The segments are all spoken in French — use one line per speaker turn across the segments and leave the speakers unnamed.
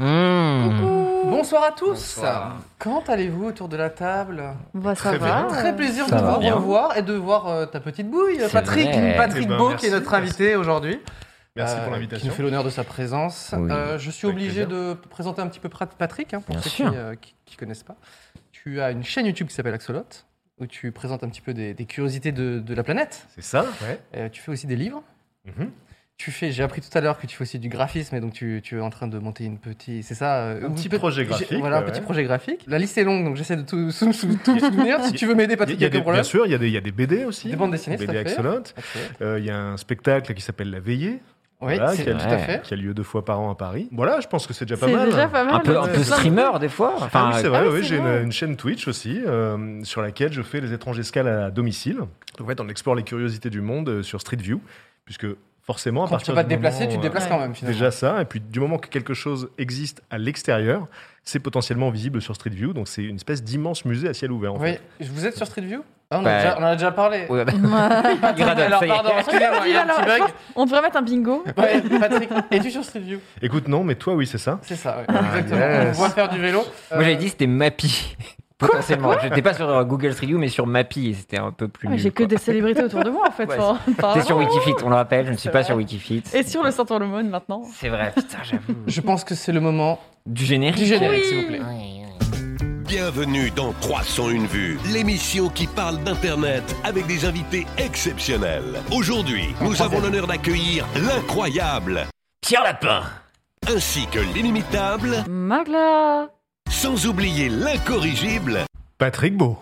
Bonsoir à tous. Comment allez-vous autour de la table
Bah, ça
Très
va.
bien.
Très plaisir
Ça
de
va
vous
bien.
revoir et de voir euh, ta petite bouille,
C'est
Patrick,
vrai.
Patrick
Eh ben,
Beau,
merci,
qui est notre
merci.
invité aujourd'hui.
Merci
euh,
pour
Qui nous
l'invitation.
fait l'honneur de sa présence.
Oui,
Euh, je suis
avec
obligé
plaisir.
de présenter un petit peu Prat- Patrick, hein, pour
Bien
ceux qui
sûr.
ne connaissent pas. Tu as une chaîne YouTube qui s'appelle Axolot, où tu présentes un petit peu des, des curiosités de, de la planète.
C'est ça Ouais.
Euh, tu fais aussi des livres.
Mhm.
Tu fais, j'ai appris tout à l'heure que tu fais aussi du graphisme et donc tu, tu es en train de monter une petite, c'est ça, euh,
Un
une
petit
pe-
projet
j'ai-
graphique,
Voilà, un
ouais,
petit
ouais.
projet graphique. La liste est longue, donc j'essaie de tout, sou- sou- tout soutenir. Si tu veux m'aider,
Il y a-
Patrick,
il y a
quelques
des,
problèmes.
bien sûr, il y a des, il y a des BD aussi.
Des bandes dessinées, tout
BD
à fait.
excellentes. Euh, il y a un spectacle qui s'appelle La Veillée,
Oui,
Voilà,
c'est tout
quel-
à fait.
qui a lieu deux fois par an à Paris. Voilà, je pense que c'est déjà pas
C'est
mal.
déjà pas
Ah,
mal.
Un peu, un
Ouais,
peu
c'est ça.
streamer des fois. Enfin,
Ah oui, c'est vrai,
ah oui,
oui,
c'est
j'ai une,
vrai.
une chaîne Twitch aussi euh, sur laquelle je fais les étranges escales à domicile. En fait, on explore les curiosités du monde euh, sur Street View, puisque forcément, à
Quand tu peux
partir
pas te
du
déplacer,
moment,
tu te
euh,
déplaces
ouais.
quand même finalement.
Déjà ça, et puis du moment que quelque chose existe à l'extérieur, c'est potentiellement visible sur Street View, donc c'est une espèce d'immense musée à ciel ouvert. En
oui,
fait.
vous êtes sur Street View Ah, on,
Bah,
Ouais.
en a déjà, on en a déjà parlé.
Ouais, bah, il radote,
Alors
ça y est.
pardon, hein, excusez-moi, il y a un
Alors,
petit
je
bug.
On pourrait mettre un bingo. Ah,
Ouais, Patrick, es-tu sur Street View
Écoute, non, mais toi, oui, c'est ça.
C'est ça, ouais,
Ah,
exactement. On
yes.
voit faire du vélo. Euh,
Moi j'avais dit c'était Mappy. Potentiellement. J'étais pas sur euh, Google Street View, mais sur Mappy, et c'était un peu plus.
Ouais,
nul,
Ah, J'ai que
quoi.
des célébrités autour de moi en fait.
Ouais,
enfin,
T'es sur
apparemment.
Wikifit, on le rappelle, je ne suis
C'est
pas
vrai.
sur Wikifit.
Et sur le Saint-Orlemone maintenant.
C'est vrai, putain, j'avoue.
Je pense que c'est le moment
Du générique.
du générique,
Oui.
s'il vous plaît.
Bienvenue dans 301 vues, l'émission qui parle d'Internet avec des invités exceptionnels. Aujourd'hui, nous avons l'honneur d'accueillir l'incroyable
Pierre Lapin.
ainsi que l'inimitable,
Magla
sans oublier l'incorrigible.
Patrick Beau.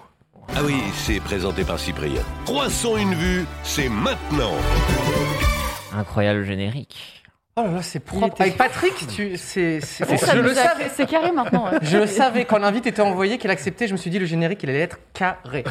Ah oui, c'est présenté par Cyprien. 301 vues, c'est maintenant.
Incroyable générique.
Oh là là, c'est propre.
était
Avec Patrick, tu, c'est, c'est-
C'est ça,
je le
nous a-
savais.
C'est carré maintenant. ouais.
Je le savais quand l'invite était envoyé, qu'elle acceptait. Je me suis dit le générique, il allait être carré.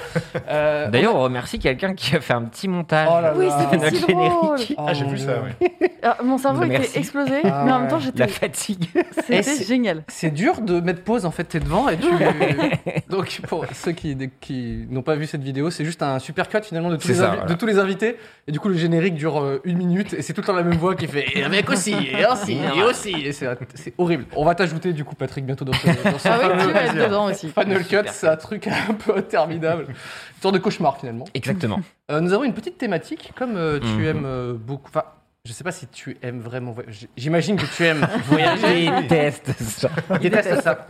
Euh,
D'ailleurs, on remercie quelqu'un qui a fait un petit montage.
Oh là là.
Oui,
de
c'était
notre
si drôle.
générique.
oh
Ah, j'ai
mon
vu
Dieu.
ça, oui.
Ah, Mon cerveau
Vous-
était
merci.
explosé,
Ah
mais en même
ouais.
temps
La
j'étais.
fatigue.
Et
C'était
c'est-
génial.
C'est dur de mettre pause en fait, t'es devant et tu. Donc pour ceux qui, qui n'ont pas vu cette vidéo, c'est juste un super cut finalement de tous,
C'est
les,
ça,
invi-
voilà.
de tous les invités. Et du coup le générique dure euh, une minute et c'est tout le temps la même voix qui fait et avec aussi et aussi et aussi et c'est c'est horrible. On va t'ajouter du coup Patrick bientôt dans ce. Dans ce
Ah oui, tu
fameux-
vas être dedans aussi.
Final
Super.
cut, c'est un truc un peu interminable, une sorte de cauchemar finalement.
Exactement.
Euh, nous avons une petite thématique, comme euh, tu
Mhm.
aimes euh, beaucoup. Enfin, je sais pas si tu aimes vraiment. voy- j- J'imagine que tu aimes voyager.
Je déteste ça.
Il déteste ça.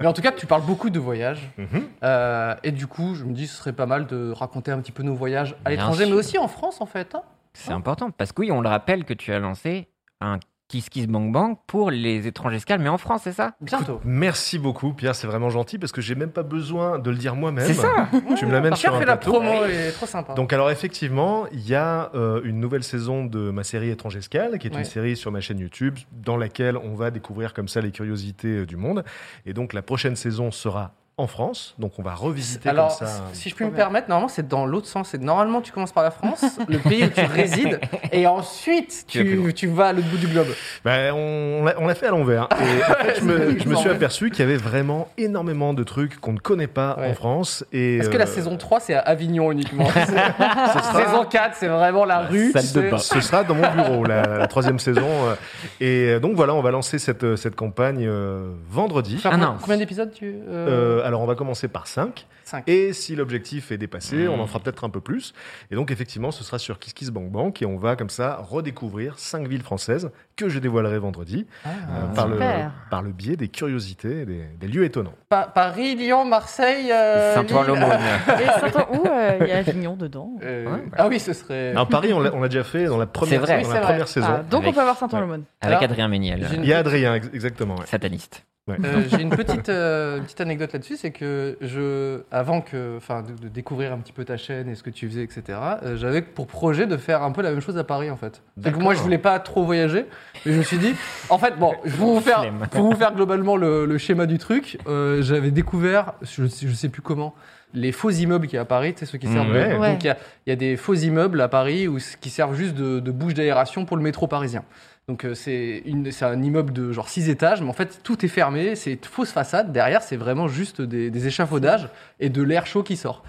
Mais en tout cas, tu parles beaucoup de voyages.
Mhm.
Euh, et du coup, je me dis, ce serait pas mal de raconter un petit peu nos voyages à
Bien
l'étranger,
sûr.
mais aussi en France, en fait. hein.
C'est important parce que oui, on le rappelle que tu as lancé un Kiss Kiss Bang Bang pour les étranges escales, mais en France, c'est ça
Bientôt.
Merci beaucoup, Pierre, c'est vraiment gentil parce que j'ai même pas besoin de le dire moi-même.
C'est ça.
Tu me l'amènes sur
Pierre
un
fait la
plateau.
promo, elle est trop sympa.
Donc alors effectivement, il y a euh, une nouvelle saison de ma série Étrange Escale, qui est
Ouais.
une série sur ma chaîne YouTube, dans laquelle on va découvrir comme ça les curiosités euh, du monde. Et donc la prochaine saison sera en France, donc on va revisiter
Alors,
comme ça.
si je puis me permettre, normalement, c'est dans l'autre sens. C'est que normalement, tu commences par la France, le pays où tu résides, et ensuite,
Tu vas plus
tu,
loin.
tu vas à l'autre bout du globe.
Ben, on l'a- on l'a fait à l'envers. Et en fait, je me, je me suis
Ouais.
aperçu qu'il y avait vraiment énormément de trucs qu'on ne connaît pas
Ouais.
en France. Et
Est-ce que la
euh,
saison 3, c'est à Avignon uniquement
Ah,
Ah. Saison 4, c'est vraiment la rue.
salle de
c'est-
bain.
Ce sera dans mon bureau, la, la troisième saison. euh. Et euh, donc voilà, on va lancer cette, euh, cette campagne euh, vendredi.
Enfin,
Ah
combien-
non.
Combien d'épisodes tu... euh,
Euh, alors on va commencer par 5.
Cinq.
Et si l'objectif est dépassé,
Mmh.
on en fera peut-être un peu plus. Et donc effectivement, ce sera sur Kiss Kiss Bank Bank et on va comme ça redécouvrir cinq villes françaises que je dévoilerai vendredi
Ah.
euh, par, le,
Super.
par le biais des curiosités, et des, des lieux étonnants.
Pa- Paris, Lyon, Marseille... euh, Lille.
Saint-Ouen-l'Aumône.
Et Saint-Ouen, où euh, il y a Avignon dedans.
Euh,
Ouais, bah.
Ah oui, ce serait...
Alors Paris, on l'a on l'a déjà fait dans la première,
vrai.
Oui,
dans la
c'est
première
vrai.
saison.
Ah, donc on
Avec-
peut avoir Saint-Ouen-l'Aumône.
Avec
Alors,
Adrien Méniel,
j'ai
euh,
Il y a Adrien, ex- exactement. ouais.
sataniste.
Ouais.
Euh, J'ai une petite, euh, une petite anecdote là-dessus, c'est que je, avant que, enfin, de, de découvrir un petit peu ta chaîne et ce que tu faisais, etc. euh, J'avais pour projet de faire un peu la même chose à Paris, en fait. C'est que moi, je voulais pas trop voyager, mais je me suis dit, en fait, bon, je vais vous faire,
Flemme.
pour vous faire globalement le, le schéma du truc, euh, j'avais découvert, je, je sais plus comment, les faux immeubles qu'il y a à Paris, tu sais, ceux qui
Mmh,
servent. de-
ouais.
Donc, il y a- il y, a des faux immeubles à Paris où, qui servent juste de, de bouche d'aération pour le métro parisien. Donc euh, c'est une- c'est un immeuble de genre 6 étages, mais en fait tout est fermé, c'est une fausse façade, derrière c'est vraiment juste des, des échafaudages et de l'air chaud qui sort.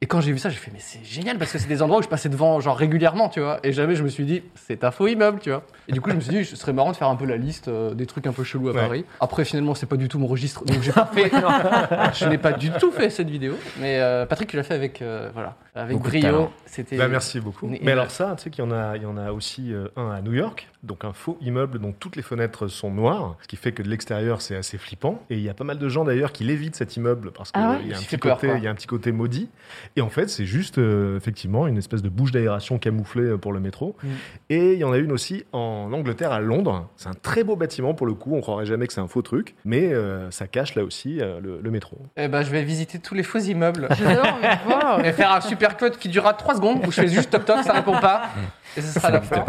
Et quand j'ai vu ça, j'ai fait mais c'est génial parce que c'est des endroits où je passais devant genre régulièrement, tu vois. Et jamais je me suis dit c'est un faux immeuble, tu vois. Et du coup je me suis dit ce serait marrant de faire un peu la liste euh, des trucs un peu chelous à
Ouais.
Paris. Après finalement c'est pas du tout mon registre, donc j'ai pas fait, je n'ai pas du tout fait cette vidéo. Mais euh, Patrick tu l'as fait avec euh, voilà avec
Beaucoup de
brio,
talent.
c'était.
Bah, merci beaucoup.
Et-
Mais alors ça, tu sais qu'il y en a, il y en a aussi euh, un à New York, donc un faux immeuble dont toutes les fenêtres sont noires, ce qui fait que de l'extérieur c'est assez flippant. Et il y a pas mal de gens d'ailleurs qui l'évitent cet immeuble parce qu'il
Ah ouais
il y a un
Il
petit
fait peur,
côté,
quoi.
il y a un petit côté maudit. Et en fait, c'est juste euh, effectivement une espèce de bouche d'aération camouflée euh, pour le métro.
Mm.
Et il y en a une aussi en Angleterre à Londres. C'est un très beau bâtiment pour le coup. On croirait jamais que c'est un faux truc, mais euh, ça cache là aussi euh, le, le métro.
Eh ben je vais visiter tous les faux immeubles.
J'adore, mais wow.
et faire un super cut qui durera 3 secondes où je fais juste toc toc, ça répond pas.
Mm.
Et ce sera la fin.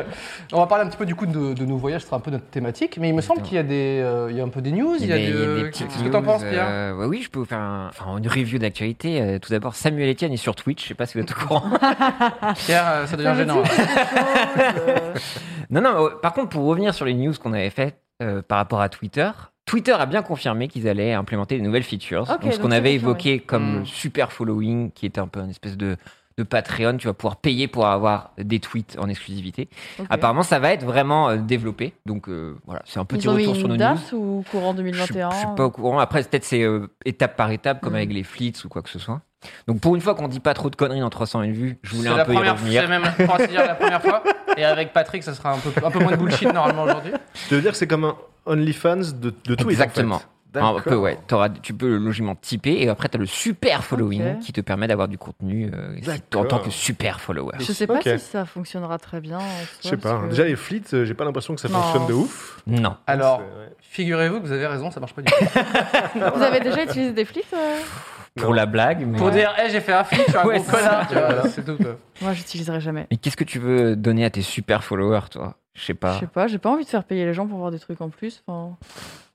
On va parler un petit peu du coup de, de nos voyages, ce sera un peu notre thématique. Mais il me semble qu'il y a des, euh, il y a un peu des news, il y a,
des-
de-
des petites
Qu'est-ce que t'en
news,
penses, Pierre
euh, ouais, Oui, je peux vous faire un- enfin, une review d'actualité. Euh, tout d'abord, Samuel Etienne est sur Twitch. Je sais pas si vous êtes au courant.
Pierre, euh, ça devient
Ça veut
gênant.
dire
là.
non, non. euh, par contre, pour revenir sur les news qu'on avait faites euh, par rapport à Twitter. Twitter a bien confirmé qu'ils allaient implémenter des nouvelles features.
Ok,
donc, ce
donc
qu'on
c'est
avait
confirmé.
évoqué comme
Mm.
Hmm.
le super following, qui était un peu une espèce de, de Patreon, tu vas pouvoir payer pour avoir des tweets en exclusivité.
Ok.
Apparemment, ça va être vraiment euh, développé. Donc, euh, voilà, c'est un petit
Ils ont mis
retour
une
sur nos news.
date ou courant
Je suis-
2021
Je suis pas au courant. Après, peut-être c'est euh, étape par étape, comme
Mhm.
avec les flits ou quoi que ce soit. Donc, pour une fois qu'on dit pas trop de conneries dans 301 vues, je
C'est
voulais un
la
peu y
première fois, c'est
revenir.
même je crois que c'est la première fois. Et avec Patrick, ça sera un peu, un peu moins de bullshit normalement aujourd'hui.
Tu veux dire que c'est comme un OnlyFans de, de tout
Exactement. Un peu, ouais. T'auras- tu peux logiquement typer et après, tu as le super following
Ok.
qui te permet d'avoir du contenu euh, si- en
D'accord.
tant que super follower.
Je sais pas
Ok.
si ça fonctionnera très bien. en soi,
Je sais pas.
parce que-
Déjà, les flits, euh, j'ai pas l'impression que ça
Non.
fonctionne de ouf.
Non.
Alors,
C'est- ouais.
figurez-vous que vous avez raison, ça marche pas du tout.
Vous avez déjà utilisé des flics euh
Pour la blague, mais. euh,
Pour dire, hey, j'ai fait un flip, je suis un
Ouais,
gros
c'est ça.
connard, tu vois, voilà, c'est tout. quoi.
Moi, j'utiliserai jamais.
Mais qu'est-ce que tu veux donner à tes super followers, toi Je sais
Je
pas.
sais pas, j'ai pas envie de faire payer les gens pour voir des trucs en plus. enfin.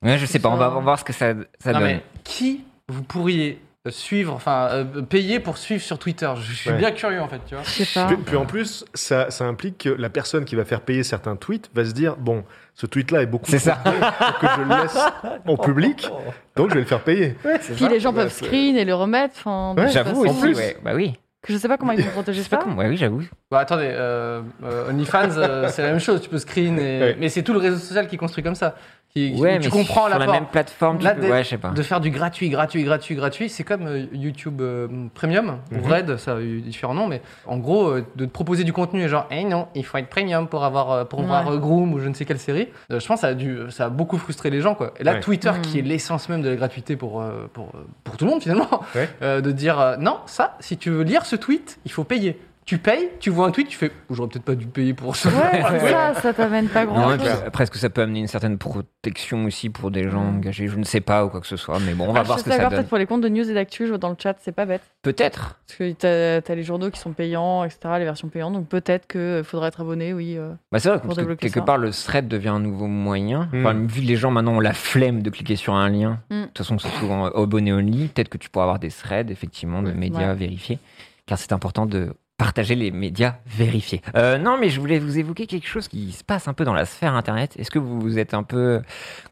Ouais, je sais pas. On va
Ça-
voir ce que ça, ça
non
donne.
mais qui vous pourriez suivre, enfin euh, payer pour suivre sur Twitter Je suis
Ouais.
bien curieux en fait, tu vois.
Je sais pas.
Puis, puis en plus, ça, ça implique que la personne qui va faire payer certains tweets va se dire bon, ce tweet-là est beaucoup
C'est
trop
ça.
vieux pour que je le laisse en public, donc je vais le faire payer.
Puis les gens peuvent
c'est-
screen et le remettre. Enfin, de
Ouais,
toute
J'avoue
façon,
aussi.
plus.
ouais. Bah oui.
que Je sais pas comment ils vont
Je
protéger
sais pas
ça.
comment. Ouais, oui, j'avoue.
Bah attendez, euh, euh, OnlyFans, euh, c'est la même chose, tu peux screen, et-
Ouais.
mais c'est tout le réseau social qui est construit comme ça. Qui, qui-
Ouais,
tu
mais
comprends
sur
la,
la même plateforme. tu
Là,
peux-
des-
Ouais, je sais pas.
de faire du gratuit, gratuit, gratuit, gratuit, c'est comme euh, YouTube euh, Premium ou
Mhm.
Red, ça a eu différents noms, mais en gros, euh, de te proposer du contenu et genre, eh non, il faut être Premium pour avoir euh, pour
Ouais.
voir euh, Groom ou je ne sais quelle série. Euh, je pense que ça a dû, ça a beaucoup frustré les gens quoi. Et là,
Ouais.
Twitter
Mhm.
qui est l'essence même de la gratuité pour euh, pour euh, pour tout le monde finalement,
Ouais.
euh, de dire euh, non, ça, si tu veux lire ce tweet, il faut payer. Tu payes, tu vois un tweet, tu fais, oh, j'aurais peut-être pas dû payer pour ça.
Ouais, c'est ça, ça t'amène pas
Non,
grand
et puis,
chose.
après, est-ce que ça peut amener une certaine protection aussi pour des gens engagés Je ne sais pas ou quoi que ce soit, mais bon, on va
Ah,
voir ce
je suis
que ça
d'accord,
donne.
peut-être pour les comptes de news et d'actu, je vois dans le chat, c'est pas bête.
Peut-être.
Parce que t'as t'as les journaux qui sont payants, etc., les versions payantes, donc peut-être qu'il faudra être abonné, oui. euh.
Bah, c'est vrai,
Pour
parce que
débloquer
quelque
ça.
part, le thread devient un nouveau moyen.
Hmm.
Enfin, vu que les gens maintenant ont la flemme de cliquer sur un lien,
Hmm.
de toute façon, c'est souvent euh, abonné only, peut-être que tu pourras avoir des threads, effectivement, de médias vérifiés, car c'est important de partager les médias vérifiés. Euh, non, mais je voulais vous évoquer quelque chose qui se passe un peu dans la sphère Internet. Est-ce que vous êtes un peu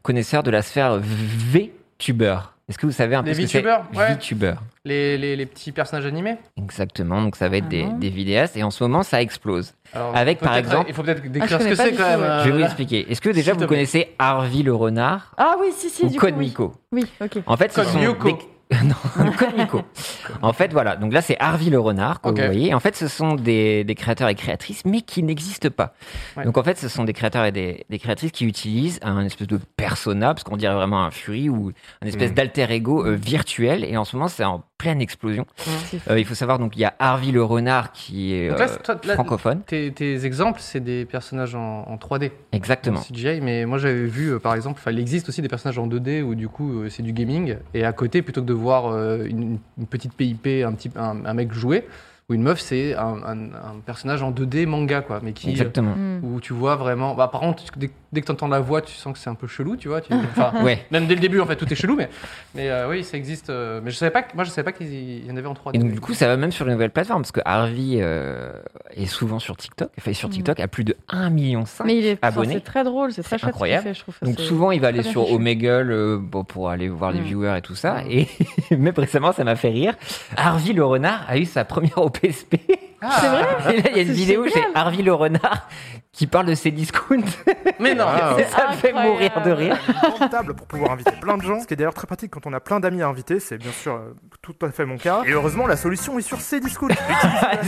connaisseur de la sphère VTuber Est-ce que vous savez un peu
Les
ce que c'est
VTubers, ouais.
VTuber.
Les, les, les petits personnages animés.
Exactement, donc ça va être
Ah
des,
non.
des vidéastes et en ce moment ça explose.
Alors,
Avec, par
peut-être-
exemple-
il faut peut-être
Ah, je
décrire ce
connais
que
pas
c'est
du
quand
tout,
même.
ouais.
euh,
Je vais vous
là.
expliquer. Est-ce que déjà
S'il te
vous
plaît.
connaissez Harvey le renard
Ah oui, si, si,
ou
du coup.
Code
Oui,
Miko
oui ok.
En fait, ce
Code
sont
Miko.
des- non, Code Miko. En fait, voilà. Donc là, c'est Harvey le renard que
Ok.
vous voyez. En fait, ce sont des, des créateurs et créatrices, mais qui n'existent pas.
Ouais.
Donc en fait, ce sont des créateurs et des, des créatrices qui utilisent un espèce de persona, parce qu'on dirait vraiment un Fury ou un espèce
Hmm.
Mm.
d'alter ego euh, virtuel. Et en ce moment, c'est en pleine explosion.
C'est fou.
Euh, il faut savoir, donc, il y a Harvey le renard qui est
Donc là,
euh,
c'est toi- là-
francophone.
Tes, tes exemples, c'est des personnages en, en 3D, en
Exactement.
CGI, mais moi j'avais vu euh, par exemple, enfin, il existe aussi des personnages en 2D où du coup euh, c'est du gaming, et à côté, plutôt que de voir euh, une, une petite PIP, un, petit, un, un mec jouer, ou une meuf, c'est un, un- un personnage en 2D manga, quoi, mais qui. euh,
Exactement.
Hmm.
où tu vois vraiment. Bah, par contre, dès, dès que tu entends la voix, tu sens que c'est un peu chelou, tu vois. tu- enfin,
Ouais.
Même dès le début, en fait, tout est chelou, mais, mais euh, oui, ça existe. euh, mais je savais pas que, moi, je savais pas qu'il y- il y en avait en 3D.
Et donc du coup, ça va même sur les nouvelles plateformes, parce que Harvey euh, est souvent sur TikTok, enfin sur
Mhm.
TikTok à plus de 1,5 million
Mais il est enfin,
abonnés.
C'est très drôle, c'est très
C'est
chouette ce qu'il
incroyable.
fait, je trouve.
donc
C'est-
souvent, il va aller
très
sur
bien fichu.
Omegle euh, bon, pour aller voir les
Mhm.
viewers et tout ça.
Mhm.
Et même récemment, ça m'a fait rire. Harvey le renard a eu sa première OPSP.
Ah,
C'est vrai
Et là, il y a une
C'est
vidéo chez
génial.
Harvey le renard qui parle de ses discounts.
Mais non
Ah,
Et ça me fait
Incroyable.
mourir de rire.
une grande table pour pouvoir inviter plein de gens. Ce qui est d'ailleurs très pratique quand on a plein d'amis à inviter, c'est bien sûr euh, tout à fait mon cas. Et heureusement, la solution est sur Cdiscount.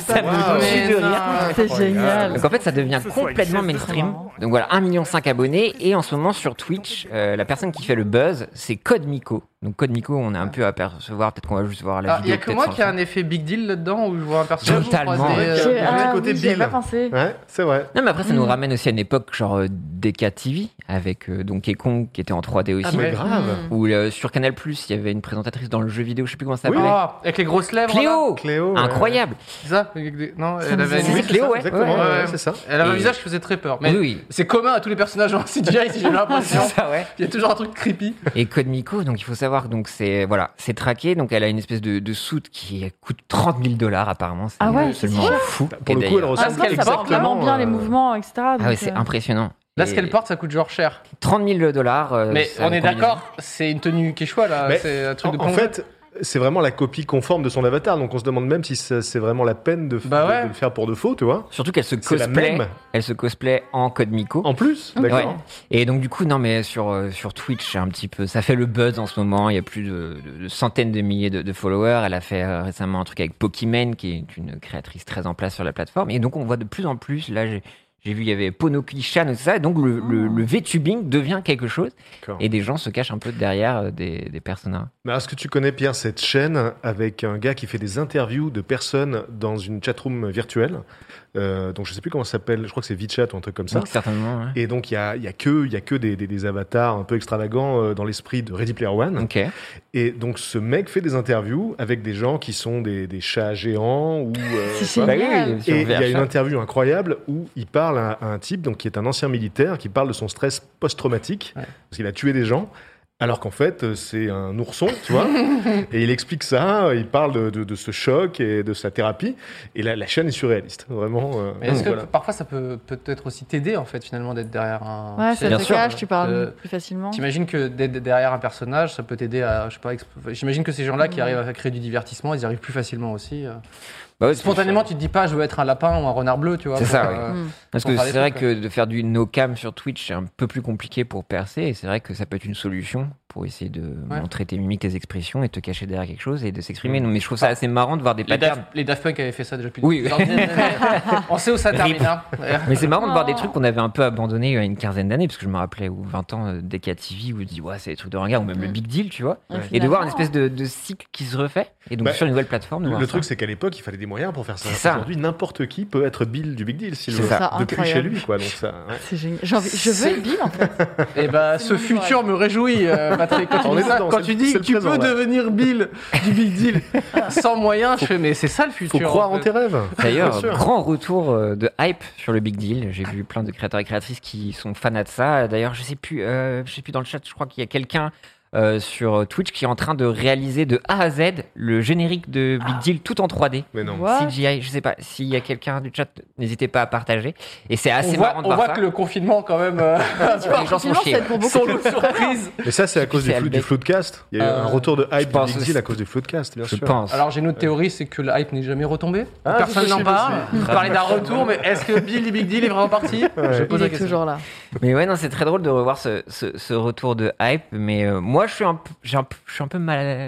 Ça me
Wow.
tue de rire.
Ah,
C'est génial.
Donc en fait, ça devient
Ah, Ce soir,
complètement
une chaise de
mainstream.
salon.
Donc voilà, 1,5 million abonnés. Et en ce moment, sur Twitch, euh, la personne qui fait le buzz, c'est Code Miko. Donc Code Miko, on a un peu à percevoir. Peut-être qu'on va juste voir la
Ah, Il
vidéo.
y a que
peut-être
moi
sans
qui a
le
un effet big deal là-dedans où je vois un personnage
Totalement.
croiser,
Ouais,
euh,
qui
J'ai-
a-
des-
le
Ah
côté
oui, j'y avais
Bill.
pas pensé.
Ouais, c'est vrai.
son. Non, mais après, ça nous
Mm.
Hmm.
ramène aussi à une époque, genre euh, DK TV, avec euh, Donkey Kong qui était en 3D
Ah,
aussi.
mais-
grave.
Ou euh, sur Canal, il y avait une présentatrice dans le jeu vidéo, je sais plus comment ça
Oui.
s'appelait.
Ah, avec les grosses lèvres. là.
Cléo
Cléo. ouais.
Incroyable
C'est ça avec des- Non,
Ça
elle
me
avait,
disait-
une-
C'est Cléo, ouais.
Exactement,
Ouais.
ouais, c'est ça. Bah,
elle avait un
Et-
visage qui faisait très peur. Mais
Oui, oui.
c'est commun à tous les personnages en CGI, si j'ai l'impression.
C'est ça, ouais.
Il y a toujours un truc creepy.
Et Code Miko, donc il faut savoir que donc c'est voilà, c'est traqué, donc elle a une espèce de, de soute qui coûte 30 000 dollars apparemment, c'est
Ah ouais,
absolument
c'est cher.
fou.
Pour
Et
le coup, elle
d'ailleurs-
Ah,
ressemble
ça, ça porte
exactement.
vraiment bien les
euh,
mouvements, etc.
ah ouais,
euh,
c'est impressionnant.
Là,
Et
ce qu'elle porte, ça coûte genre cher.
30 000 dollars. euh,
Mais
ça
on est
combien de-
d'accord, c'est une tenue quechua là,
Mais
c'est un truc
En,
de
en
plongeon.
fait, c'est vraiment la copie conforme de son avatar, donc on se demande même si ça- c'est vraiment la peine de, f-
Bah
de-
ouais.
de le faire pour de faux, tu vois.
Surtout qu'elle se
C'est la
cosplay,
même.
elle se cosplay en Code Miko.
En plus, d'accord.
Ouais. Et donc du coup, non mais sur, euh, sur Twitch, c'est un petit peu, ça fait le buzz en ce moment. Il y a plus de, de- de centaines de milliers de, de followers. Elle a fait euh, récemment un truc avec Pokimane, qui est une créatrice très en place sur la plateforme. Et donc on voit de plus en plus. Là, j'ai j'ai vu il y avait Ponoki Chan et tout ça. Et donc le, le, le VTubing devient quelque chose.
D'accord.
Et des gens se cachent un peu derrière euh, des, des personnages.
Mais est-ce que tu connais, Pierre, cette chaîne avec un gars qui fait des interviews de personnes dans une chatroom virtuelle Euh, Donc je sais plus comment ça s'appelle, je crois que c'est VChat ou un truc comme ça.
Donc, certainement. ouais.
Et donc il y a, il y a que, il y a que des, des- des avatars un peu extravagants euh, dans l'esprit de Ready Player One.
Ok.
Et donc ce mec fait des interviews avec des gens qui sont des, des chats géants ou... euh,
C'est
voilà.
Bah oui,
Génial.
sur
Et il y a
VHS.
une interview incroyable où il parle à, à un type donc, qui est un ancien militaire, qui parle de son stress post-traumatique,
Ouais.
parce qu'il a tué des gens, alors qu'en fait, euh, c'est un ourson, tu vois. et il explique ça, euh, il parle de, de- de ce choc et de sa thérapie. Et la, la chaîne est surréaliste, vraiment. euh,
Mais
Hmm.
est-ce
donc
que
voilà.
parfois ça peut peut-être aussi t'aider en fait finalement d'être derrière un.
Ouais,
tu sais,
ça
bien
te
sûr.
cache, tu
Euh,
parles plus facilement.
T'imagines que d'être derrière un personnage, ça peut t'aider à, je sais pas, exp- enfin, j'imagine que ces gens-là qui
Mm.
arrivent à créer du divertissement, ils y arrivent plus facilement aussi. euh.
Bah ouais, c'est
Spontanément,
sûr.
tu te dis pas, je veux être un lapin ou un renard bleu, tu vois.
C'est
pour
ça,
faire,
oui.
euh,
Hmm.
Parce
pour
que
faire
c'est
des
vrai
trucs,
que de faire du no cam sur Twitch, c'est un peu plus compliqué pour percer. Et c'est vrai que ça peut être une solution pour essayer de
Ouais.
montrer tes mimiques, tes expressions et te cacher derrière quelque chose et de s'exprimer. Non, Mais je trouve ça assez marrant de voir des
Les
patterns.
Daft, les Daft Punk avaient fait ça déjà depuis
Oui.
plusieurs dizaines d'années. On sait où ça termine. hein.
Mais c'est marrant de voir des
Oh.
trucs qu'on avait un peu abandonnés euh, il y a une quinzaine d'années, parce que je me rappelais, ou 20 ans, euh, dès qu'il y a TV, où je dis, ouais, c'est des trucs de ringard, ou même le
Mm.
Big Deal, tu vois.
Et
Et de voir
finalement,
une espèce de, de cycle qui se refait. Et donc
Bah,
sur une nouvelle plateforme, de
Le
voir ça.
truc, c'est qu'à l'époque, il fallait des moyens pour faire ça.
C'est ça.
Aujourd'hui, n'importe qui peut être Bill du Big Deal, s'il
C'est
veut.
ça.
Ça,
Depuis chez
incroyable.
lui, quoi. Donc ça, hein. ouais.
C'est génial. J'ai envie- Je veux être Bill en fait.
Et bah,
C'est
ce
mon
futur me réjouit, euh, Patrick. Quand tu
On
dis,
est
ça,
dedans,
quand
c'est
tu
le-
dis
c'est
que
le
tu peux
présent, là.
devenir Bill du Big Deal sans moyen, je fais, mais c'est ça le
Faut
futur.
croire
en
en
fait.
tes rêves.
D'ailleurs,
Bien sûr.
grand retour euh, de hype sur le Big Deal. J'ai vu plein de créateurs et créatrices qui sont fans de ça. D'ailleurs, je sais plus, euh, je sais plus dans le chat. Je crois qu'il y a quelqu'un euh, sur Twitch qui est en train de réaliser de A à Z le générique de
Ah.
Big Deal tout en 3D.
Mais non.
What
CGI, je sais pas. S'il y a quelqu'un du chat, n'hésitez pas à partager. Et c'est assez
On voit,
marrant de
on
voir
voit
ça.
que le confinement, quand même, euh,
Les gens sont
Finalement,
chiés.
ça va être pour beaucoup.
son lot de surprises.
Mais ça, c'est à cause du,
C'est
flou, du
Albert.
floodcast. Il y a eu
Euh,
un retour de
je
hype du
pense
Big
aussi.
Deal à cause du floodcast, bien
Je
sûr.
pense.
Alors j'ai une autre théorie, c'est que le hype n'est jamais retombé.
Euh, Ah,
Personne
c'est
n'en
possible
parle.
aussi.
Vous parlez d'un retour, mais est-ce que Bill et Big Deal est vraiment parti Je
Il
pose la
est
question.
toujours là.
Mais ouais, non, c'est très drôle de revoir ce, ce- ce retour de hype. Mais euh, moi, Moi, je suis un, p- j'ai un p- je suis un peu mal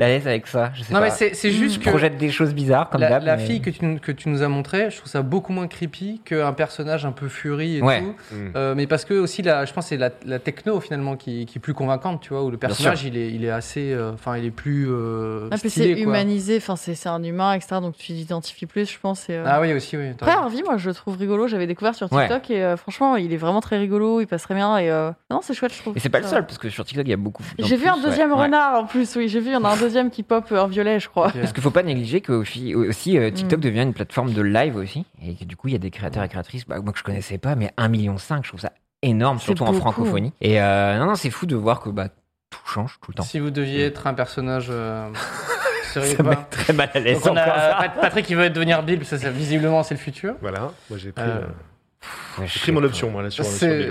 à- à l'aise avec ça. Je sais
Non,
pas.
mais c'est c'est
Je
juste que.
projette Hmm. des choses bizarres comme
la,
d'hab.
la
mais-
fille que tu, nous- que tu nous as montrée, je trouve ça beaucoup moins creepy qu'un personnage un peu furie et
Ouais.
tout.
Mm.
Euh, mais parce que aussi, la, je pense que c'est la, la techno finalement qui, qui est plus convaincante, tu vois, où le personnage il est, il est assez. euh, Enfin, il est plus. euh,
Ah, puis c'est
stylé, quoi.
humanisé, enfin, c'est c'est un humain, etc. Donc tu t'identifies plus, je pense. et, euh,
Ah oui, aussi, oui. t'as
Après,
raison.
Harvey, moi, je le trouve rigolo. J'avais découvert sur
Ouais.
TikTok et euh, franchement, il est vraiment très rigolo. Il passe très bien. Et euh, non, c'est chouette, je trouve.
Et c'est pas le
Ça-
seul, parce que sur TikTok, il y a beaucoup.
J'ai vu
plus,
un
ouais.
deuxième
Ouais.
renard en plus, oui. J'ai vu, il y en a un deuxième qui pop euh, en violet, je crois.
Ok.
Parce qu'il faut pas négliger que aussi, aussi, euh, TikTok
Mm.
devient une plateforme de live aussi, et que du coup il y a des créateurs et créatrices, bah, moi que je connaissais pas, mais 1,5 million, je trouve ça énorme,
C'est
surtout en
beaucoup.
francophonie. Et euh, non, non, c'est fou de voir que bah, tout change tout le temps.
Si vous deviez être un personnage. euh, seriez
Ça
pas-
met très mal à l'aise.
Donc on a
encore, ça.
Pat- Patrick il veut devenir Bill, ça, ça, visiblement c'est le futur.
Voilà, moi j'ai pris,
Euh,
euh,
Ouais, je
j'ai
sais
pris mon
pas.
option, moi, là, sur, sur
C'est-
Billy.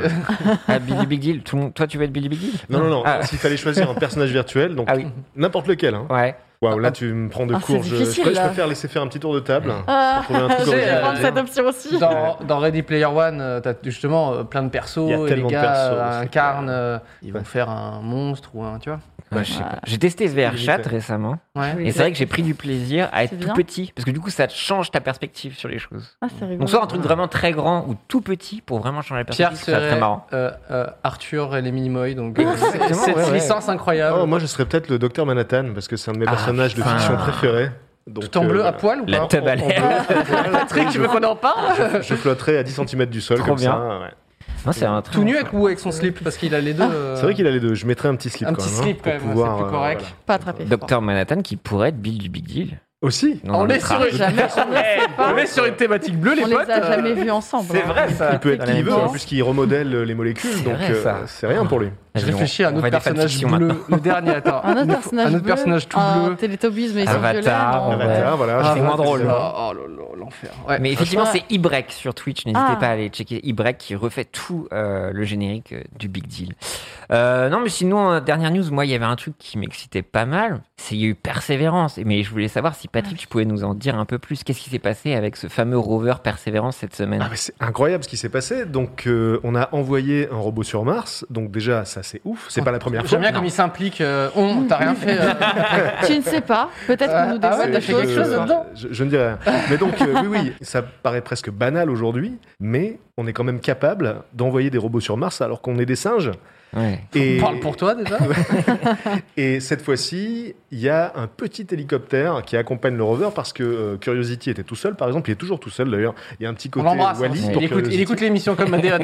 Ah, Billy Big Deal, tout le monde- toi tu veux être Billy Big Deal
Non, non, non,
Ah.
s'il fallait choisir un personnage virtuel, donc
Ah oui,
n'importe lequel. hein.
ouais.
Waouh, là, tu me prends de
Ah, c'est
court. Je, je
difficile,
pr- je
là.
préfère laisser faire un petit tour de table.
Ah,
Pour trouver un truc
je vais
original.
prendre cette option aussi.
dans, dans Ready Player One, euh, t'as justement euh, plein de persos
Il y a
et les
tellement de
gars
persos,
euh,
c'est
incarnent,
clair.
euh, ils vont
Ouais.
faire un monstre ou un, tu vois.
Ouais, je sais pas. J'ai testé SVR Chat récemment,
Ouais.
Oui.
et c'est vrai que j'ai pris du plaisir à
C'est
être tout
bien.
petit, parce que du coup ça change ta perspective sur les choses.
Ah, c'est rigolo.
Donc soit un truc vraiment très grand ou tout petit pour vraiment changer la
Pierre
perspective, c'est
serait
très marrant.
euh, euh, Arthur et les Minimoy, donc euh, c'est-
Exactement,
cette
ouais, ouais.
licence incroyable.
Oh, moi, je serais peut-être le docteur Manhattan, parce que c'est un de mes
Ah,
personnages de
putain.
fiction préférés. Donc,
Tout en
euh,
bleu ah, à
voilà.
poil ou
La
pas
teub à l'air.
Patrick, tu veux qu'on en parle
Je flotterais à 10 cm du sol,
Trop
comme
bien.
ça. ouais.
Non, c'est un
Tout
truc.
nu avec, ou avec son slip Parce qu'il a les deux. euh,
Ah, C'est vrai qu'il a les deux. Je mettrais un petit slip
Un
quand
petit
même. hein,
slip, quand
pour
même, ouais,
pouvoir,
c'est plus
euh,
correct.
voilà.
Pas attrapé.
Docteur Manhattan qui pourrait être Bill du Big Deal.
Aussi
Non,
On
le
est sur
tra-
une-
Jamais, on le sait pas.
on est sur une thématique bleue, les
On les
potes.
a
euh,
jamais vus ensemble.
C'est
hein.
vrai ça.
Il peut être qui il veut,
Exactement.
en plus qu'il remodèle euh, les molécules,
C'est
donc
vrai,
euh,
ça.
c'est rien pour lui.
Je réfléchis à un
On va
autre
des
personnage
fanfictions
bleu.
maintenant.
Le dernier, attends.
Un autre
Il faut-
personnage
Un autre
bleu,
personnage tout
un
bleu.
Teletubbies, mais hein. ils sont violets.
Avatar,
non,
on va-
ouais.
Avatar, voilà.
Ah,
je
c'est moins
pense que
drôle.
ça.
Oh, oh, oh, l'enfer. Ouais.
Mais effectivement,
Franchement,
c'est Ibrek sur Twitch. N'hésitez
Ah.
pas à aller checker Ibrek qui refait tout euh, le générique euh, du Big Deal. Euh, non, mais sinon, euh, dernière news, moi, il y avait un truc qui m'excitait pas mal. C'est il y a eu Persévérance. Mais je voulais savoir si Patrick, tu pouvais nous en dire un peu plus. Qu'est-ce qui s'est passé avec ce fameux rover Persévérance cette semaine
Ah, mais c'est incroyable ce qui s'est passé. Donc, euh, on a envoyé un robot sur Mars. Donc, déjà, ça, c'est ouf. C'est pas la première fois.
J'aime bien comme il s'implique. euh, on, t'as rien fait. euh,
Tu ne sais pas. Peut-être qu'on nous
Ah ouais,
dévoile
t'as
des
fait
choses.
quelque chose
ce soir.
dedans
je, je ne dirais rien. Mais donc, euh, oui, oui, ça paraît presque banal aujourd'hui, mais on est quand même capable d'envoyer des robots sur Mars alors qu'on est des singes.
Ah.
Ouais.
Et,
On parle pour toi déjà.
Et cette fois-ci, il y a un petit hélicoptère qui accompagne le rover parce que euh, Curiosity était tout seul, par exemple. Il est toujours tout seul d'ailleurs. Il y a un petit
On
côté
l'embrasse. hein.
Wally
Il
pour
écoute- Il
Curiosity
écoute l'émission comme Adéon.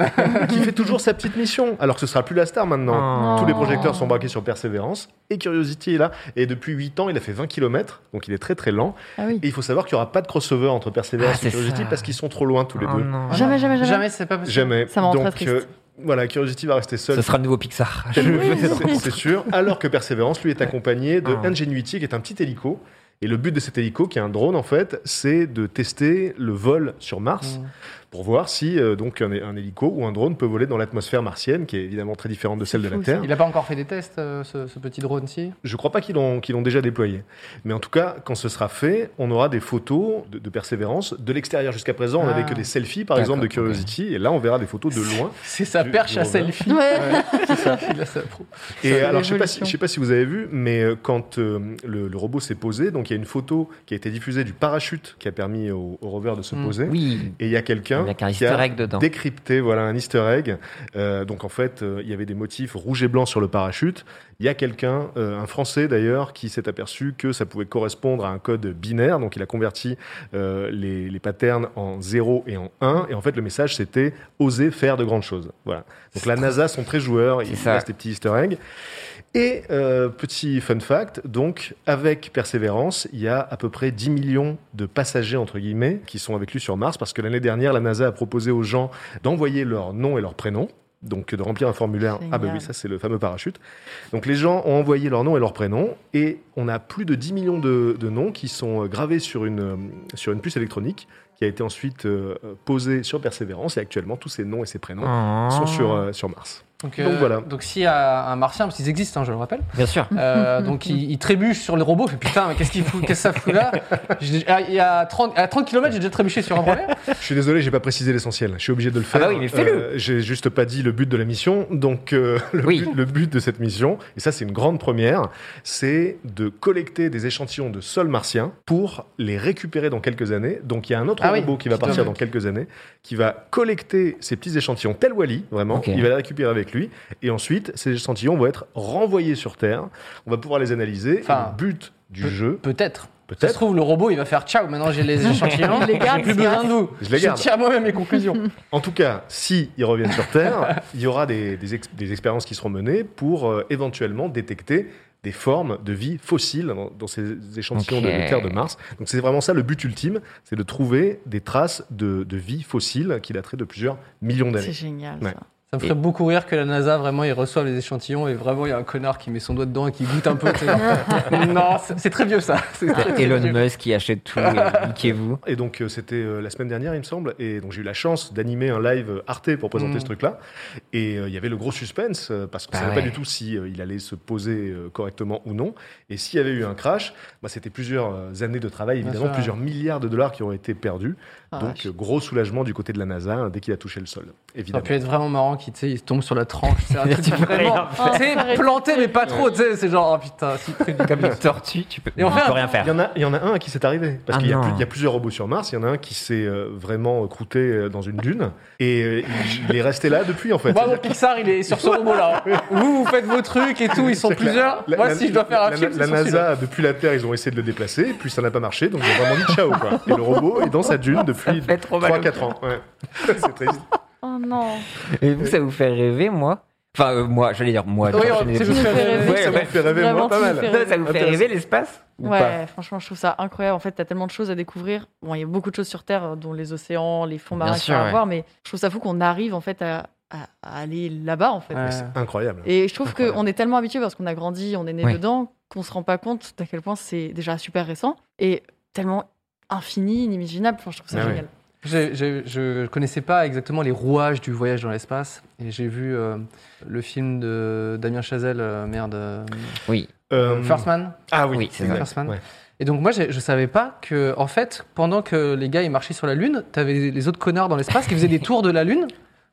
qui fait toujours sa petite mission alors que ce sera plus la star maintenant.
Ah.
Oh.
Tous les projecteurs sont braqués sur Perseverance et Curiosity est là. Et depuis 8 ans, il a fait 20 km, donc il est très très lent.
Ah oui.
Et il faut savoir qu'il n'y aura pas de crossover entre Perseverance
Ah, c'est
et Curiosity
ça.
parce qu'ils sont trop loin tous les
Oh
deux.
non.
Jamais, jamais, jamais.
Jamais, c'est pas possible.
Jamais.
Ça me rend
donc euh,
très triste.
voilà, Curiosity va rester seul.
Ce sera le nouveau Pixar. Je veux cette
C'est
rencontre.
c'est sûr. Alors que Perseverance, lui, est accompagné de
Ah.
Ingenuity, qui est un petit hélico. Et le but de cet hélico, qui est un drone en fait, c'est de tester le vol sur Mars
Mm.
pour voir si euh, donc un, un hélico ou un drone peut voler dans l'atmosphère martienne, qui est évidemment très différente de celle de la
fou,
Terre.
Il a pas encore fait des tests, euh, ce, ce petit drone-ci.
Je crois pas qu'ils l'ont qu'ils l'ont déjà déployé. Mais en tout cas, quand ce sera fait, on aura des photos de, de persévérance de l'extérieur. Jusqu'à présent, on
Ah.
n'avait que des selfies, par
D'accord,
exemple, de Curiosity. Et là, on verra des photos de loin.
C'est sa
Du-
perche
du
à
rover.
selfie.
Ouais.
c'est ça. Il a sa pro.
Et
C'est
alors, je sais pas si,
l'évolution.
je sais pas si vous avez vu, mais euh, quand euh, le, le robot s'est posé, donc il y a une photo qui a été diffusée du parachute qui a permis au, au rover de se
Mm.
poser.
Oui,
Et il y a quelqu'un
avec un
qui
easter
a
egg dedans.
décrypté, voilà, un easter egg. Euh, donc en fait, euh, il y avait des motifs rouge et blanc sur le parachute. Il y a quelqu'un, euh, un Français d'ailleurs, qui s'est aperçu que ça pouvait correspondre à un code binaire. Donc il a converti euh, les, les patterns en 0 et en 1. Et en fait, le message, c'était oser faire de grandes choses. Voilà. Donc
C'est
la
trop-
NASA sont très joueurs.
C'est
Ils
ça.
restent des petits easter eggs. Et euh, petit fun fact, donc avec Persévérance, il y a à peu près 10 millions de passagers, entre guillemets, qui sont avec lui sur Mars, parce que l'année dernière, la NASA a proposé aux gens d'envoyer leur nom et leur prénom, donc de remplir un formulaire. Ah ben
Génial.
oui, ça c'est le fameux parachute. Donc les gens ont envoyé leur nom et leur prénom, et on a plus de 10 millions de, de noms qui sont euh, gravés sur une, euh, sur une puce électronique, qui a été euh, ensuite euh, posée sur Persévérance, et actuellement tous ces noms et ces prénoms
Oh.
sont sur, euh, sur Mars.
Donc,
Donc voilà.
Donc si un un martien, parce qu'ils existent, hein, je le rappelle,
Bien sûr.
euh, donc il, il trébuche sur les robots, il fait putain, mais qu'est-ce qu'il fout, qu'est-ce que ça fout là J'ai- à- Il y a 30, à 30 km, j'ai déjà trébuché sur un problème.
Je suis désolé, j'ai pas précisé l'essentiel. Je suis obligé de le
Ah
faire.
bah oui, mais fais-le.
Euh, j'ai juste pas dit le but de la mission. Donc euh, le,
Oui.
but, le but de cette mission, et ça c'est une grande première, c'est de collecter des échantillons de sol martien pour les récupérer dans quelques années. Donc il y a un autre
Ah oui,
robot qui va
qui
partir
doit-
dans quelques années, qui va collecter ces petits échantillons tel Wally, vraiment.
Ok.
Il va les récupérer avec lui, et ensuite ces échantillons vont être renvoyés sur Terre. On va pouvoir les analyser. Et
Enfin,
le but du
peut-
jeu,
Peut-être. Ça se
peut-être.
trouve, le robot, il va faire ciao, maintenant j'ai les échantillons,
Il les
j'ai
garde,
plus
c'est
besoin
grave.
de vous.
Je les garde.
tire à moi-même les conclusions.
En tout cas, si ils reviennent sur Terre, il y aura des, des ex- des expériences qui seront menées pour euh, éventuellement détecter des formes de vie fossiles dans, dans ces échantillons de- de,
Ok.
Terre de Mars. Donc c'est vraiment ça le but ultime, c'est de trouver des traces de, de vie fossile qui dateraient de plusieurs millions
C'est
d'années.
génial.
Ouais.
Ça.
Ça me ferait beaucoup rire que la NASA, vraiment, ils reçoivent les échantillons et vraiment, il y a un connard qui met son doigt dedans et qui goûte un peu. tu sais, genre. non, c'est c'est très vieux ça. C'est très, très
Elon
vieux.
Musk qui achète tout, et niquez-vous.
Et donc euh, c'était euh, la semaine dernière, il me semble, et donc j'ai eu la chance d'animer un live euh, Arte pour présenter
Mm.
ce truc-là. Et euh, il y avait le gros suspense euh, parce qu'on
Bah
savait pas
ouais.
du tout si euh, il allait se poser euh, correctement ou non. Et s'il y avait eu un crash, bah, c'était plusieurs euh, années de travail,
Bien
évidemment,
sûr.
plusieurs milliards de dollars qui auraient été perdus.
Ah,
donc
vache.
euh, gros soulagement du côté de la NASA hein, dès qu'il a touché le sol,
Ça aurait
évidemment.
pu être vraiment marrant qu'il tu sais, il se tombe sur la tranche. C'est un truc vraiment.
rien
Tu
faire.
sais, planté, mais pas trop. tu sais, C'est genre, oh putain, si truc de-
Comme une tortue, tu peux,
Et on
tu
fait un-
peux rien
Il y,
faire.
en a, il y en a un à qui c'est arrivé. Parce
Ah
qu'il y, a
non.
plus- il y a plusieurs robots sur Mars. Il y en a un qui s'est euh, vraiment croûté euh, dans une dune. Et euh, il, il est resté là depuis, en fait.
Moi, mon Pixar, il est sur ce robot-là. hein. Vous, vous faites vos trucs et tout, ils sont
C'est
plusieurs.
clair. La-
Moi,
la-
si je dois faire un
la,
film,
la
c'est sur celui-là.
NASA, depuis la Terre, ils ont essayé de le déplacer, et puis ça n'a pas marché, donc ils ont vraiment dit ciao. Quoi. Et le robot est dans sa dune depuis
fait trop mal au
3-4 ans. Ouais. C'est triste.
Oh non.
Et vous, ça vous fait rêver, moi Enfin, euh, moi, j'allais dire moi.
Oui,
genre,
on-
je n'ai-
c'est juste
vous
que-
fait rêver.
Ouais,
Ça
ouais.
m'a fait rêver, moi,
Vraiment,
pas
tu
mal.
me fais
Non, ça vous fait
Intéressant.
rêver l'espace ou
Ouais,
pas
franchement, je trouve ça incroyable. En fait, t'as tellement de choses à découvrir. Bon, il y a beaucoup de choses sur Terre, euh, dont les océans, les fonds
Bien
marins,
sûr,
etc. à
ouais.
voir, mais je trouve ça fou qu'on arrive en fait à, à- à aller là-bas, en fait.
Ouais.
Incroyable.
Et je trouve
Incroyable.
qu'on est tellement habitué parce qu'on a grandi, on est né
Oui.
dedans, qu'on se rend pas compte à quel point c'est déjà super récent et tellement infini, inimaginable. Enfin, je trouve ça
Ah ouais.
génial.
J'ai- j'ai- je connaissais pas exactement les rouages du voyage dans l'espace et j'ai vu euh, le film de Damien Chazelle, euh, merde, euh,
Oui.
Euh,
First Man.
Ah oui,
Oui, c'est
exact.
vrai.
First Man.
Ouais.
Et donc moi j'ai- je savais pas que en fait pendant que les gars ils marchaient sur la lune, t'avais les autres connards dans l'espace qui faisaient des tours de la lune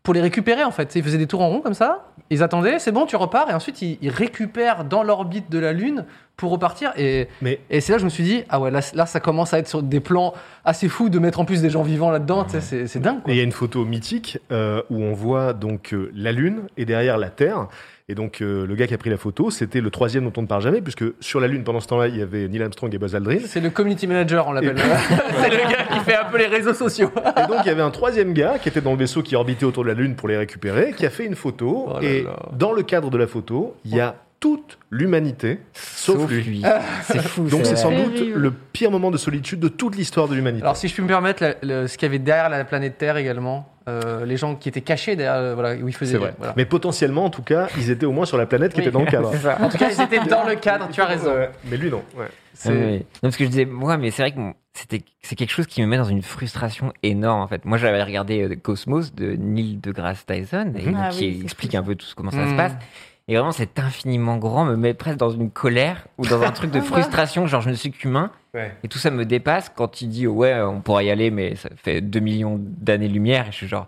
pour les récupérer en fait. Ils faisaient des tours en rond comme ça. Ils attendaient, c'est bon tu repars et ensuite ils, ils récupèrent dans l'orbite de la lune pour repartir et
Mais
et c'est là que je me suis dit ah ouais là, là, ça commence à être sur des plans assez fous de mettre en plus des gens vivants là-dedans. tu sais, C'est c'est dingue.
et
Quoi.
il y a une photo mythique euh, où on voit donc euh, la Lune et derrière la Terre. Et donc euh, le gars qui a pris la photo, c'était le troisième dont on ne parle jamais, puisque sur la Lune pendant ce temps-là, il y avait Neil Armstrong et Buzz Aldrin.
C'est le community manager, on l'appelle.
Et-
c'est le gars qui fait un peu les réseaux sociaux.
Et donc, il y avait un troisième gars qui était dans le vaisseau qui orbitait autour de la Lune pour les récupérer, qui a fait une photo.
Oh là
et
là.
dans le cadre de la photo, il y a toute l'humanité, sauf, lui. Ah.
C'est fou.
Donc, c'est
ça.
sans doute
Terrible.
le pire moment de solitude de toute l'histoire de l'humanité.
Alors, si je puis me permettre, la- le- ce qu'il y avait derrière la planète Terre également, euh, les gens qui étaient cachés derrière, euh, voilà, où ils faisaient.
C'est vrai.
voilà.
Mais potentiellement, en tout cas, ils étaient au moins sur la planète qui
Oui.
était dans le cadre.
C'est ça.
En tout cas, ils étaient dans le cadre, tu as raison.
Ouais. mais lui, non. Ouais.
C'est-
Oui, oui. Non, parce que je disais, moi, mais c'est vrai que mon- c'était, c'est quelque chose qui me met dans une frustration énorme, en fait. Moi, j'avais regardé euh, Cosmos de Neil deGrasse Tyson, et
Mhm.
donc,
Ah
qui
oui, c'est
explique
fou,
un peu tout ce, comment ça
Mm.
se passe. Et vraiment, cet infiniment grand me met presque dans une colère ou dans un
Ah,
truc de frustration, genre, je ne suis qu'humain,
Ouais.
et tout ça me dépasse quand il dit, ouais, on pourra y aller, mais ça fait 2 millions d'années-lumière, et je suis genre,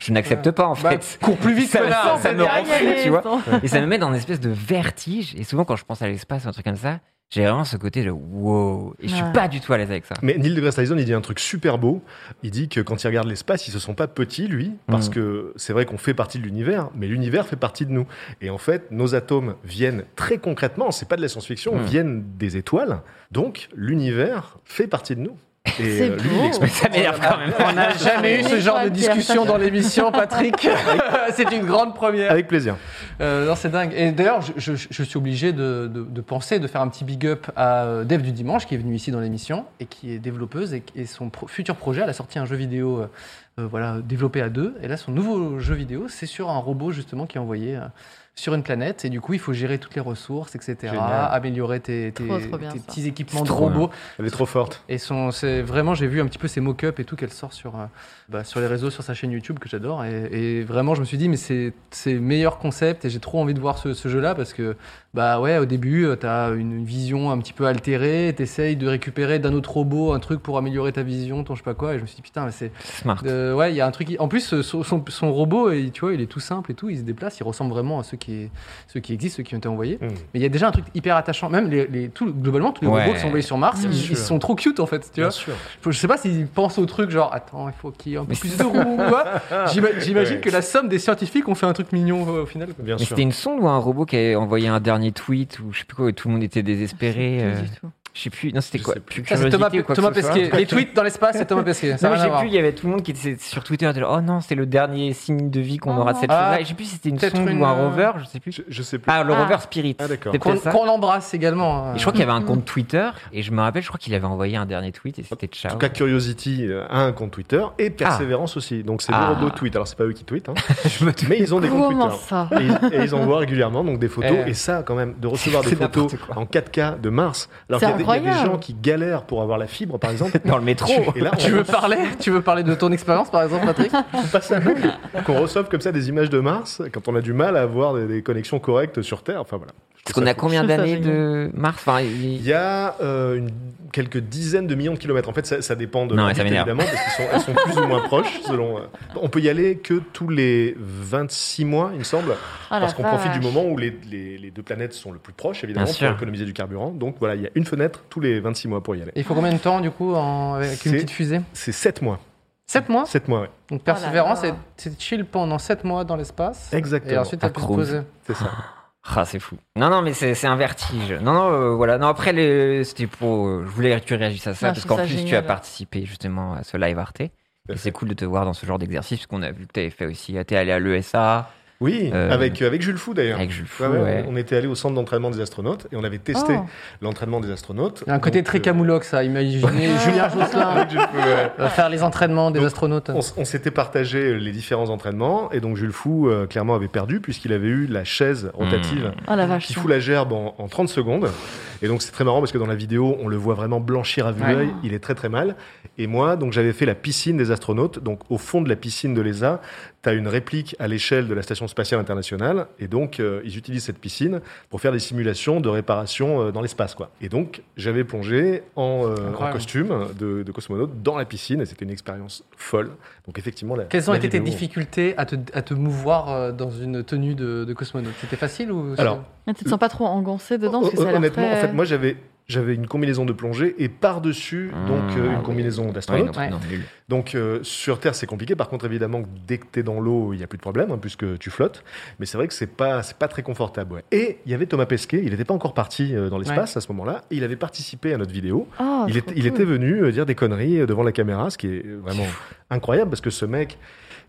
je n'accepte pas, en
Bah,
fait.
cours plus vite,
Ça-
connard.
ça me
Derrière,
rend fou,
il y a
tu vois.
Attends.
Et ça me met dans une espèce de vertige. Et souvent, quand je pense à l'espace ou un truc comme ça, j'ai vraiment ce côté de wow. Et je suis
Ouais.
pas du tout à l'aise avec ça.
Mais Neil deGrasse Tyson, il dit un truc super beau. Il dit que quand il regarde l'espace, il se sent pas petit, lui, parce
Mm.
que c'est vrai qu'on fait partie de l'univers, mais l'univers fait partie de nous. Et en fait, nos atomes viennent très concrètement, c'est pas de la science-fiction,
Mm.
viennent des étoiles. Donc, l'univers fait partie de nous. Et
C'est
euh, lui,
beau.
il
Mais
explique.
ça m'énerve quand même.
On n'a jamais eu ce genre de
Étoile, Pierre,
discussion
ça-
dans l'émission, Patrick. c'est une grande première.
Avec plaisir.
Euh, non, c'est dingue. Et d'ailleurs, je, je- je suis obligé de, de- de penser, de faire un petit big up à euh, Dev du Dimanche, qui est venu ici dans l'émission et qui est développeuse. Et, et son pro- futur projet, elle a sorti un jeu vidéo euh, euh, voilà, développé à deux. Et là, son nouveau jeu vidéo, c'est sur un robot justement qui est envoyé euh, sur une planète. Et du coup, il faut gérer toutes les ressources, etc.
Génial.
Améliorer tes, tes-
Trop, trop bien,
tes
ça.
petits équipements
C'est
de
trop
robots.
Elle est trop forte.
Et son, c'est vraiment, j'ai vu un petit peu ses mock-ups et tout qu'elle sort sur, euh, bah, sur les réseaux, sur sa chaîne YouTube que j'adore. Et, et vraiment, je me suis dit, mais c'est c'est le meilleur concept et j'ai trop envie de voir ce, ce jeu-là parce que, bah ouais, au début, euh, t'as une vision un petit peu altérée, t'essayes de récupérer d'un autre robot un truc pour améliorer ta vision, ton je sais pas quoi. Et je me suis dit, putain, mais c'est.
Smart.
euh, ouais, il y a un truc. qui- En plus, euh, son, son- son robot, il- tu vois, il est tout simple et tout, il se déplace, il ressemble vraiment à ceux qui, ceux qui existent, ceux qui ont été envoyés.
Hmm.
Mm.
Mais il y a déjà un truc hyper attachant. Même les, les- tout- globalement, tous les
Ouais.
robots qui sont envoyés sur Mars,
Bien
ils,
sûr.
ils sont trop cute en fait. Tu vois
Bien sûr.
je sais pas s'ils pensent au truc genre attends il faut qu'il y ait un peu
Mais
plus
c'est-
de roues ou quoi. J'ima- J'imagine
Ouais.
que la somme des scientifiques ont fait un truc mignon euh, au final. quoi.
Bien
Mais
sûr.
c'était une sonde ou un robot qui avait envoyé un dernier tweet ou je sais plus quoi et tout le monde était désespéré.
Pas
euh,
du tout.
Je sais plus. Non, c'était
Je
quoi
sais plus.
Plus
Ça, c'est Thomas,
curiosité ou quoi que
Thomas
ce soit.
Pesquet. Les tweets dans l'espace, c'est Thomas Pesquet. Ça
Non,
n'a rien à
j'ai
voir.
plus, il y avait tout le monde qui était sur Twitter, était là, oh non, c'est le dernier signe de vie qu'on
Oh
aura de
non.
cette
Ah,
chose-là. Et Je sais plus si c'était une
peut-être
sonde
une,
ou un
euh,
rover, je sais plus.
Je, je sais plus.
Ah, le
Ah.
rover Spirit.
Ah, d'accord.
C'était
Qu'on
peut-être ça.
qu'on l'embrasse également. hein.
Et je crois qu'il y avait un
Mm.
compte Twitter, et je me rappelle, je crois qu'il avait envoyé un dernier tweet, et c'était
En
ciao.
tout cas, Curiosity euh, a un compte Twitter et Persévérance aussi. Donc, c'est
Ah.
deux robots tweet. Alors, c'est pas eux qui tweetent, hein,
je me
mais ils ont des comptes
Comment
Twitter.
ça
Et ils, et ils envoient régulièrement donc des photos.
Eh.
Et ça, quand même, de recevoir des
C'est
photos
n'importe quoi.
en 4K de Mars. Alors
C'est
qu'il y a des- il y, a des
incroyable.
gens qui galèrent pour avoir la fibre, par exemple.
dans le métro.
Et là,
Tu
on
veux parler Tu veux parler de ton expérience par exemple, Patrick
passe à l'œil qu'on reçoive comme ça des images de Mars quand on a du mal à avoir des, des connexions correctes sur Terre. Enfin, voilà.
Parce qu'on a combien
Je trouve ça
d'années de Mars Enfin, il-
Il y a euh, une- quelques dizaines de millions de kilomètres. En fait, ça, ça dépend de
Non, mais
l'orbite,
ça m'énerve.
évidemment, parce qu'elles sont, elles sont plus ou moins proches. Selon, euh, on peut y aller que tous les 26 mois, il me semble,
Ah, la
parce qu'on profite
vache.
du moment où les, les- les deux planètes sont le plus proches, évidemment,
Bien
pour
sûr.
économiser du carburant. Donc voilà, il y a une fenêtre tous les 26 mois pour y aller.
Il faut combien de temps du coup en- avec une
C'est-
petite fusée
C'est 7 mois.
7
Oh.
mois
7 mois, ouais.
Donc
là là.
Persévérance, c'est- c'est chill pendant 7 mois dans l'espace. Et
Exactement.
ensuite, elle peut se
Accro.
poser.
C'est ça.
Ah, c'est fou. Non, non, mais c'est c'est un vertige. Non, non, euh, voilà. Non, après, les- c'était pour. euh, je voulais que tu réagisses à ça,
Non, je
parce qu'en
trouve
plus,
ça
tu as
génial.
participé justement à ce live Arte. Et
fait.
c'est cool de te voir dans ce genre d'exercice, parce qu'on a vu que tu avais fait aussi. T'es allé à l'ESA
Oui,
Euh,
avec, avec Jules Fou d'ailleurs.
avec Jules Fou.
Ouais, ouais,
ouais.
On était allé au centre d'entraînement des astronautes et on avait testé
Oh.
l'entraînement des astronautes.
Il y a un côté
Donc,
très
euh,
camoulox, ça. Imaginez Julien Josselin
avec Jules Fou, ouais.
euh, faire les entraînements des
Donc,
astronautes.
On, s- on s'était partagé les différents entraînements et donc Jules Fou euh, clairement avait perdu puisqu'il avait eu la chaise rotative
Mmh.
Ah la vache.
qui fout la gerbe en, en 30 secondes. Et donc c'est très marrant parce que dans la vidéo on le voit vraiment blanchir à vue
Ouais.
d'œil, il est très très mal. Et moi donc j'avais fait la piscine des astronautes, donc au fond de la piscine de l'ESA, tu as une réplique à l'échelle de la station spatiale internationale et donc euh, ils utilisent cette piscine pour faire des simulations de réparation euh, dans l'espace quoi. Et donc j'avais plongé en, euh, en
Incroyable.
costume de, de cosmonaute dans la piscine et c'était une expérience folle. Donc effectivement la,
Quelles ont
la
été tes
vidéo-
difficultés à te, à te mouvoir euh, dans une tenue de, de cosmonaute C'était facile ou
Alors,
Mais Tu te sens pas trop engoncé dedans parce que
Hon-
ça a l'air
Honnêtement,
très-
en fait, moi j'avais j'avais une combinaison de plongée et par-dessus
Ah,
donc euh, une
oui.
combinaison d'astronaute.
Ouais, non,
Ouais.
non, nul.
Donc euh, sur Terre c'est compliqué. Par contre évidemment dès que t'es dans l'eau il n'y a plus de problème hein, puisque tu flottes. Mais c'est vrai que c'est pas c'est pas très confortable. ouais. Et il y avait Thomas Pesquet. Il n'était pas encore parti euh, dans l'espace à ce moment-là. Il avait participé à notre vidéo.
Ah,
Il,
trop
était- il
cool.
était venu euh, dire des conneries euh, devant la caméra, ce qui est euh, vraiment incroyable parce que ce mec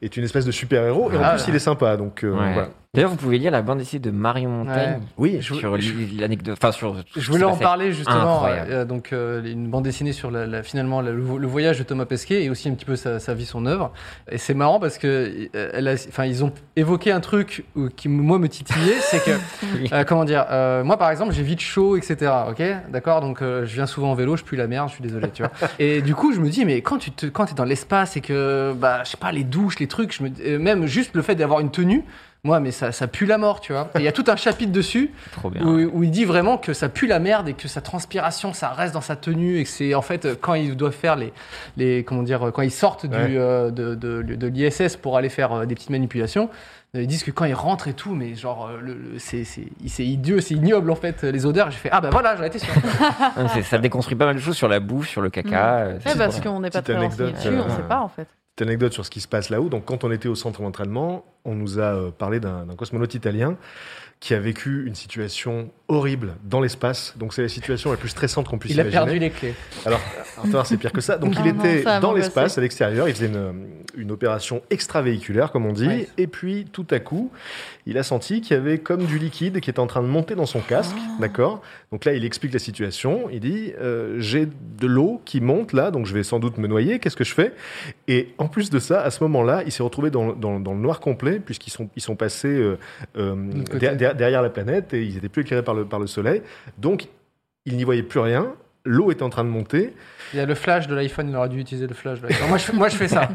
est une espèce de super-héros et en
Ah
plus
là.
il est sympa. Donc euh,
Ouais.
voilà.
D'ailleurs, vous pouvez lire la bande dessinée de Marion Montaigne
Oui,
sur l'anecdote. Enfin, sur. ce qui
Je voulais en
s'est
parler justement.
Incroyable.
euh, donc, euh, une bande dessinée sur la, la- finalement la- le, vo- le voyage de Thomas Pesquet et aussi un petit peu sa, sa vie, son œuvre. Et c'est marrant parce que euh, elle a- enfin, ils ont évoqué un truc où- qui moi me titillait, c'est que
Oui.
euh, comment dire euh, Moi, par exemple, j'ai vite chaud, etc. Ok, d'accord. Donc, euh, je viens souvent en vélo, je pue la merde, je suis désolé, tu vois. Et du coup, je me dis, mais quand tu te, quand es dans l'espace et que bah, je sais pas les douches, les trucs, je me, euh, même juste le fait d'avoir une tenue. Moi, mais ça, ça pue la mort, tu vois. Et Il y a tout un chapitre dessus
Trop bien.
où, où il dit vraiment que ça pue la merde et que sa transpiration, ça reste dans sa tenue et que c'est en fait euh, quand ils doivent faire les, les comment dire, euh, quand ils sortent du,
Ouais.
euh, de, de, de l'ISS pour aller faire euh, des petites manipulations, euh, ils disent que quand ils rentrent et tout, mais genre euh, le, le- c'est c'est il- c'est idiot, c'est ignoble en fait euh, les odeurs. J'ai fait ah ben voilà, j'en étais sûr.
Ah, c'est- ça déconstruit pas mal de choses sur la bouffe, sur le caca. euh,
Eh,
c'est-
parce qu'on n'est pas
Petite
très renseigné
anecdote,
dessus, on
euh,
sait pas en fait.
petite anecdote sur ce qui se passe là-haut. Donc, quand on était au centre d'entraînement, on nous a euh, parlé d'un d'un cosmonaute italien qui a vécu une situation horrible dans l'espace. Donc c'est la situation la plus stressante qu'on puisse
Il a
imaginer.
perdu les clés.
Alors, Arthur, c'est pire que ça. Donc,
Non,
il
non,
était
ça,
dans
m'angoissait.
l'espace, à l'extérieur. Il faisait une, une opération extravéhiculaire, comme on dit.
Ouais.
Et puis, tout à coup, il a senti qu'il y avait comme du liquide qui était en train de monter dans son casque.
Ah.
D'accord Donc là, il explique la situation. Il dit euh, J'ai de l'eau qui monte là, donc je vais sans doute me noyer. Qu'est-ce que je fais Et en plus de ça, à ce moment-là, il s'est retrouvé dans, dans- dans le noir complet, puisqu'ils sont, ils sont passés euh, euh,
l'autre
der-
côté.
der- derrière la planète et ils n'étaient plus éclairés par le, par le soleil. Donc, il n'y voyait plus rien. L'eau était en train de monter.
Il y a le flash de l'iPhone, il aurait dû utiliser le flash. de l'iPhone. moi, je, fais- moi, je fais ça.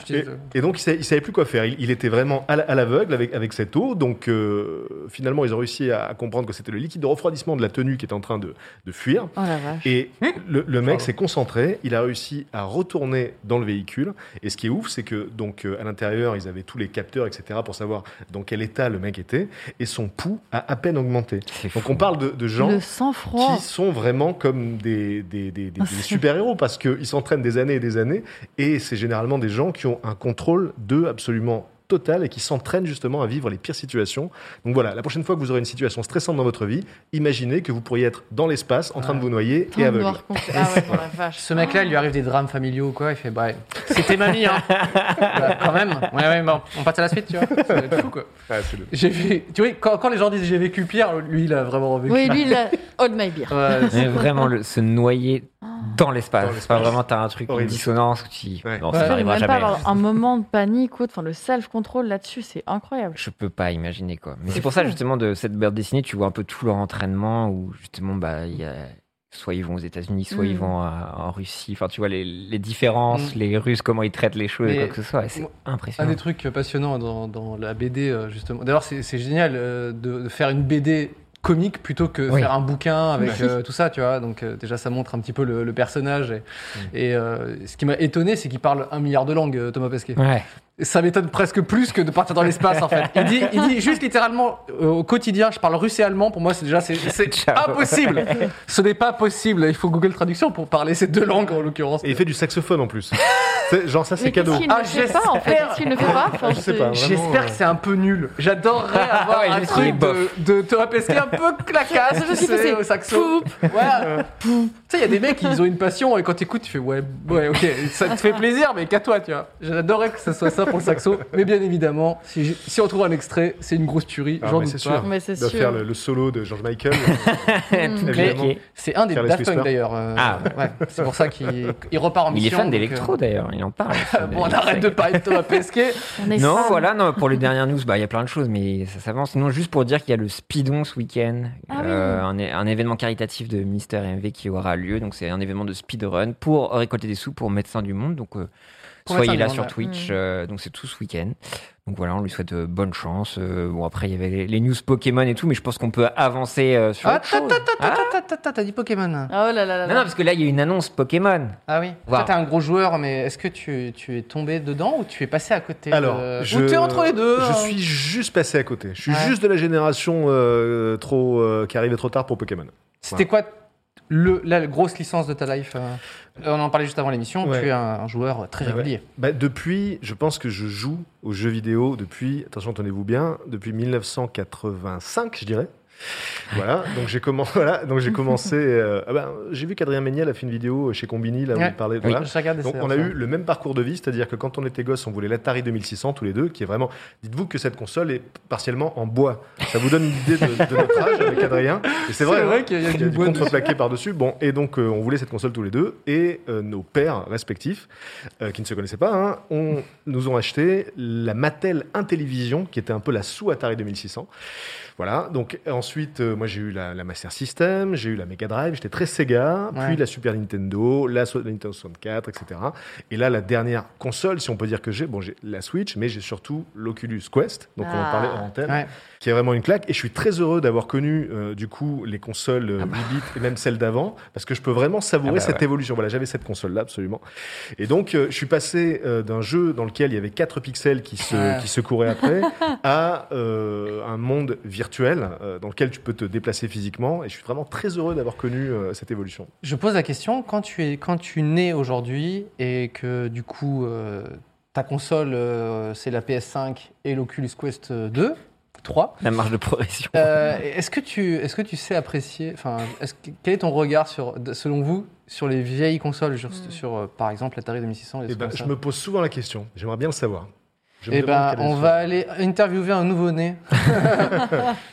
Je dis,
Et,
euh,
et donc, il savait, il savait plus quoi faire. Il, il était vraiment à la- à l'aveugle avec, avec cette eau. Donc, euh, finalement, ils ont réussi à, à comprendre que c'était le liquide de refroidissement de la tenue qui était en train de, de fuir.
Oh la vache.
Et le, le mec
Pardon.
s'est concentré. Il a réussi à retourner dans le véhicule. Et ce qui est ouf, c'est que donc euh, à l'intérieur, ils avaient tous les capteurs, etc., pour savoir dans quel état le mec était. Et son pouls a à peine augmenté.
C'est
Donc,
fou.
on parle de, de gens
Le sang-froid.
qui sont vraiment comme des, des, des- des- des
C'est-
super-héros parce qu'ils s'entraînent des années et des années et c'est généralement des gens qui ont un contrôle d'eux absolument total et qui s'entraînent justement à vivre les pires situations. Donc voilà, la prochaine fois que vous aurez une situation stressante dans votre vie, imaginez que vous pourriez être dans l'espace en train de vous noyer
Dans
et
le
aveugle.
noir complet. Ah ouais, oh la vache.
Ce mec-là, il lui arrive des drames familiaux ou quoi. Il fait, bah, c'était ma vie, hein. Bah, quand même. Ouais, ouais, bon, on passe à la suite, tu vois. Ça va être fou, quoi.
Ah, c'est le-
J'ai vu- Tu vois, quand, quand les gens disent j'ai vécu pire, lui, il a vraiment vécu.
Oui, lui, il a Hold My Beer.
Ouais, c'est-
Mais vraiment, le, se noyer dans l'espace.
Dans
C'est
l'espace.
pas vraiment, t'as un truc, une
Horrible.
dissonance. où tu-
Ouais.
Non,
Ouais.
ça
Je peux
n'arrivera
même pas
jamais.
avoir un moment de panique ou autre. Enfin, le self-control là-dessus, c'est incroyable.
Je peux pas imaginer quoi. Mais c'est pour ça justement de cette bande dessinée, tu vois un peu tout leur entraînement où justement bah il y a soit ils vont aux États-Unis, soit
Mm.
ils vont à- en Russie. Enfin tu vois les, les différences,
Mm.
les Russes comment ils traitent les choses
Mais
et quoi que ce soit. Et C'est
moi, Un
impressionnant.
des trucs passionnants dans, dans la BD, euh, justement. D'ailleurs, c'est c'est génial euh, de, de faire une BD comique plutôt que
Oui.
faire un bouquin avec
Oui.
euh, tout ça, tu vois. Donc, euh, déjà, ça montre un petit peu le, le personnage. Et,
Mm.
et, euh, ce qui m'a étonné, c'est qu'il parle un milliard de langues, euh, Thomas Pesquet.
Ouais.
Ça m'étonne presque plus que de partir dans l'espace, en fait. Il dit, il dit juste littéralement euh, au quotidien, je parle russe et allemand. Pour moi, c'est déjà c'est c'est
Ciao.
impossible. Ce n'est pas possible. Il faut Google Traduction pour parler ces deux langues, en l'occurrence.
Et il fait du saxophone en plus. C'est- genre ça, c'est
Mais
cadeau.
qu'est-ce qu'il ne
Ah,
fait pas, en fait
j'espère.
Qu'est-ce qu'il ne fait pas Enfin,
Ah, je sais
c'est-
pas. Vraiment,
J'espère
euh,
que c'est un peu nul. J'adorerais avoir
Ouais,
un
juste, il est
truc de,
bof.
de Thomas Pesquet un peu claquasse,
Je
tu
sais que
sais,
c'est
au saxo. Ouais. Pouf. Tu sais, il y a des mecs, ils ont une passion et quand t'écoutes, tu fais ouais, ouais, ok, ça te fait plaisir, mais qu'à toi, tu vois. J'adorerais que ça soit ça pour le saxo. Mais bien évidemment, si, j'ai- si on trouve un extrait, c'est une grosse tuerie,
Ah,
j'en
mais
doute
c'est
pas.
sûr.
Mais c'est
Il doit faire
sûr.
le, le solo de George Michael.
Mm.
Évidemment.
Ok.
C'est un des
Faire les
Daft Punk
Whisper.
d'ailleurs. euh,
Ah.
ouais, c'est pour ça qu'il il repart en
Il est
mission.
fan
donc,
d'électro
euh,
d'ailleurs, il en parle.
Bon, on arrête de parler de Thomas Pesquet.
On est
Non,
fan.
voilà, non, pour les dernières news, bah, il y a plein de choses, mais ça s'avance. Sinon, juste pour dire qu'il y a le Speedon ce week-end,
Ah
euh, un, é- un événement caritatif de Mister MV qui aura lieu. Donc, c'est un événement de speedrun pour récolter des sous pour Médecins du Monde. Donc, euh,
Pour
soyez
Médecins
là
du
sur
Monde,
ouais.
Twitch.
Mm.
euh, donc, c'est tout ce week-end. Donc, voilà, on lui souhaite euh, bonne chance. Euh, bon, après, il y avait les, les news Pokémon et tout, mais je pense qu'on peut avancer euh, sur.
Ah,
autre chose.
ta, ta, ta,
Ah
ta, ta, ta, ta, t'as dit Pokémon.
Ah, Oh là là là
non, non,
là.
parce que là, il y a une annonce Pokémon.
Ah oui.
Wow.
Toi, t'es un gros joueur, mais est-ce que tu, tu es tombé dedans ou tu es passé à côté
Alors,
de-
je,
Ou t'es entre les deux
Je
hein.
suis juste passé à côté. Je suis
Ouais.
juste de la génération euh, trop euh, qui arrivait trop tard pour Pokémon.
C'était quoi le, la grosse licence de ta life euh On en parlait juste avant l'émission.
Ouais.
Tu es un, un joueur très
Ouais, ouais.
régulier.
Bah, depuis, je pense que je joue aux jeux vidéo depuis, attention, tenez-vous bien, depuis 1985, je dirais. Voilà, donc j'ai commen- voilà, donc j'ai commencé. euh, ah ben, j'ai vu qu'Adrien Méniel a fait une vidéo euh, chez Combini, là où
Ouais.
il parlait. voilà.
Je regardais
Donc
ça,
on a
ça.
eu le même parcours de vie, c'est-à-dire que quand on était gosse, on voulait l'Atari 2600 tous les deux, qui est vraiment. Dites-vous que cette console est partiellement en bois. Ça vous donne une idée de, de notre âge avec Adrien. Et c'est vrai. hein.
qu'il y a,
Il y a du contreplaqué par-dessus. Bon, et donc euh, on voulait cette console tous les deux. Et euh, nos pères respectifs, euh, qui ne se connaissaient pas, hein, ont- nous ont acheté la Mattel Intellivision, qui était un peu la sous-Atari 2600. Voilà, donc ensuite, euh, moi j'ai eu la, la Master System, j'ai eu la Mega Drive, j'étais très Sega,
Ouais.
puis la Super Nintendo, la, so- la Nintendo 64, etc. Et là, la dernière console, si on peut dire que j'ai, bon, j'ai la Switch, mais j'ai surtout l'Oculus Quest, donc on en
Ah.
parlait en antenne
Ouais.
qui est vraiment une claque. Et je suis très heureux d'avoir connu euh, du coup les consoles
Ah
euh,
bah.
8 bits et même celles d'avant, parce que je peux vraiment savourer
Ah bah
cette
ouais.
évolution. Voilà, j'avais cette console-là absolument. Et donc euh, je suis passé euh, d'un jeu dans lequel il y avait 4 pixels qui se,
Ouais.
qui se couraient après à euh, un monde virtuel euh, dans lequel tu peux te déplacer physiquement. Et je suis vraiment très heureux d'avoir connu euh, cette évolution.
Je pose la question quand tu es quand tu nais aujourd'hui et que du coup euh, ta console, euh, c'est la PS5 et l'Oculus Quest 2, 3.
La marge de progression.
Euh, est-ce que tu est-ce que tu sais apprécier enfin est-ce que- quel est ton regard sur de- selon vous sur les vieilles consoles sur, sur, euh, par exemple l'Atari 2600 et des
Eh ben,
trucs
je
comme
me pose souvent la question. J'aimerais bien le savoir. Je
ça Eh
me demande
ben
quel est le
on
sou-
va aller interviewer un nouveau-né.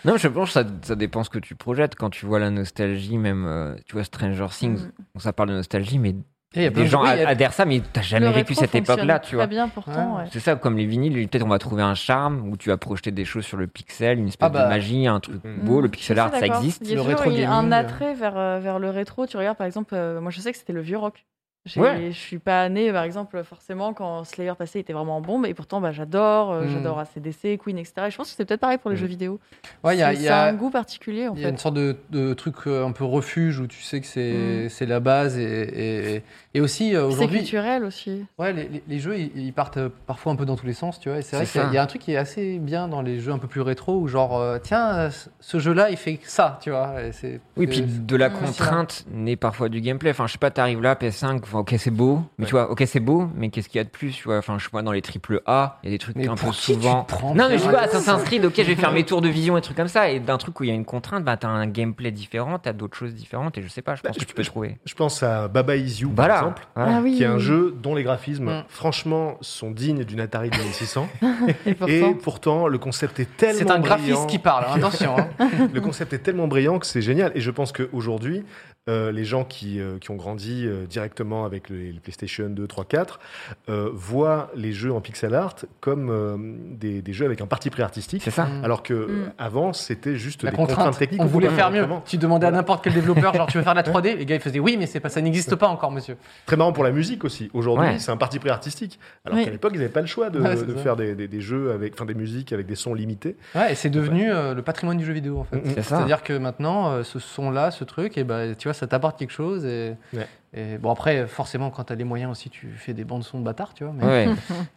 Non, je pense que ça, ça dépend ce que tu projettes. Quand tu vois la nostalgie, même, euh, tu vois Stranger Things,
Mm.
bon, ça parle de nostalgie, mais
Et il y a plein
des
de-
gens
oui,
a-
il y a-
adhèrent ça, mais t'as jamais
Le
vécu
rétro
cette époque-là, tu vois.
Très bien pourtant. ouais.
C'est ça, comme les vinyles, peut-être on va trouver un charme où tu vas projeter des choses sur le pixel, une espèce
Ah bah.
de magie, un truc
Mm.
beau, le
Mm.
pixel
Je suis
art, ça
d'accord.
existe.
Il y a
Le
toujours
rétro
eu un
gaming, euh.
attrait vers, euh, vers le rétro. Tu regardes par exemple, euh, moi je sais que c'était le vieux rock. J'ai-
Ouais.
Je suis pas née par exemple forcément quand Slayer passé était vraiment en bombe et pourtant bah, j'adore, euh,
Mm.
j'adore ACDC, Queen, etc. Et je pense que c'est peut-être pareil pour les
Mm.
jeux vidéo.
ouais, il y a-
C'est-
il y
c'est
a-
un goût particulier en
Il y a une
fait.
sorte de, de truc euh, un peu refuge où tu sais que c'est c'est la base et, et, et- et aussi euh,
Puis C'est
aujourd'hui
culturel aussi.
ouais, les, les- les jeux ils, ils partent euh, parfois un peu dans tous les sens tu vois et c'est vrai
C'est
qu'il y a-
ça.
il y a un truc qui est assez bien dans les jeux un peu plus rétro où genre euh, tiens euh, ce jeu là il fait ça tu vois et c'est
Oui,
Euh, c'est-
puis de la
Mm.
contrainte naît parfois du gameplay. Enfin, je sais pas, t'arrives là, PS5, enfin, ok, c'est beau, mais tu vois, ok, c'est beau, mais qu'est-ce qu'il y a de plus, tu vois Enfin, je sais pas, dans les triple A, il y a des trucs
Mais
un peu
pour qui tu te
souvent.
prends,
non, mais je
Pierre
vois, Assassin's Creed, ok, je vais faire mes tours de vision et trucs comme ça, et d'un truc où il y a une contrainte, bah, t'as un gameplay différent, t'as d'autres choses différentes, et je sais pas, je
Bah,
pense que
je-
tu peux trouver.
Je pense à Baba Is You,
Voilà.
par exemple,
hein.
voilà.
Ah oui.
qui est un jeu dont les graphismes,
Mm.
franchement, sont dignes d'une Atari 2600.
Et
et
pourtant, bah,
pourtant, le concept est tellement
c'est un
brillant.
graphiste qui parle hein, attention hein.
Le concept est tellement brillant que c'est génial. Et je pense qu'aujourd'hui, euh, les gens qui, euh, qui ont grandi euh, directement avec les, les PlayStation 2, 3, 4 euh, voient les jeux en pixel art comme euh, des, des jeux avec un parti pré artistique.
C'est ça.
Alors que euh,
Mm.
avant, c'était juste
la
des
contrainte,
contraintes techniques.
on
qu'on
voulait
pouvait
faire
pas
mieux
vraiment.
tu demandais à
Voilà.
n'importe quel développeur genre tu veux faire de la 3D les gars ils faisaient oui mais c'est pas ça n'existe pas encore monsieur
Très marrant pour la musique aussi. Aujourd'hui,
Ouais.
c'est un parti pré artistique. Alors
Oui.
qu'à l'époque, ils n'avaient pas le choix de,
Ouais, c'est
de
ça.
faire des, des- des jeux avec, enfin, des musiques avec des sons limités.
Ouais, et c'est devenu euh, le patrimoine du jeu vidéo en fait.
Mm, mm.
C'est ça.
C'est-à-dire que maintenant, euh, ce son-là, ce truc, et ben, tu vois, ça t'apporte quelque chose. Et,
Ouais.
et bon, après, forcément, quand t'as les moyens aussi, tu fais des bandes son de bâtard, tu vois. Mais,
Ouais.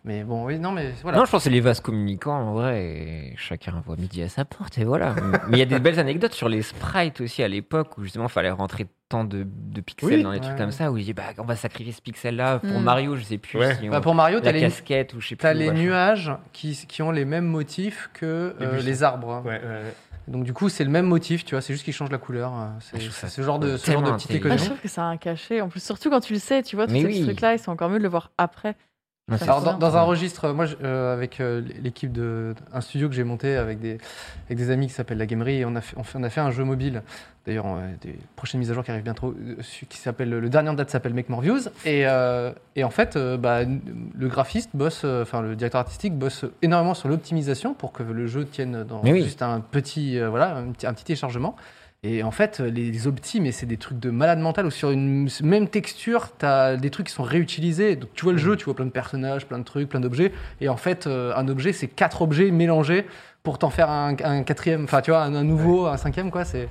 mais bon, oui, non, mais voilà.
Non, je pense que c'est les vases communicants en vrai. et chacun voit midi à sa porte et voilà. Mais il y a des belles anecdotes sur les sprites aussi à l'époque où justement fallait rentrer tant de, de pixels
Oui.
dans des trucs
Ouais.
comme ça où il dit bah on va sacrifier ce pixel là pour
Mm.
Mario, je sais plus.
Ouais.
Si on-
Bah, pour Mario, t'as
la
les,
casquette ou je sais plus.
t'as les
voilà.
nuages qui, qui ont les mêmes motifs que
Les
euh, les,
buissons.
arbres. hein. Donc, du coup, c'est le même motif, tu vois, c'est juste qu'ils changent la couleur. euh, C'est
Je trouve
c'est
ça
ce genre de, ce genre de
tellement
petite
intelligent.
Ah,
économie.
je trouve que ça a un cachet. En plus, surtout quand tu le sais, tu vois, tous
Mais
ces
oui.
trucs-là, ils sont encore mieux de le voir après.
Ouais, c'est
Alors,
Ah, ça.
dans, dans un registre, euh, moi, je- euh, avec euh, l'équipe de un studio que j'ai monté avec des, avec des amis qui s'appelle La Gamerie, et on a fait, on, fait- on a fait un jeu mobile. D'ailleurs, on a des prochaines mises à jour qui arrivent bientôt, euh, su- qui s'appelle le dernier en date s'appelle Make More Views. Et, euh, et en fait, euh, bah, n- le graphiste bosse, euh, enfin le directeur artistique bosse énormément sur l'optimisation pour que le jeu tienne dans
Mais oui.
juste un petit, euh, voilà, un petit, un petit téléchargement. Et en fait, les, les optis, mais c'est des trucs de malade mental où sur une s- même texture, t'as des trucs qui sont réutilisés. Donc tu vois
Mmh.
le jeu, tu vois plein de personnages, plein de trucs, plein d'objets. Et en fait, euh, un objet, c'est quatre objets mélangés pour t'en faire un, un quatrième, enfin tu vois, un, un nouveau, un cinquième, quoi. C'est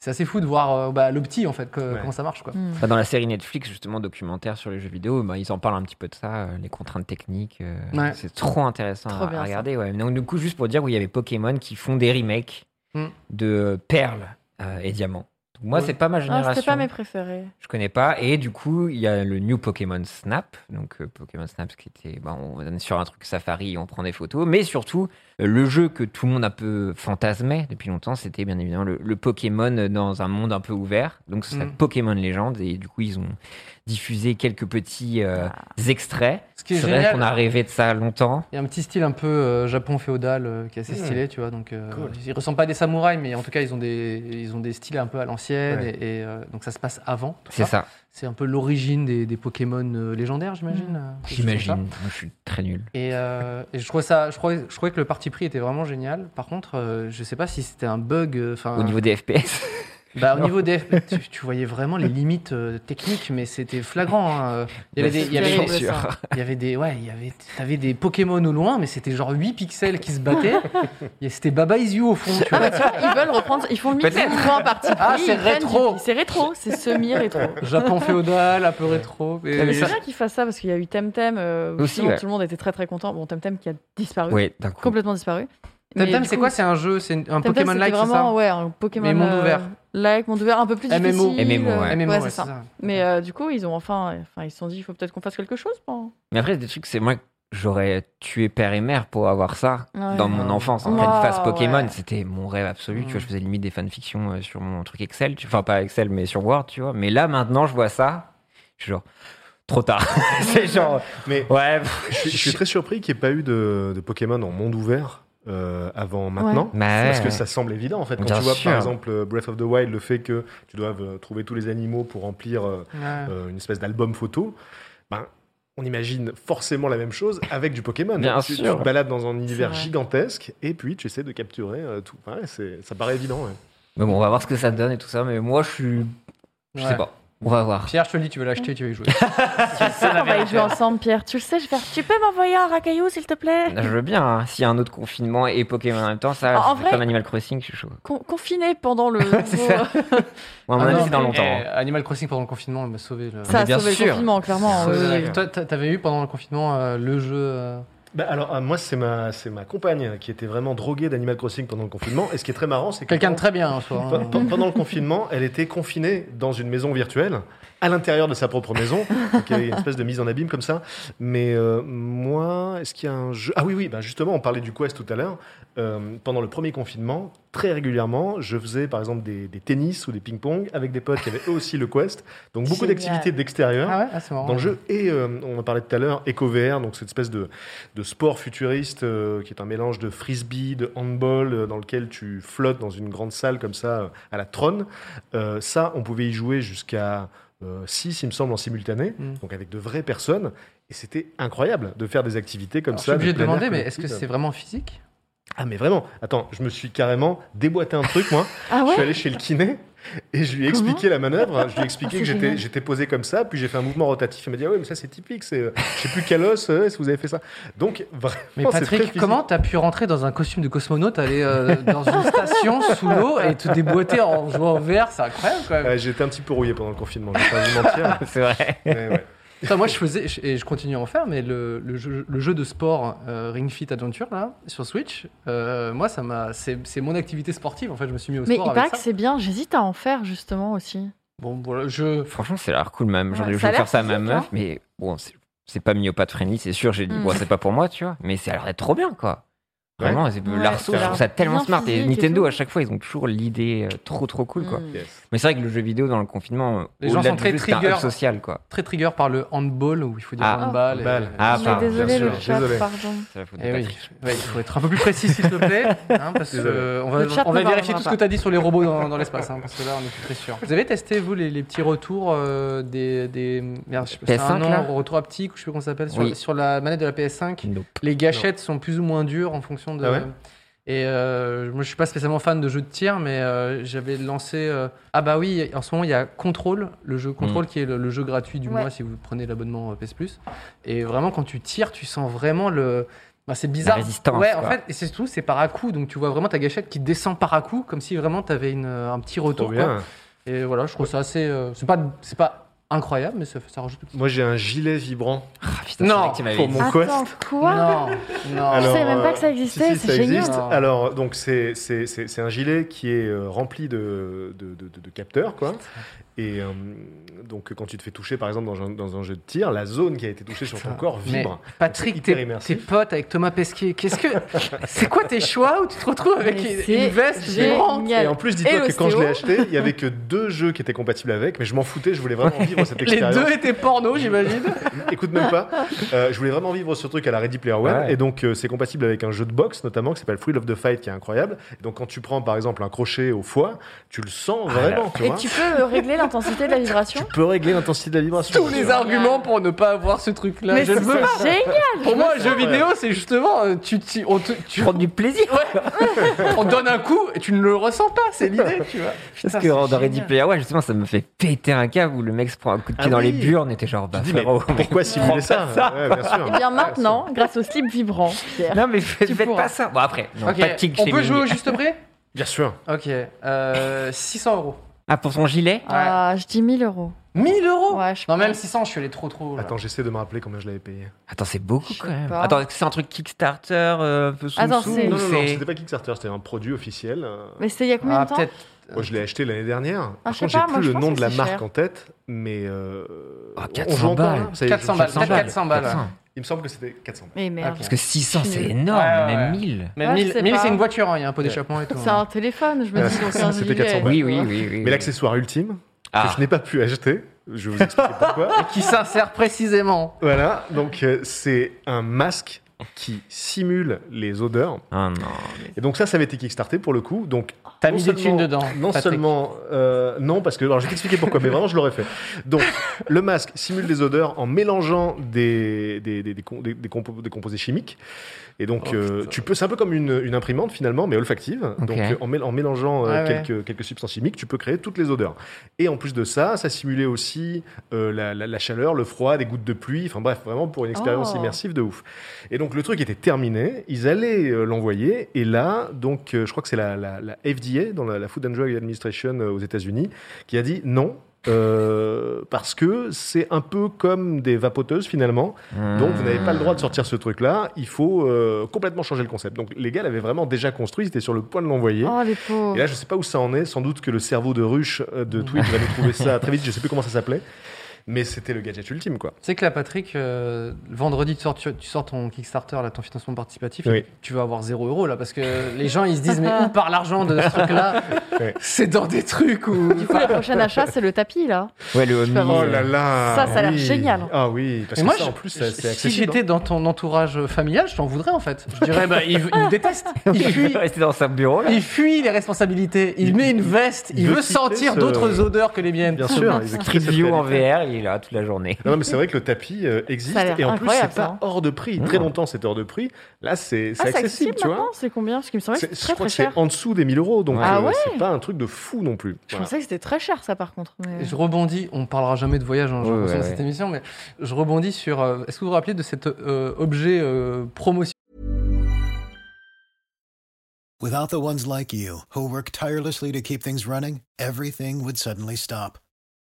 c'est assez fou de voir euh, bah, l'opti, en fait, que-
Ouais.
comment ça marche, quoi.
Mm.
Bah, dans la série Netflix justement documentaire sur les jeux vidéo, bah, ils en parlent un petit peu de ça, euh, les contraintes techniques. euh,
Ouais.
C'est trop intéressant
Trop
à,
bien,
à
ça.
regarder. Ouais. Donc du coup juste pour dire où il y avait Pokémon qui font des remakes
Mm.
Hmm.
de euh, perles euh, et diamants. Donc, moi
Ouais.
c'est pas ma
Ah,
génération.
c'était pas mes préférés.
Je connais pas. Et du coup, il y a le New Pokémon Snap. Donc, euh, Pokémon Snap, ce qui était. bah, on est sur un truc Safari, on prend des photos. Mais surtout, euh, le jeu que tout le monde un peu fantasmait depuis longtemps, c'était bien évidemment le, le Pokémon dans un monde un peu ouvert. Donc, c'est
Mm.
Pokémon Legends. Et du coup, ils ont diffusé quelques petits euh, extraits.
Ce Ah. qui est
C'est vrai
génial. Ah.
qu'on a rêvé de ça longtemps.
Il y a un petit style un peu euh, Japon féodal euh, qui est assez
Hmm.
Mhm.
stylé, tu vois. Donc, euh,
Cool.
ils ressemblent pas à des samouraïs, mais en tout cas, ils ont des, ils ont des styles un peu à l'ancienne.
Ouais.
Et, et, euh, donc, ça se passe avant. tout
C'est ça,
C'est un peu l'origine des, des Pokémon euh, légendaires, j'imagine. euh, quelque chose comme
Hmm. j'imagine.
ça.
Moi, je suis très nul.
Et, euh, et je trouvais ça, je trouvais, je trouvais que le parti pris était vraiment génial. Par contre, euh, je sais pas si c'était un bug. euh, Enfin,
Au niveau des FPS.
bah, au niveau des, tu, tu voyais vraiment les limites euh, techniques, mais c'était flagrant. hein, euh. Il y
Bah,
avait des, il y avait
Terrible,
des-
Censure.
ça.
il y avait des, ouais, il y avait, t'avais des Pokémon au loin, mais c'était genre 8 pixels qui se battaient. Et c'était Baba Is You au fond. Tu
Ah
vois.
bah tu vois, ils veulent reprendre, ils font le mix
Peut-être.
ils font en partie.
Ah,
pris,
c'est
ils prennent du-
rétro.
C'est rétro, c'est semi-rétro.
Japon féodal, un peu rétro. mais-
Ah, mais
mais
C'est
ça-
bien qu'ils fassent ça parce qu'il y a eu Temtem. euh,
Aussi,
sinon,
ouais.
Tout le monde était très très content. Bon, Temtem qui a disparu,
Ouais, d'un coup.
complètement disparu. Mais
Temtem,
du
c'est
coup,
quoi C'est un jeu, c'est un
Temtem,
Pokémon like,
c'était
c'est
vraiment
ça
ouais, un Pokémon
Mais monde
euh,
ouvert.
like, monde ouvert, un peu plus
MMO.
difficile.
MMO, ouais.
MMO,
c'est euh, ça. Mais euh, du coup, ils ont enfin, enfin, ils se sont dit, il faut peut-être qu'on fasse quelque chose. bon.
Mais après, des trucs, c'est moi, j'aurais tué père et mère pour avoir ça
Ouais.
dans mon enfance. En
Wow,
pleine phase Pokémon,
ouais.
c'était mon rêve absolu. Tu vois,
Mm.
je faisais limite des fanfictions euh, sur mon truc Excel. tu- Enfin, pas Excel, mais sur Word, tu vois. Mais là, maintenant, je vois ça. Je suis genre, trop tard. C'est genre,
Mais
ouais.
je, suis- je suis très surpris qu'il n'y ait pas eu de, de Pokémon en monde ouvert euh, avant maintenant.
Mais
Parce que ça semble évident en fait. Quand
Bien
tu vois
sûr.
par exemple euh, Breath of the Wild, le fait que tu doives euh, trouver tous les animaux pour remplir euh,
Ah.
euh, une espèce d'album photo, ben, on imagine forcément la même chose avec du Pokémon.
Bien
tu,
sûr.
tu te balades dans un univers
vrai.
gigantesque et puis tu essaies de capturer euh, tout. Ouais, c'est- ça paraît évident. ouais.
Mais bon, on va voir ce que ça donne et tout ça. Mais moi, je suis. Je sais
Ouais.
pas. On va voir.
Pierre, je te le dis, tu vas l'acheter, tu vas y jouer.
Ça, on va y jouer ensemble, Pierre. Tu le sais, je vais faire. Tu peux m'envoyer un racaillou, s'il te plaît
Je veux bien. hein. S'il y a un autre confinement et Pokémon en même temps, ça,
En
c'est
vrai-
comme Animal Crossing, je suis chaud.
Con- Confiné pendant le. euh,
C'est ça. Moi, à mon
Ah
avis,
non,
c'est dans
mais,
longtemps.
eh,
hein.
Animal Crossing pendant le confinement, il m'a sauvé. Le...
Ça
Mais
a
bien
sauvé
sûr.
le confinement, clairement.
Ça,
oui,
ça-
oui.
Toi, t'a- t'avais eu pendant le confinement euh, le jeu. euh,
Bah, alors euh, moi c'est ma c'est ma compagne qui était vraiment droguée d'Animal Crossing pendant le confinement et ce qui est très marrant c'est que
Quelqu'un de très bien, en soi.
Pe-
hein.
pe- Pendant le confinement, elle était confinée dans une maison virtuelle, à l'intérieur de sa propre maison. Donc il y a une espèce de mise en abîme comme ça. Mais euh, moi, est-ce qu'il y a un jeu Ah oui, oui, bah justement, on parlait du Quest tout à l'heure. Euh, pendant le premier confinement, très régulièrement, je faisais par exemple des, des tennis ou des ping-pong avec des potes qui avaient eux aussi le Quest. Donc beaucoup
Génial.
d'activités d'extérieur
Ah ouais, ah, c'est marrant.
Hein dans le jeu. Et euh, on en parlait tout à l'heure, EcoVR, donc cette espèce de, de sport futuriste euh, qui est un mélange de frisbee, de handball, euh, dans lequel tu flottes dans une grande salle comme ça euh, à la trône. Euh, ça, on pouvait y jouer jusqu'à 6, il me semble, en simultané,
Mm.
donc avec de vraies personnes. Et c'était incroyable de faire des activités comme
Alors, je suis
ça.
obligé de
plein air
demander, mais est-ce que
collectif.
c'est vraiment physique
Ah, mais vraiment Attends, je me suis carrément déboîté un truc, moi.
Ah
Je suis
ouais
allé chez le kiné et je lui ai
Comment
expliqué la manœuvre. Je lui ai expliqué
Ah,
que
c'est
j'étais,
génial.
j'étais posé comme ça, puis j'ai fait un mouvement rotatif. Il m'a dit ah oui, mais ça c'est typique, c'est, euh, je sais plus quel os, euh, si vous avez fait ça. Donc vraiment,
Mais
Oh, c'est très
Patrick,
physique.
comment t'as pu rentrer dans un costume de cosmonaute, aller euh, dans une station sous l'eau et te déboîter en jouant au verre C'est incroyable quand même.
Euh, J'étais un petit peu rouillé pendant le confinement, je vais pas vous mentir.
C'est vrai.
mais ouais.
Putain, moi, je faisais, je- et je continue à en faire, mais le, le jeu, le jeu de sport euh, Ring Fit Adventure, là, sur Switch, euh, moi, ça m'a, c'est, c'est mon activité sportive. En fait, je me suis mis au
Mais
sport
il paraît
avec
que
ça.
c'est bien. J'hésite à en faire, justement, aussi.
Bon, voilà, je.
Franchement, c'est l'air cool, même. J'aurais
Ouais,
voulu
ça a l'air
faire ça à ma
physique,
meuf,
hein.
mais bon, c'est- c'est pas myopathe friendly, c'est sûr. J'ai dit,
Mm.
bon, c'est pas pour moi, tu vois. Mais ça a l'air d'être trop bien, quoi.
Ouais.
Vraiment, c'est-
Ouais,
l'arceau,
ça
je
a
trouve
l'air
ça tellement
bien
smart. Et
physique et
Nintendo,
tout.
à chaque fois, ils ont toujours l'idée euh, trop, trop cool, quoi.
Hmm.
Yes.
Mais c'est vrai que le jeu vidéo dans le confinement, euh,
Les gens
au-delà
sont
du
très
jeu, c'est un
trigger.
hub social, quoi.
Très trigger par le handball où il faut dire
Ah.
handball. et-
Handball.
Ah,
Mais
pardon,
désolé,
bien
le
sûr,
chat,
désolé.
pardon.
C'est la faute de
Eh oui,
Patrick.
Ouais, il faut être un peu plus précis s'il te plaît, hein, parce que
Désolé.
euh, on va,
Le chat
on va vérifier
ne parlera
tout ce
pas.
que tu as dit sur les robots dans, dans l'espace, hein, parce que là on est plus très sûr. Vous avez testé vous les, les petits retours euh, des, des merde, je sais pas, c'est
PS5,
un nom,
là
retour haptique, ou je sais pas comment ça s'appelle, sur,
Oui.
sur la manette de la PS5.
Nope.
Les gâchettes sont plus ou moins dures en fonction de.
Ah ouais
et euh, moi, je suis pas spécialement fan de jeux de tir, mais euh, j'avais lancé. euh, Ah bah oui, en ce moment, il y a Control, le jeu
Mm.
Control qui est le, le jeu gratuit du
Ouais.
mois si vous prenez l'abonnement euh, PS Plus. Et vraiment, quand tu tires, tu sens vraiment le. bah, c'est bizarre.
résistance,
ouais, en
quoi.
fait, et c'est tout, c'est par à coup. Donc tu vois vraiment ta gâchette qui descend par à coup, comme si vraiment tu avais un petit
Trop
retour.
bien.
quoi. Et voilà, je trouve ça assez. euh, c'est pas, c'est pas incroyable, mais ça, ça rajoute.
Moi j'ai un gilet vibrant
Ah, putain,
Non,
c'est vrai que tu m'avais
pour
dit.
mon
Attends,
Quest.
quoi
non, non.
Je
Alors,
savais même pas que ça
euh,
existait,
si, si,
c'est
ça
génial.
existe.
Non.
Alors, donc, c'est, c'est, c'est, c'est un gilet qui est euh, rempli de, de, de- de- de capteurs, quoi. Et euh, donc, quand tu te fais toucher, par exemple, dans un, dans un jeu de tir, la zone qui a été touchée sur ton corps
Mais
vibre.
Patrick,
Donc, c'est hyper
t'es tes
immersif.
potes avec Thomas Pesquet, qu'est-ce que c'est quoi tes choix où tu te retrouves avec
Mais
une-
c'est
une veste vibrante
génial.
Et en plus,
Et
dis-toi que quand je l'ai
l'ostéo.
acheté, il y avait que deux jeux qui étaient compatibles avec, mais je m'en foutais, je voulais vraiment vivre cette
Les
expérience.
deux étaient porno, j'imagine.
Écoute même pas. Euh, je voulais vraiment vivre ce truc à la Ready Player One,
Ouais.
et donc euh, c'est compatible avec un jeu de boxe notamment qui s'appelle Free Love the Fight, qui est incroyable. Et donc quand tu prends par exemple un crochet au foie, tu le
Ah,
sens vraiment. tu
Et
vois.
tu peux euh, régler l'intensité de la
Tu
vibration
peux régler l'intensité de la vibration. Bah,
Tous les arguments pour ne pas avoir ce truc-là.
Mais
je
c'est
le veux.
génial
Pour moi, un jeu
Ouais.
vidéo, c'est justement euh, tu, tu- on te tu-
Prendre du plaisir.
on te donne un coup et tu ne le ressens pas. C'est l'idée, tu vois.
Parce
Putain,
que
Ah, c'est
dans Ready
génial.
Player One, justement, ça me fait péter un câble où le mec se prend un coup de pied
Ah
dans les
oui.
burnes et t'es genre,
Tu
bah
te dis, mais
frérot. mais-
pourquoi simuler ça, Ouais, bien sûr.
Et Eh bien maintenant, grâce au slip vibrant, Pierre.
Non, mais faites faites
pourras.
pas ça. Bon, après, non,
Ok,
tactique
on
chez
peut
Ming.
jouer au juste prix
Bien sûr.
Ok, euh, 600 euros.
Ah, pour son gilet
Ah, je dis 1000 euros.
1000 euros
Ouais, je
Non,
pense.
même 600, je suis allé trop trop. haut, là.
Attends, j'essaie de me rappeler combien je l'avais payé.
Attends, c'est beaucoup
Je sais
quand même.
pas.
Attends, est-ce que c'est un truc Kickstarter euh, un peu sous
Attends,
sous
Ah, c'est-
ou
Non, non, non,
c'est-
c'était pas Kickstarter, c'était un produit officiel. euh,
Mais c'était il y a combien
Ah,
de temps
peut-être
Moi, je l'ai acheté l'année dernière.
Ah,
Par
je
contre,
sais
j'ai
pas,
plus
moi, je
le
pense
nom
que
de la
c'est
marque
cher.
en tête, mais. euh,
Ah,
on- on
400
en parle,
balles.
ça y est,
400 balles,
400
peut-être
balles.
400 balles.
400.
Il me semble que c'était 400 balles.
Mais merde.
Parce que 600,
Je suis
c'est
nulle.
énorme,
Ouais, ouais,
même
ouais.
1000.
Mais
Ouais,
1000,
je sais
1000, c'est
pas.
une voiture, hein, il y a un pot d'échappement et tout.
C'est
hein.
un téléphone, je me dis, donc c'est un
C'était
gilet.
400 balles.
Oui, oui, oui. oui.
Mais l'accessoire ultime, que
Ah.
je n'ai pas pu acheter, je vais vous expliquer pourquoi.
hein, Qui s'insère précisément.
Voilà, donc euh, c'est un masque qui simule les odeurs.
Ah non.
Et donc ça, ça avait été kickstarté pour le coup. Donc
T'as
non
mis des thunes
seulement-
dedans.
Non
Patrick.
seulement, euh, non parce que alors je vais t'expliquer pourquoi, mais vraiment je l'aurais fait. Donc le masque simule des odeurs en mélangeant des des, des, des com- des- des compo- des composés chimiques. Et donc
Oh,
euh,
putain.
tu peux, c'est un peu comme une, une imprimante finalement, mais olfactive.
Ok.
Donc euh, en, mél- en mélangeant euh,
Ouais, ouais.
quelques quelques substances chimiques, tu peux créer toutes les odeurs. Et en plus de ça, ça simulait aussi euh, la, la- la chaleur, le froid, des gouttes de pluie. Enfin bref, vraiment pour une expérience
Oh.
immersive de ouf. Et donc le truc était terminé, ils allaient euh, l'envoyer, et là, donc euh, je crois que c'est la, la- la FDA, dans la, la Food and Drug Administration euh, aux États-Unis, qui a dit non. euh, parce que c'est un peu comme des vapoteuses finalement, donc vous n'avez pas le droit de sortir ce truc-là. Il faut euh, complètement changer le concept. Donc les gars l'avaient vraiment déjà construit, ils étaient sur le point de l'envoyer.
Oh, les
Et
pauvres.
là, je sais pas où ça en est. Sans doute que le cerveau de ruche euh,
Mm.
de Twitch va nous trouver ça très vite. Je sais plus comment ça s'appelait, mais c'était le gadget ultime, quoi.
Tu sais que là, Patrick, euh, le vendredi, tu sors, tu, tu sors ton Kickstarter, là, ton financement participatif,
Oui.
et tu vas avoir 0 euros là, parce que les gens, ils se disent, mais où part l'argent de ce truc-là
Ouais.
C'est dans des trucs où.
Du coup, le prochain achat, c'est le tapis, là.
Ouais, le
Je
Omni,
peux avoir-
Oh là là
Ça, ça a l'air
oui.
génial.
Ah oui, parce
Mais
que
moi,
ça,
je-
en plus, ça-
je-
c'est
si
accessible. hein.
j'étais dans ton entourage euh, familial, je t'en voudrais en fait. Je dirais, bah, il, il me déteste. Il
Il
fuit,
peut rester dans son bureau, là.
il fuit les responsabilités. Il,
Il-
met une veste. Il,
il veut
veut
quitter
sentir
ce-
d'autres odeurs que les
hein.
miennes.
Bien sûr, ils
Street
expliquent cette
View en
réalité.
VR, il est là toute la journée.
Non, mais c'est vrai que le tapis euh, existe
Ça a l'air
et en plus
incroyable,
c'est
ça,
pas
hein.
hors de prix.
Mmh.
Très longtemps c'était hors de prix. Là c'est c'est
Ah, c'est
accessible,
accessible
tu vois.
maintenant C'est combien Parce qu'il me semblait que
C'est-
c'était
Je
très
crois
très
que c'est
cher.
en dessous des 1000 euros, donc
Ah
euh,
ouais
c'est pas un truc de fou non plus.
Je
Voilà.
pensais que c'était très cher, ça, par contre. mais-
Et Je rebondis, on parlera jamais de voyage hein, j'ai
Ouais,
l'impression,
ouais,
dans cette
ouais.
émission, mais je rebondis sur. euh, Est-ce que vous vous rappelez de cet euh, objet euh, promotionnel
Without the ones like you, who work tirelessly to keep things running, everything would suddenly stop.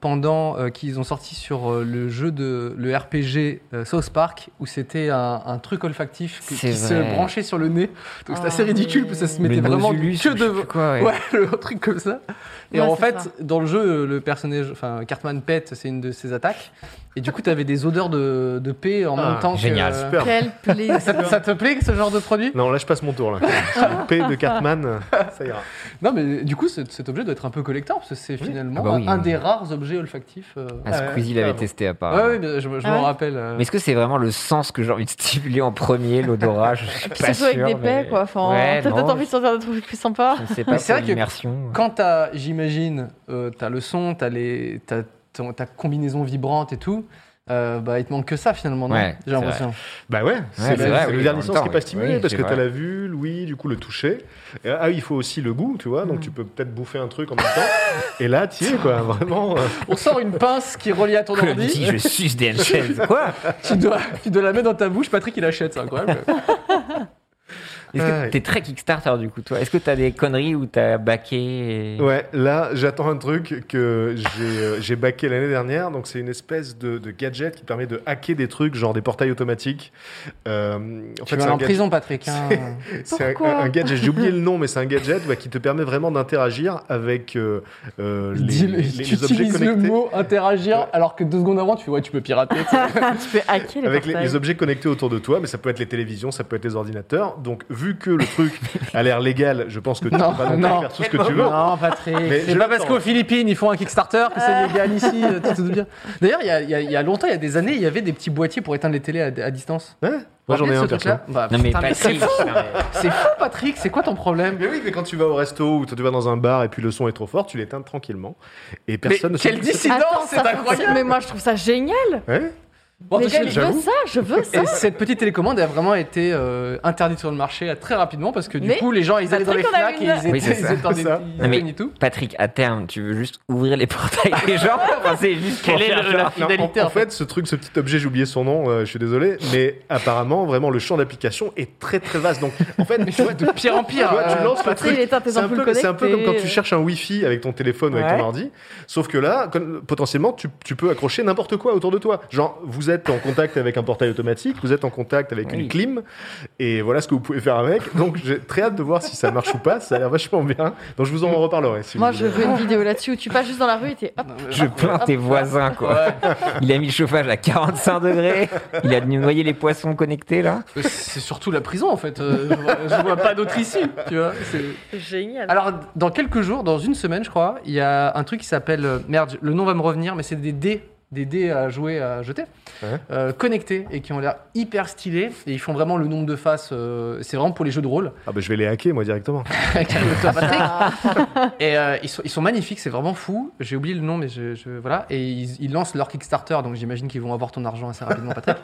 pendant euh, qu'ils ont sorti sur euh, le jeu de le RPG euh, South Park où c'était un, un truc olfactif que-
C'est
qui se
vrai.
branchait sur le nez. Donc
Ah
c'était assez ridicule
oui.
parce que ça se mettait vraiment que devant.
quoi.
Ouais, le truc comme ça. Et
Ouais,
en
c'est
fait,
ça.
dans le jeu, euh, le personnage, enfin, Cartman pète, c'est une de ses attaques. Et du coup, t'avais des odeurs de, de paix en
Ah,
même temps. que-
génial,
super.
Quel plaisir.
Ça, ça te plaît ce genre de produit
Non, là je passe mon tour là. Le P de Cartman, ça ira.
Non, mais du coup, cet, cet objet doit être un peu collector parce que c'est finalement
Ah bah oui,
un, un
oui.
des rares objets olfactifs. euh.
Ah, Squeezie
ouais,
l'avait
carrément.
testé
Ouais,
apparemment.
ouais, mais je, je
Ah
m'en
ouais.
rappelle. euh.
Mais est-ce que c'est vraiment le sens que j'ai envie de stimuler en premier, l'odorat Je suis pas
Surtout avec
sûr,
des
mais-
paix, quoi. Enfin,
Ouais,
t'as peut-être
non,
envie de sortir des trucs plus sympas.
Je sais
Mais
pas,
c'est
c'est
vrai que-
l'immersion.
Quand t'as, j'imagine, euh, t'as le son, t'as les, t'as ton- ta combinaison vibrante et tout, euh, bah il te manque que ça finalement, non
Ouais,
J'ai
c'est
l'impression.
Bah ouais, c'est
c'est
le-
vrai,
c'est le
oui, en
dernier
même
sens qui
temps,
n'est pas
oui.
stimulé
Oui,
parce
c'est
que
vrai.
t'as la vue, l'ouïe, du coup le toucher. Et, ah oui, il faut aussi le goût, tu vois, donc tu peux peut-être bouffer un truc en même temps. Et là, tu es quoi, vraiment. euh,
On sort une pince qui est reliée à ton
Comme si
ordi,
je suce des NHS. Quoi
tu dois, tu dois la mettre dans ta bouche, Patrick il achète, c'est incroyable.
Est-ce
Ouais.
que t'es très Kickstarter du coup, toi Est-ce que t'as des conneries où t'as baqué et-
Ouais, là, j'attends un truc que j'ai, euh, j'ai baqué l'année dernière. Donc, c'est une espèce de, de gadget qui permet de hacker des trucs, genre des portails automatiques. Euh, en
Tu
c'est
vas
un
en
gadget-
prison, Patrick. hein.
C'est un,
Pourquoi
un gadget, j'ai oublié le nom, mais c'est un gadget bah, qui te permet vraiment d'interagir avec euh, euh,
Il
les,
dit-
les- les-
tu
les objets
utilises le
connectés.
mot interagir
Ouais.
alors que deux secondes avant tu fais ouais tu peux pirater. tu sais.
tu peux hacker les
avec les,
portails.
les objets connectés autour de toi, mais ça peut être les télévisions, ça peut être les ordinateurs. Donc, vu que le truc a l'air légal, je pense que tu
Non,
peux pas non plus
non.
faire tout ce que tu veux.
Non, Patrick.
Mais
C'est
je
pas
l'attends.
parce qu'aux Philippines, ils font un Kickstarter que c'est légal ici. Tu te doutes euh, bien. D'ailleurs, il y a- il y, a- il y a longtemps, il y a des années, il y avait des petits boîtiers pour éteindre les télés à, à distance.
Ouais, moi j'en
Rappelez
ai un
ce
perso.
truc-là Bah,
Non mais
putain, mais c'est
Patrick,
fou, c'est fou, Patrick. C'est quoi ton problème
Mais oui, mais quand tu vas au resto ou tu vas dans un bar et puis le son est trop fort, tu l'éteins tranquillement. Et
Mais
personne ne
quelle
s'occupe de ça.
dissidence,
Attends,
c'est
ça-
incroyable.
Mais moi, je trouve ça génial.
Ouais.
Bon,
Mais
attention,
je veux
j'avoue.
ça, je veux ça.
Et cette petite télécommande a vraiment été euh, interdite sur le marché euh, très rapidement parce que du
Mais
coup les gens ils
ça
allaient dans
serait
les
qu'on a
Fnac et
une-
ils étaient,
Oui, c'est
ils
ça,
étaient en
c'est ça.
défi-
Non, mais-
et tout.
Patrick, à terme, tu veux juste ouvrir les portails des gens Enfin, c'est juste
Quelle est le- la
Non, en-
finalité
en,
en
fait, ce truc, ce petit objet, j'ai oublié son nom, euh, je suis désolé, mais apparemment, vraiment, le champ d'application est très très vaste. Donc, en fait, tu vois,
De pire en pire.
Tu vois, tu
euh,
lances le
tu sais, il
truc.
éteint tes
C'est un,
ampoules
peu, c'est un peu comme
connectées,
quand tu
euh.
cherches un Wi-Fi avec ton téléphone ou avec
Ouais.
ton ordi. Sauf que là, comme- potentiellement, tu, tu peux accrocher n'importe quoi autour de toi. Genre, vous êtes en contact avec un portail automatique, vous êtes en contact avec
Oui.
une clim, et voilà ce que vous pouvez faire avec. Donc, j'ai très hâte de voir si ça marche ou pas. Ça a l'air vachement bien. Donc, je vous en reparlerai. si
Moi,
vous
je
voulez.
veux une vidéo là-dessus où tu passes juste dans la rue et t'es hop.
non, mais-
Je plains tes voisins, quoi. Il a mis le chauffage à 45 degrés. Il a noyé les poissons connectés, là.
Euh, C'est surtout la prison en fait. euh, je, vois, je vois pas d'autre issue. Tu vois. c'est-
Génial.
Alors dans quelques jours, dans une semaine je crois, il y a un truc qui s'appelle euh, merde, le nom va me revenir, mais c'est des dés, des dés à jouer, à jeter,
Ouais.
euh, connectés et qui ont l'air hyper stylés et ils font vraiment le nombre de faces. euh, c'est vraiment pour les jeux de rôle.
Ah, bah, je vais les hacker, moi, directement.
Calme-toi, Patrick. Et euh, ils, sont, ils sont magnifiques, c'est vraiment fou. J'ai oublié le nom, mais je, je- voilà. Et ils, ils lancent leur Kickstarter, donc j'imagine qu'ils vont avoir ton argent assez rapidement, Patrick.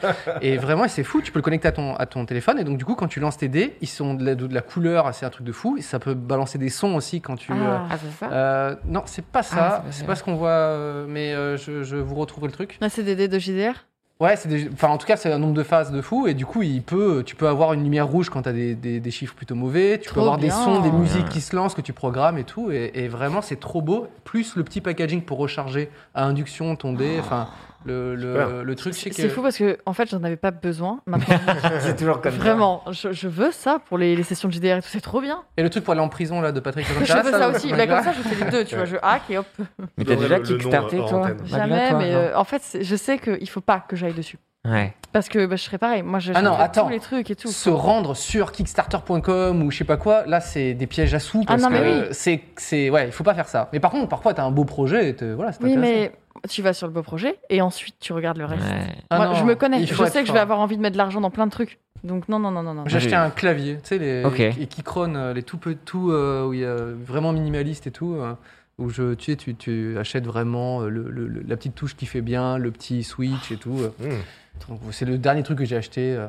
et vraiment, et c'est fou. Tu peux le connecter à ton, à ton téléphone, et donc du coup, quand tu lances tes dés, ils sont de la, de la couleur, c'est un truc de fou. Et ça peut balancer des sons aussi quand tu. euh,
Ah.
Ah, c'est ça
euh, non, c'est pas ça.
Ah, c'est
c'est
pas
pas
ça.
ce qu'on voit, euh, mais euh, je, je vous retrouverai le truc.
Ah, c'est des dés de JDR
Ouais, c'est des- enfin en tout cas c'est un nombre de phases de fou et du coup il peut, tu peux avoir une lumière rouge quand t'as des, des, des chiffres plutôt mauvais, tu peux
Trop
avoir des
bien.
sons, des musiques
Ouais.
qui se lancent que tu programmes et tout et, et vraiment c'est trop beau. Plus le petit packaging pour recharger à induction ton dé, enfin le, le,
Super.
le truc c'est que
C'est fou parce que, en fait, j'en avais pas besoin. Maintenant,
C'est toujours comme
vraiment, je, je veux ça pour les, les sessions de JDR et tout, c'est trop bien.
et le truc pour aller en prison là de Patrick.
Je veux ça, aussi. Bah, comme
Magla
ça, je fais les deux, tu vois. Je hack et hop.
Mais
Je
t'as déjà
donnerai le- le nom,
kickstarté,
euh, hors
toi
antenne.
Magla,
Jamais,
toi,
mais
non
euh, en fait, c'est- je sais qu'il faut pas que j'aille dessus.
Ouais.
Parce que bah, je serais pareil. Moi, je
Ah non, attends.
tous les trucs et tout.
se rendre sur kickstarter.com ou je sais pas quoi, là c'est des pièges à sous parce
Ah non, mais
que
oui.
c'est c'est ouais, il faut pas faire ça. Mais par contre parfois t'as un beau projet et t'es- voilà, c'est
Oui,
intéressant.
mais tu vas sur le beau projet et ensuite tu regardes le reste.
Ouais.
Ah
Moi,
non,
je me connais.
il
Je
faut
sais
être
que je vais
fort.
avoir envie de mettre de l'argent dans plein de trucs. Donc non, non, non, non, non.
J'ai acheté
J'ai-
un clavier, tu sais, les,
Ok.
et qui crône, euh, les tout peu, tout, euh, où il y a vraiment minimaliste et tout, euh, où je, tu, sais, tu, tu achètes vraiment euh, le- le- le- la petite touche qui fait bien, le petit switch et tout. euh.
Hmm.
Donc, C'est le dernier truc que j'ai acheté. euh.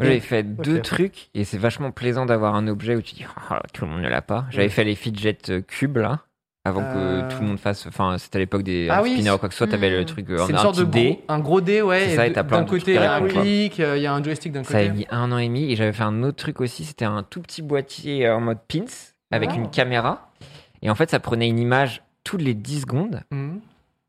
Moi, J'avais fait deux
Ok.
trucs et c'est vachement plaisant d'avoir un objet où tu dis Ah, tout le monde ne l'a pas. J'avais fait les fidget euh, cubes là avant que
Mm. Euh.
tout le monde fasse. Enfin, c'était à l'époque des
Ah
un
oui, Mm.
spinner ou quoi que ce soit. T'avais
Hmm.
le truc euh,
C'est une
un
sorte
petit
de
dé.
gros, un gros dé, ouais.
C'est
et
ça, et
de-
t'as plein
D'un
de trucs
côté, il y a un
qui répondent, quoi.
clic, euh, il y a un joystick d'un
Ça
côté.
il y a un an et demi et j'avais fait un autre truc aussi. C'était un tout petit boîtier euh, en mode pins avec
Ah.
une caméra et en fait ça prenait une image toutes les 10 secondes
Mhm.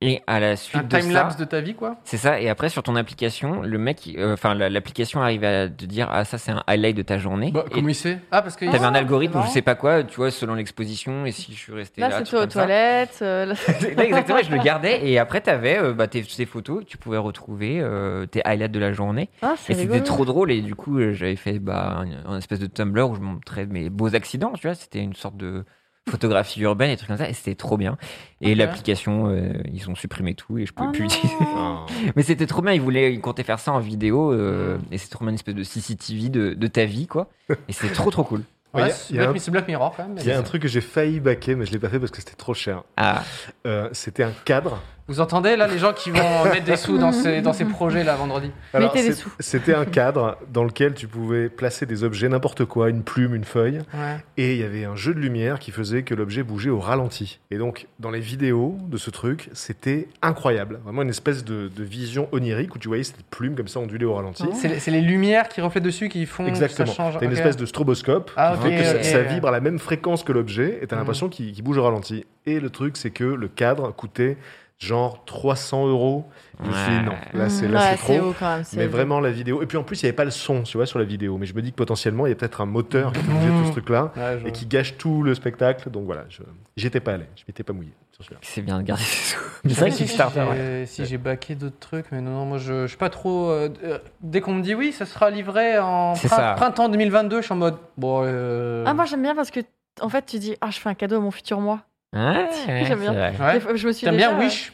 et à la suite
Un
de
time
ça,
lapse de ta vie, quoi.
C'est ça, et après sur ton application, le mec, il- euh, enfin la- l'application arrive à te dire ah ça c'est un highlight de ta journée.
Bah,
et
comment il sait Ah, parce que.
T'avais
Ah,
un algorithme,
c'est
ou je
marrant.
sais pas quoi, tu vois, selon l'exposition, et si je suis resté là.
Là, c'est
truc
toi aux
comme ça.
toilettes. euh, là-
Là, Exactement, et je le gardais, et après, t'avais euh, bah, tes, ces photos que tu pouvais retrouver, euh, tes highlights de la journée.
Ah, c'est
Et c'était
rigolo.
trop drôle, et du coup, euh, j'avais fait bah, un, un espèce de Tumblr où je montrais mes beaux accidents, tu vois, c'était une sorte de photographie urbaine et trucs comme ça, et c'était trop bien. Et
Ok.
l'application, euh, ils ont supprimé tout, et je pouvais
Oh
plus
non.
utiliser. Mais c'était trop bien, ils voulaient, ils comptaient faire ça en vidéo, euh,
Ah.
et c'est trop bien une espèce de CCTV de, de ta vie, quoi. Et c'était trop, trop cool.
Ouais,
Ouais,
il y a-
c'est
il y a
Black,
un-
Mi- c'est Black Mirror, quand même.
Il y a un truc que j'ai failli baquer, mais je l'ai pas fait parce que c'était trop cher.
Ah.
Euh, c'était un cadre.
Vous entendez, là, les gens qui vont mettre des sous dans ces, dans ces projets, là, vendredi
Alors,
Mettez des
c'est-
sous.
C'était un cadre dans lequel tu pouvais placer des objets, n'importe quoi, une plume, une feuille,
Ouais.
et il y avait un jeu de lumière qui faisait que l'objet bougeait au ralenti. Et donc, dans les vidéos de ce truc, c'était incroyable. Vraiment une espèce de, de vision onirique où tu voyais cette plume comme ça ondulée au ralenti.
C'est les- c'est les lumières qui reflètent dessus qui font que
Exactement.
ça change.
T'as une
Ok.
espèce de stroboscope
Ah,
qui
ok,
fait que ça-
ok,
ça
ouais.
vibre à la même fréquence que l'objet et t'as
Mm.
l'impression qu'il qu'il bouge au ralenti. Et le truc, c'est que le cadre coûtait genre 300 euros. Je me suis dit
Ouais.
non, là c'est
Hmm.
là,
Ouais,
c'est trop.
c'est haut quand même. c'est-
Mais vraiment la vidéo. Et puis en plus, il n'y avait pas le son, tu vois, sur la vidéo. Mais je me dis que potentiellement, il y a peut-être un moteur qui faisait
Mmh.
tout ce truc-là
Ouais, je-
et qui gâche tout le spectacle. Donc voilà, je j'étais pas allé, je m'étais pas mouillé sur celui-là.
C'est bien de garder ses sous.
Je
Mais c'est
sais
vrai
pas
que
si
Kickstarter,
j'ai-
ouais.
Si j'ai baqué d'autres trucs, mais non, non, moi je, je suis pas trop. euh, euh, dès qu'on me dit oui, ça sera livré en
C'est
print-
ça.
printemps 2022, je suis en mode. Bon, euh,
Ah, moi, j'aime bien parce que, en fait, tu dis, ah, je fais un cadeau à mon futur moi.
Ouais,
J'aime
c'est
bien.
vrai.
ouais.
Des fois, Je me suis
T'aimes
déjà-
bien Wish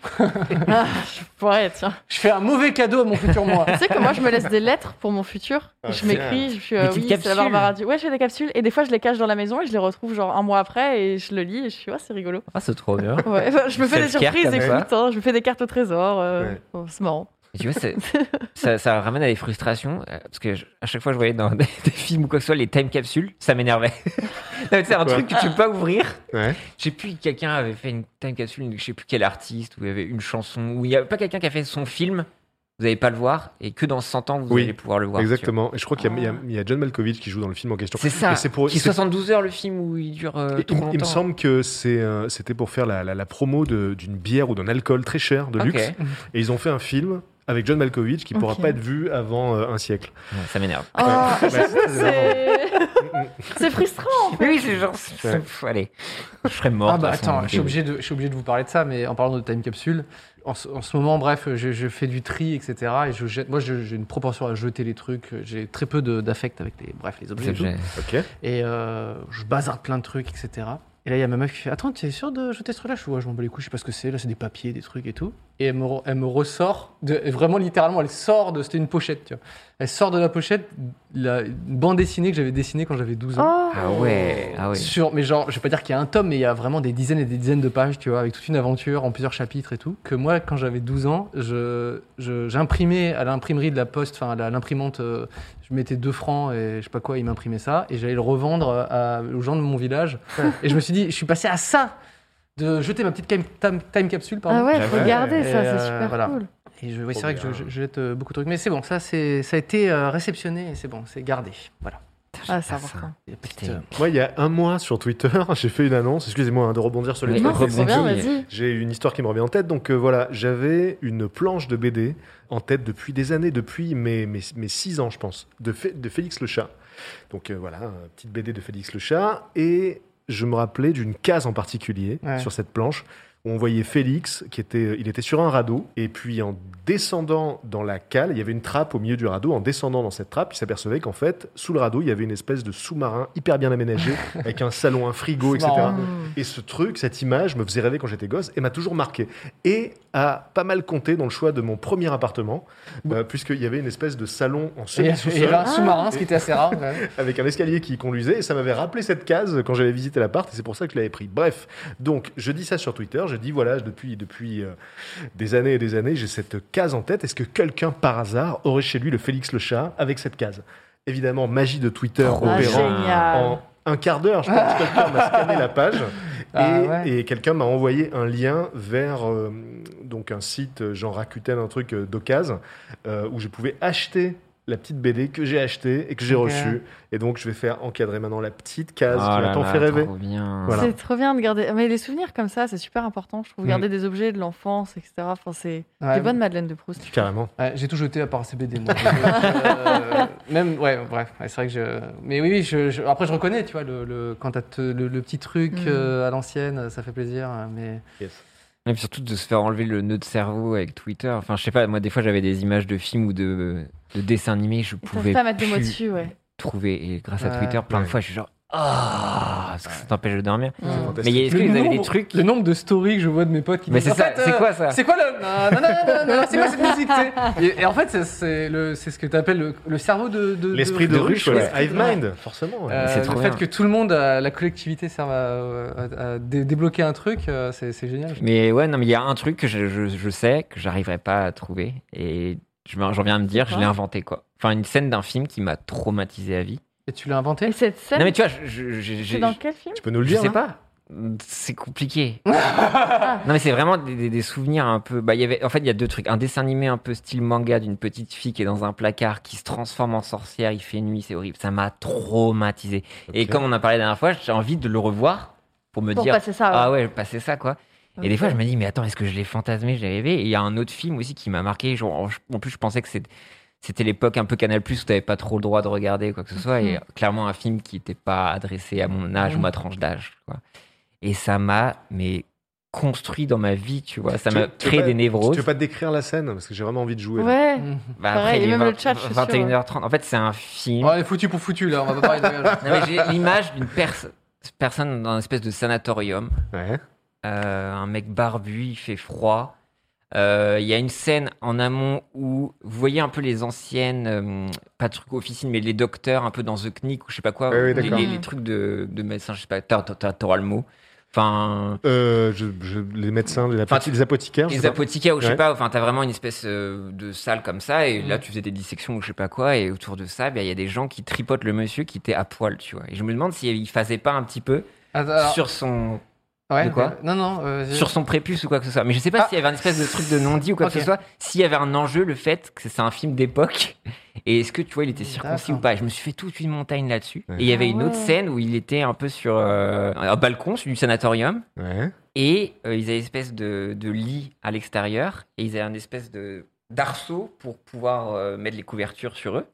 Ah, je pourrais, tiens.
Je fais un mauvais cadeau à mon futur moi.
tu sais que moi, je me laisse des lettres pour mon futur. je m'écris, je suis euh,
Des
oui,
petites
c'est
capsules.
la Barbara du. Ouais, je fais des capsules et des fois, je les cache dans la maison et je les retrouve genre un mois après et je le lis et je suis, ouais, c'est rigolo.
Ah, c'est trop bien.
Ouais, enfin, je me fais des
Self-care,
surprises,
comme ça.
écoute, hein, je me fais des cartes au trésor. euh,
Ouais.
bon, c'est marrant.
Et tu vois, c'est- ça, ça ramène à des frustrations, euh, parce que je- à chaque fois je voyais dans des, des films ou quoi que ce soit les time capsules, ça m'énervait. C'est un
Pourquoi
truc que tu peux pas ouvrir.
Ouais.
Je sais plus, quelqu'un avait fait une time capsule, je sais plus quel artiste, ou il y avait une chanson, ou il y avait pas quelqu'un qui a fait son film, vous n'allez pas le voir, et que dans 100 ans vous
Oui,
allez pouvoir le voir. tu vois.
Exactement. Et je crois qu'il y, a- il y a- il y a John Malkovich qui joue dans le film en question.
Ah. C'est ça.
Et c'est pour,
qui
et c'est-
72 heures le film où il dure euh,
il-
trop
il,
longtemps.
il me semble que c'est, euh, c'était pour faire la, la- la promo de- d'une bière ou d'un alcool très cher, de
Ok.
luxe. Et ils ont fait un film avec John Malkovich qui pourra
Ok.
pas être vu avant euh, un siècle.
Ouais, ça m'énerve.
Ah,
Ouais.
ça, c'est
Mm, mm.
c'est frustrant.
Oui, oui, c'est genre. c'est-
Ouais.
pff, Allez, je serais mort.
Ah
de
bah
toute façon,
attends,
donc,
je suis
euh,
obligé de, je suis obligé de vous parler de ça, mais en parlant de time capsule, en, ce- en ce moment, bref, je, je fais du tri, etc. Et je jette, moi, je- j'ai une propension à jeter les trucs. J'ai très peu de- d'affect avec les, bref, les objets.
c'est
Et, tout.
obligé.
Ok.
Et, euh, je bazarde plein de trucs, etc. Et là, il y a ma meuf qui fait Attends, tu es sûr de jeter ce truc-là Je fais, Ouais, je m'en bats les couilles, je sais pas ce que c'est. Là, c'est des papiers, des trucs et tout. Et elle me, re- elle me ressort, de, et vraiment littéralement, elle sort de. C'était une pochette, tu vois. Elle sort de la pochette la une bande dessinée que j'avais dessinée quand j'avais 12 ans.
Oh.
Ah ouais, ah ouais.
Sur, mais genre, je vais pas dire qu'il y a un tome, mais il y a vraiment des dizaines et des dizaines de pages, tu vois, avec toute une aventure en plusieurs chapitres et tout. Que moi, quand j'avais 12 ans, je, je- j'imprimais à l'imprimerie de la poste, enfin, à la- l'imprimante, euh, je mettais 2 francs et je sais pas quoi, ils m'imprimaient ça, et j'allais le revendre à- aux gens de mon village. et je me suis dit, je suis passé à ça de jeter ma petite time, time- time capsule, pardon.
Ah ouais,
J'avoue.
regardez
Et,
ça,
euh,
c'est super
voilà.
cool.
Et je, ouais, c'est
Trop
vrai que je,
bien.
je- je jette euh, beaucoup de trucs, mais c'est bon, ça, c'est, ça a été euh, réceptionné et c'est bon, c'est gardé. Voilà.
Ah, ça
pas ça.
va.
Et petite,
Putain.
euh,
Moi, il y a un mois sur Twitter, j'ai fait une annonce. Excusez-moi hein, de rebondir sur les
Mais
Non,
trucs.
c'est trop bien,
rebondis.
vas-y.
J'ai une histoire qui me revient en tête. Donc euh, voilà, j'avais une planche de BD en tête depuis des années, depuis mes, mes, mes six ans, je pense, de, Fé- de Félix le Chat. Donc euh, voilà, euh, petite BD de Félix le Chat. Et je me rappelais d'une case en particulier
Ouais.
sur cette planche où on voyait Félix qui était, euh, il était sur un radeau. Et puis en descendant dans la cale, il y avait une trappe au milieu du radeau. En descendant dans cette trappe, il s'apercevait qu'en fait, sous le radeau, il y avait une espèce de sous-marin hyper bien aménagé avec un salon, un frigo,
C'est
etc.
marrant.
Mm.
Et ce truc, cette image me faisait rêver quand j'étais gosse et m'a toujours marqué. Et a pas mal compté dans le choix de mon premier appartement, euh, puisqu'il y avait une espèce de salon en
Et, et
semi-sous-sol
là, un sous-marin, ce qui était assez rare. quand même.
avec un escalier qui conduisait et ça m'avait rappelé cette case quand j'avais visité l'appart et c'est pour ça que je l'avais pris. Bref, donc je dis ça sur Twitter, je dis voilà, depuis, depuis euh, des années et des années, j'ai cette case en tête. Est-ce que quelqu'un par hasard aurait chez lui le Félix le chat avec cette case Évidemment, magie de Twitter
Trop
Ah,
opérant
génial.
en un quart d'heure, je pense que quelqu'un m'a scanné la page.
Ah
et
ouais.
et quelqu'un m'a envoyé un lien vers euh, donc un site euh, genre Rakuten, un truc euh, d'occasion, euh, où je pouvais acheter la petite BD que j'ai achetée et que j'ai
Ok.
reçue. Et donc je vais faire encadrer maintenant la petite case
Oh
qui
là
m'a tant
là,
fait rêver.
trop bien.
Voilà.
C'est trop bien de garder. Mais les souvenirs comme ça, c'est super important. Je trouve
Mm.
garder des objets de l'enfance, etc. Enfin, c'est
Ouais.
des bonnes Madeleine de Proust.
Carrément.
Ouais, Ah, j'ai tout jeté à part ces BD. moi. Euh, même, ouais, bref, ouais, c'est vrai que je. Mais oui, oui, je, je- après je reconnais, tu vois, le, le- quand t'as te- le, le petit truc
Mm.
euh, à l'ancienne, ça fait plaisir. euh, Mais
Et puis surtout de se faire enlever le nœud de cerveau avec Twitter. Enfin, je sais pas, moi des fois j'avais des images de films ou de, de dessins animés, je
Et
pouvais
t'arrives pas à mettre des mots
plus
dessus, ouais.
trouver. Et grâce à
Ouais.
Twitter, plein de
Ouais.
fois, je suis genre ah, parce que ça t'empêche de dormir.
Mm.
Mais y a- est-ce que
Le
vous avez des
nombre-
trucs
Le nombre de stories que je vois de mes potes qui
Mais
disent,
c'est
En
ça,
fait,
c'est
euh,
quoi ça
C'est quoi le. Non, non, non, non, non, non, c'est quoi cette musique tu sais et, et en fait, ça, c'est le- c'est ce que t'appelles le, le cerveau de. de-
L'esprit de, ruche,
ouais.
ouais. Hive Mind, forcément. ouais.
Euh,
c'est trop
le fait
bien.
que tout le monde, euh, la collectivité, serve à, à- à dé- débloquer un truc, euh, c'est c'est génial.
Mais ouais, non, mais il y a un truc que je, je- je sais que j'arriverai pas à trouver. Et je me- j'en viens à me dire, je l'ai
Quoi
inventé quoi. Enfin, une scène d'un film qui m'a traumatisé à vie.
Et tu l'as inventé
Et cette scène,
Non, mais tu vois, je- je- je-
c'est
j'ai-
dans quel film
tu peux nous le
Je
dire
sais
hein
pas. C'est compliqué.
Ah.
non, mais c'est vraiment des, des- des souvenirs un peu. Bah, il y avait... En fait, il y a deux trucs. Un dessin animé un peu style manga d'une petite fille qui est dans un placard, qui se transforme en sorcière, il fait nuit, c'est horrible. Ça m'a traumatisé. Et
Ok.
comme on en parlait la dernière fois, j'ai envie de le revoir pour me
Pour
dire
passer ça.
Ah ouais, passer ça quoi. Et des fois, je me dis, mais attends, est-ce que je l'ai fantasmé, je l'ai rêvé Et il y a un autre film aussi qui m'a marqué. genre, en- en plus, je pensais que c'est- c'était l'époque un peu Canal Plus où t'avais pas trop le droit de regarder quoi que ce soit. Et euh, clairement, un film qui n'était pas adressé à mon âge ou ma tranche d'âge. quoi. Et ça m'a, mais construit dans ma vie, tu vois. Ça
Tu-
m'a
tu veux
créé
pas-
des névroses.
Tu peux pas te décrire la scène parce que j'ai vraiment envie de jouer. là.
Ouais.
Mhm.
Bah,
Pareil,
après, il
et
est
même le
20
chat, je suis sûre.
21h30. En fait, c'est un film.
Ouais, foutu pour foutu, là, on va pas parler de
Non, mais J'ai l'image d'une pers- personne dans une espèce de sanatorium.
Ouais.
Euh, un mec barbu, il fait froid. Euh, Il y a une scène en amont où vous voyez un peu les anciennes, euh, pas trucs officines, mais les docteurs un peu dans The Knick ou je sais pas quoi,
Ouais, ouais,
les,
d'accord.
les- les trucs de, de médecins, je sais pas, t'as- t'as- t'auras le mot. Enfin,
Euh, je- je- les médecins, les,
Enfin,
apothi- les apothicaires. je
les
sais pas.
apothicaires ou je
Ouais.
sais pas, enfin t'as vraiment une espèce euh, de salle comme ça et là tu faisais des dissections ou je sais pas quoi et autour de ça, ben, il y a des gens qui tripotent le monsieur qui était à poil, tu vois. Et je me demande s'il faisait pas un petit peu
Attends, alors,
sur son
ouais,
de quoi
Non, non. euh, j'ai-
sur son prépuce ou quoi que ce soit. Mais je sais pas
Ah.
s'il y avait un espèce de truc de non-dit ou quoi que
Ok.
ce soit, s'il y avait un enjeu, le fait que c'est un film d'époque, et est-ce que tu vois, il était circoncis ou
D'accord.
pas. Et Je me suis fait toute une montagne là-dessus.
Ouais.
Et il y avait
Ah
une autre
ouais.
scène où il était un peu sur euh, un balcon du sanatorium,
Ouais.
et euh, ils avaient une espèce de, de lit à l'extérieur, et ils avaient un espèce de d'arceau pour pouvoir euh, mettre les couvertures sur eux.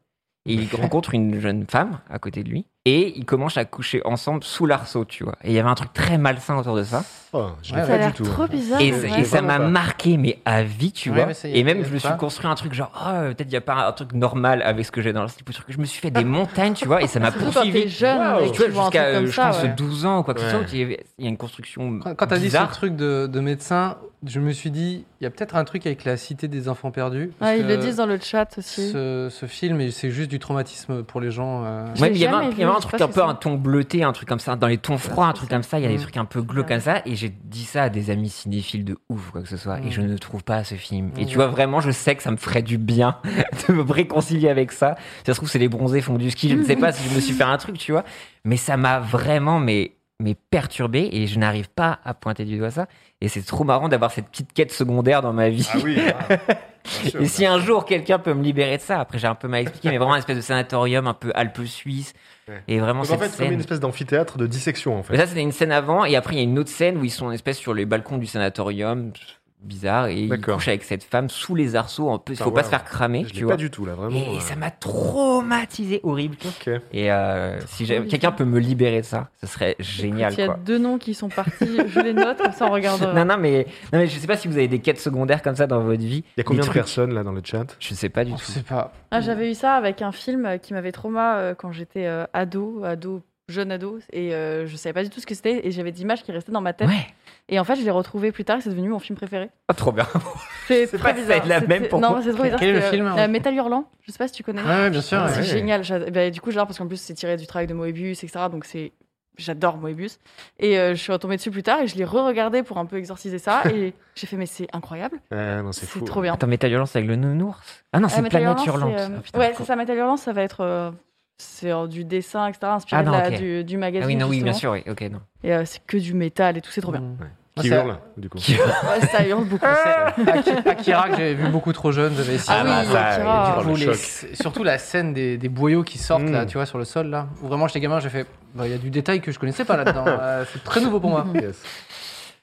Et il rencontre une jeune femme à côté de lui, et ils commencent à coucher ensemble sous l'arceau, tu vois. Et il y avait un truc très malsain autour de ça.
Oh, je l'ai
Ouais,
pas
Ça a
du
l'air
tout.
trop bizarre.
hein. Et,
Ah, ouais.
ça-
je
et
sais
ça
pas
m'a
non plus.
marqué, mais à vie, tu
Ouais,
vois.
mais ça y est,
Et même,
y a
je me suis
pas.
construit un truc genre, oh, euh, peut-être il n'y a pas un truc normal avec ce que j'ai dans le slip. ou truc. Je me suis fait des montagnes, tu vois, et ça m'a
Ah, Surtout quand t'es
poursuivi.
jeune,
Wow.
et
Tu
que tu
vois,
vois un truc
jusqu'à, euh,
comme
je
ça.
pense,
ouais.
12 ans ou quoi que ce
Ouais.
soit, où il y avait- il y a une construction.
Quand, quand t'as dit ce
bizarre.
truc de, de médecin, je me suis dit, il y a peut-être un truc avec la cité des enfants perdus. parce
Ouais, ils
que
Ah, le disent dans le chat aussi.
ce, ce film, et c'est juste du traumatisme pour les gens. euh.
Je
Ouais,
l'ai
mais il y avait un,
jamais
il y avait
vu,
un
je sais
truc
pas
un
ce
peu
que
un ton bleuté, un truc comme ça, dans les tons froids, un truc comme ça, il y a des
Mm.
trucs un peu glauques comme ça, et j'ai dit ça à des amis cinéphiles de ouf, quoi que ce soit,
Mm.
et je ne trouve pas ce film. Et tu
Mm.
vois, vraiment, je sais que ça me ferait du bien de me réconcilier avec ça. Si ça se trouve, c'est les bronzés font du ski, je ne sais pas si je me suis fait un truc, tu vois, mais ça m'a vraiment, mais, mais perturbé, et je n'arrive pas à pointer du doigt ça, et c'est trop marrant d'avoir cette petite quête secondaire dans ma vie.
Ah oui. ah, bien sûr.
Et si un jour quelqu'un peut me libérer de ça, après j'ai un peu mal expliqué, mais vraiment un espèce de sanatorium un peu alpe-suisse.
Ouais.
Et vraiment
Donc, en
cette
fait, c'est comme
scène.
une espèce d'amphithéâtre de dissection en
Mais
fait.
ça, c'était une scène avant, et après, il y a une autre scène où ils sont en espèce sur les balcons du sanatorium, pff, bizarre, et ils
D'accord.
couchent avec cette femme sous les arceaux, un peu, il
Putain,
faut pas
ouais,
se faire cramer,
Je
tu
l'ai
vois.
pas du tout là, vraiment.
Et,
euh,
ça m'a traumatisé, horrible.
Ok.
Et euh, si j'ai-
Horrible.
quelqu'un peut me libérer de ça, ce serait
Écoute,
génial,
Il y a
quoi.
deux noms qui sont partis, je les note, comme ça on regardera.
Non, non, mais, non, mais je sais pas si vous avez des quêtes secondaires comme ça dans votre vie.
Il y a combien
Des
de
trucs-
Oh, personnes là dans le chat
Je sais pas du
Je
tout.
sais pas.
Ah, J'avais eu ça avec un film euh, qui m'avait trauma euh, quand j'étais euh, ado, ado, jeune ado, et euh, je savais pas du tout ce que c'était, et j'avais des images qui restaient dans ma tête.
Ouais,
Et en fait, je l'ai retrouvé plus tard, et c'est devenu mon film préféré.
Ah, trop bien.
C'est
C'est pas
très
que ça
bizarre.
aide la
C'est-
même
c'est-
pour
Non,
moi.
c'est trop bizarre.
Quel est le
c'est, euh,
film, hein
euh, Métal Hurlant, je sais pas si tu connais.
Ouais, ouais, bien
Ah
sûr.
C'est
ouais.
génial. j'ad- bah, du coup, j'adore parce qu'en plus, c'est tiré du travail de Moebius, etc. Donc, c'est. J'adore Moebius. Et euh, je suis retombée dessus plus tard et je l'ai re-regardé pour un peu exorciser ça. et j'ai fait, mais c'est incroyable.
Ah, non, C'est
C'est
fou.
trop bien.
Oh, Attends, Metal Hurlance avec le nounours Ah non,
Ah,
c'est
Metal
Planète
Hurlant,
Hurlante.
c'est, euh,
Ah, putain,
ouais,
quoi.
c'est ça. Metal Hurlant, ça va être. euh, C'est euh, du dessin, etc. Inspiré
Ah non,
de la-
ok.
du, du magazine.
Ah oui, non, oui, bien
justement.
sûr, oui. Ok, non.
Et euh, c'est que du métal et tout, c'est trop bien.
Mm. Ah,
Qui
c'est-
hurle du coup.
Ouais, ça hurle beaucoup. c'est-
Aki- Akira, que j'avais vu beaucoup trop jeune, j'avais essayé.
Ah oui,
Ah, bah, ça,
Akira.
il y a
Du
du
coup,
Oh, le
les-
choc.
c'est- surtout la scène des, des boyaux qui sortent
Mm.
là, tu vois, sur le sol là. Où vraiment j'étais gamin, j'ai fait, bah, il y a du détail que je connaissais pas là-dedans. Euh, c'est très nouveau pour moi.
Yes.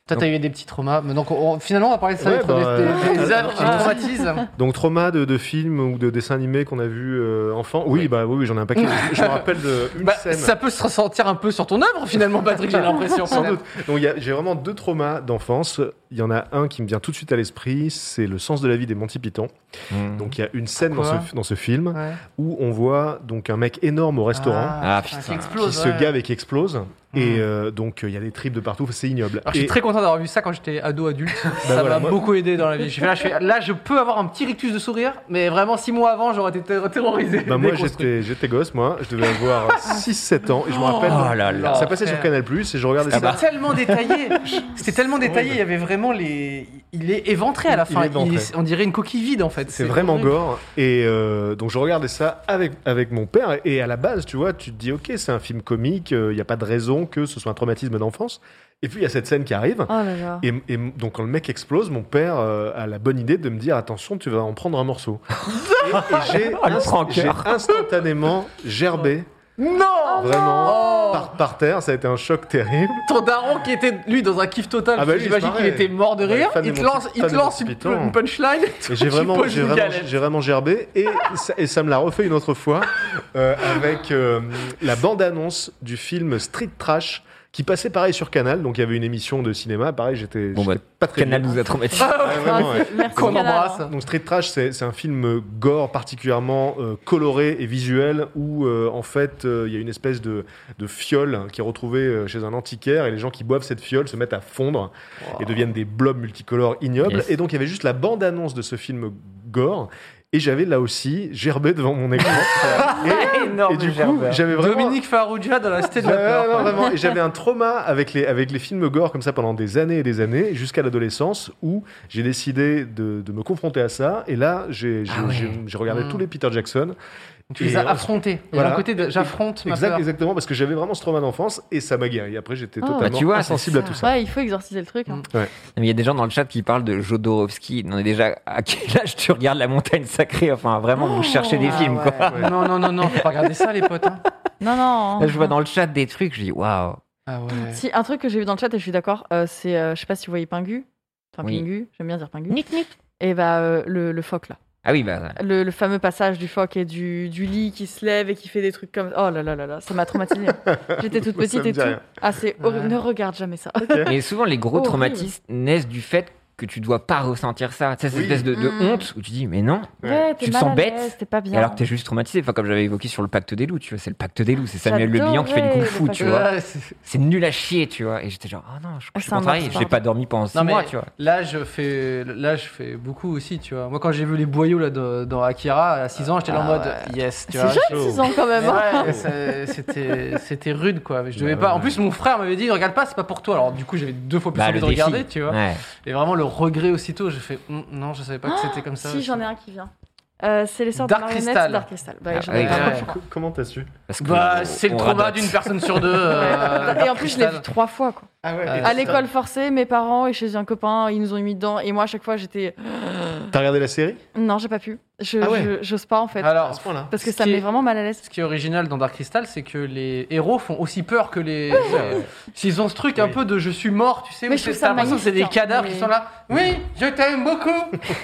Toi, t'as eu des petits traumas. Mais donc, on- finalement, on va parler de ça,
Ouais,
des tra-
bah,
des,
euh,
des- des œuvres qui nous
Ah.
traumatisent.
Donc trauma de, de films ou de dessins animés qu'on a vu euh, enfant. Oui, bah oui, oui, j'en ai un paquet. je je me rappelle de une
Bah,
scène.
ça peut se ressentir un peu sur ton œuvre, finalement, Patrick, j'ai l'impression.
Sans doute. Donc il y a- j'ai vraiment deux traumas d'enfance. Il y en a un qui me vient tout de suite à l'esprit, c'est le sens de la vie des Monty Python.
Hmm.
Donc il y a une scène dans
Quoi
ce, dans ce film
Ouais.
où on voit donc un mec énorme au restaurant
Ah, putain.
qui
qui
explose.
se
ouais.
gave et qui explose. Et
Mm.
euh, donc euh, il y a des tripes de partout, c'est ignoble.
Alors, je suis
Et- Bah
très content d'avoir vu ça quand j'étais ado adulte. ça
voilà,
m'a
moi-
beaucoup aidé dans la vie. Je fais, là, je fais, là, je peux avoir un petit rictus de sourire, mais vraiment six mois avant, j'aurais été ter- terrorisé.
Bah, moi
déconstruit.
j'étais j'étais gosse, moi je devais avoir 6-7 ans et je me rappelle.
Oh là là. Ah bah,
Ça passait sur
Frère.
Canal Plus et je regardais
C'était
ça.
tellement détaillé. C'était tellement détaillé. Il y avait vraiment les. Il est éventré à la
Il
fin.
est éventré.
est- on dirait une coquille vide en fait.
C'est vraiment
horrible.
gore. Et euh, donc je regardais ça avec, avec mon père. Et à la base, tu vois, tu te dis, ok, c'est un film comique, il n'y a pas de raison que ce soit un traumatisme d'enfance. Et puis il y a cette scène qui arrive.
Oh là là.
Et, et donc quand le mec explose, mon père euh, a la bonne idée de me dire, attention, tu vas en prendre un morceau. et et j'ai
Ah,
Oh, le
inst- j'ai
prankeur.
instantanément gerbé,
Non.
vraiment,
Oh.
par, par terre. Ça a été un choc terrible.
Ton daron qui était lui dans un kiff total.
Ah bah
parce que
lui, il se
J'imagine qu'il
marrait.
était mort de
Bah,
rire.
fan
Il
des
te
Monty-
lance, il
fan
te
des
lance
Monty
une,
Python.
une punchline.
Et j'ai vraiment,
poses
j'ai
une
vraiment,
galette.
j'ai vraiment gerbé et ça, et ça me l'a refait une autre fois euh, avec euh, la bande-annonce du film Street Trash qui passait pareil sur Canal. Donc il y avait une émission de cinéma, pareil, j'étais
Bon,
j'étais
bah,
pas très
Canal
bien.
nous a traumatisés.
Ouais, vraiment,
Ah,
ouais.
c'est- Merci.
Qu'on
Canal,
embrasse.
hein.
Donc Street Trash, c'est c'est un film euh, gore particulièrement euh, coloré et visuel où euh, en fait euh, il y a une espèce de, de fiole qui est retrouvée euh, chez un antiquaire et les gens qui boivent cette fiole se mettent à fondre et deviennent des blobs multicolores ignobles.
Yes.
Et donc il y avait juste la bande-annonce de ce film gore. Et j'avais là aussi Gerbet devant mon écran. et,
Énorme
et du coup,
Gerber.
j'avais vraiment.
Dominique Farrugia dans la cité de la
Ouais,
peur.
non, vraiment. Et J'avais un trauma avec les, avec les films gore comme ça pendant des années et des années, jusqu'à l'adolescence, où j'ai décidé de, de me confronter à ça. Et là, j'ai j'ai-
Ah ouais.
j'ai- j'ai regardé
Mm.
tous les Peter Jackson.
Tu
Et- euh,
les as affrontés. Il y a
Voilà.
un côté de j'affronte ma
Exact-
peur.
Exactement, parce que j'avais vraiment ce trauma d'enfance et ça m'a guéri. Après, j'étais
Ah.
Bah,
totalement
tu vois,
insensible à
c'est
tout ça.
Ouais, il faut exorciser le truc. hein.
Mm. Mais il y a des gens dans le chat qui parlent de Jodorowsky. On est déjà à quel âge tu regardes La Montagne Sacrée Enfin, vraiment, vous cherchez des
Ah
films,
ouais.
quoi.
Non, non, non, non, faut pas regarder ça, les potes. hein.
Non, non.
Là, je vois dans le chat des trucs, je dis waouh.
Ah ouais.
Si, un truc que j'ai vu dans le chat, et je suis d'accord, euh, c'est, euh, je sais pas si vous voyez Pingu. Enfin,
Oui.
Pingu, j'aime bien dire Pingu. Et bah, euh, le, le phoque, là.
Ah oui, bah.
Le, le fameux passage du phoque et du, du lit qui se lève et qui fait des trucs comme. Oh là là là là, ça m'a traumatisée. J'étais toute
Ça me
petite et
dit
tout.
rien.
Ah, c'est horrible.
Ouais.
Ne regarde jamais ça.
Mais souvent, les gros
Horrible.
traumatismes naissent du fait que tu dois pas ressentir ça. Tu sais, cette
Oui.
espèce de, de
Mm.
honte où tu dis, mais non.
Ouais.
Ouais,
Tu
t'es
te
mal
sens
à
bête,
l'aise, t'es pas
Et
bien.
alors, t'es juste traumatisé. Enfin, comme j'avais évoqué sur le pacte des loups, tu vois, c'est le pacte des loups. C'est Samuel Le Bihan qui fait du
J'adorais
kung-fu,
le
tu
pacte des
vois.
Ouais, c'est-
C'est nul à chier, tu vois. Et j'étais genre, ah non, je
Ah,
je suis
c'est un
contrarié.
marche-pas.
J'ai pas dormi pendant six
Non, mais-
mois, tu vois.
Là, je fais, là, je fais beaucoup aussi, tu vois. Moi, quand j'ai vu les boyaux là, dans, dans Akira à 6 ans, j'étais là en
Ah
mode
ouais.
yes, tu
C'est
vois.
chaud.
jeune, 6 ans quand
Mais
même. hein.
ouais, c'est- c'était c'était rude quoi. Mais Je devais
Bah,
pas.
ouais.
En plus, mon frère m'avait dit regarde pas, c'est pas pour toi. Alors du coup, j'avais deux fois plus
Bah,
envie
le
de
défi.
regarder, tu vois.
Ouais.
Et vraiment le regret aussitôt, j'ai fait Hum, non, je savais pas que c'était comme ça.
Ah, Si, j'en ai un qui vient. Euh, c'est les sortes
Dark
de marionnettes
Crystal.
Dark Crystal. Bah,
Ah,
j'en
ouais,
ai pas
ouais.
franchement.
Co- Comment t'as su
Parce que
Bah,
on-
c'est le
on
trauma
radote.
d'une personne sur deux. euh,
Et en plus, je l'ai
Crystal.
vu trois fois. Quoi.
Euh,
À l'école forcée, mes parents et chez un copain, ils nous ont mis dedans. Et moi, à chaque fois, j'étais.
T'as regardé la série
Non, j'ai pas pu. Je,
Ah ouais.
je- j'ose pas, en fait.
Alors,
point-là.
parce que
ce
ça
qui
me
est-
met vraiment mal à l'aise.
ce qui est original dans Dark Crystal, c'est que les héros font aussi peur que les. S'ils ont ce truc un
Ah Oui.
peu de je suis mort, tu sais,
Mais
où
je trouve
c'est-
ça
t'as l'impression que c'est des
magnifique, hein,
cadavres qui
mais-
sont là. Oui, je t'aime beaucoup.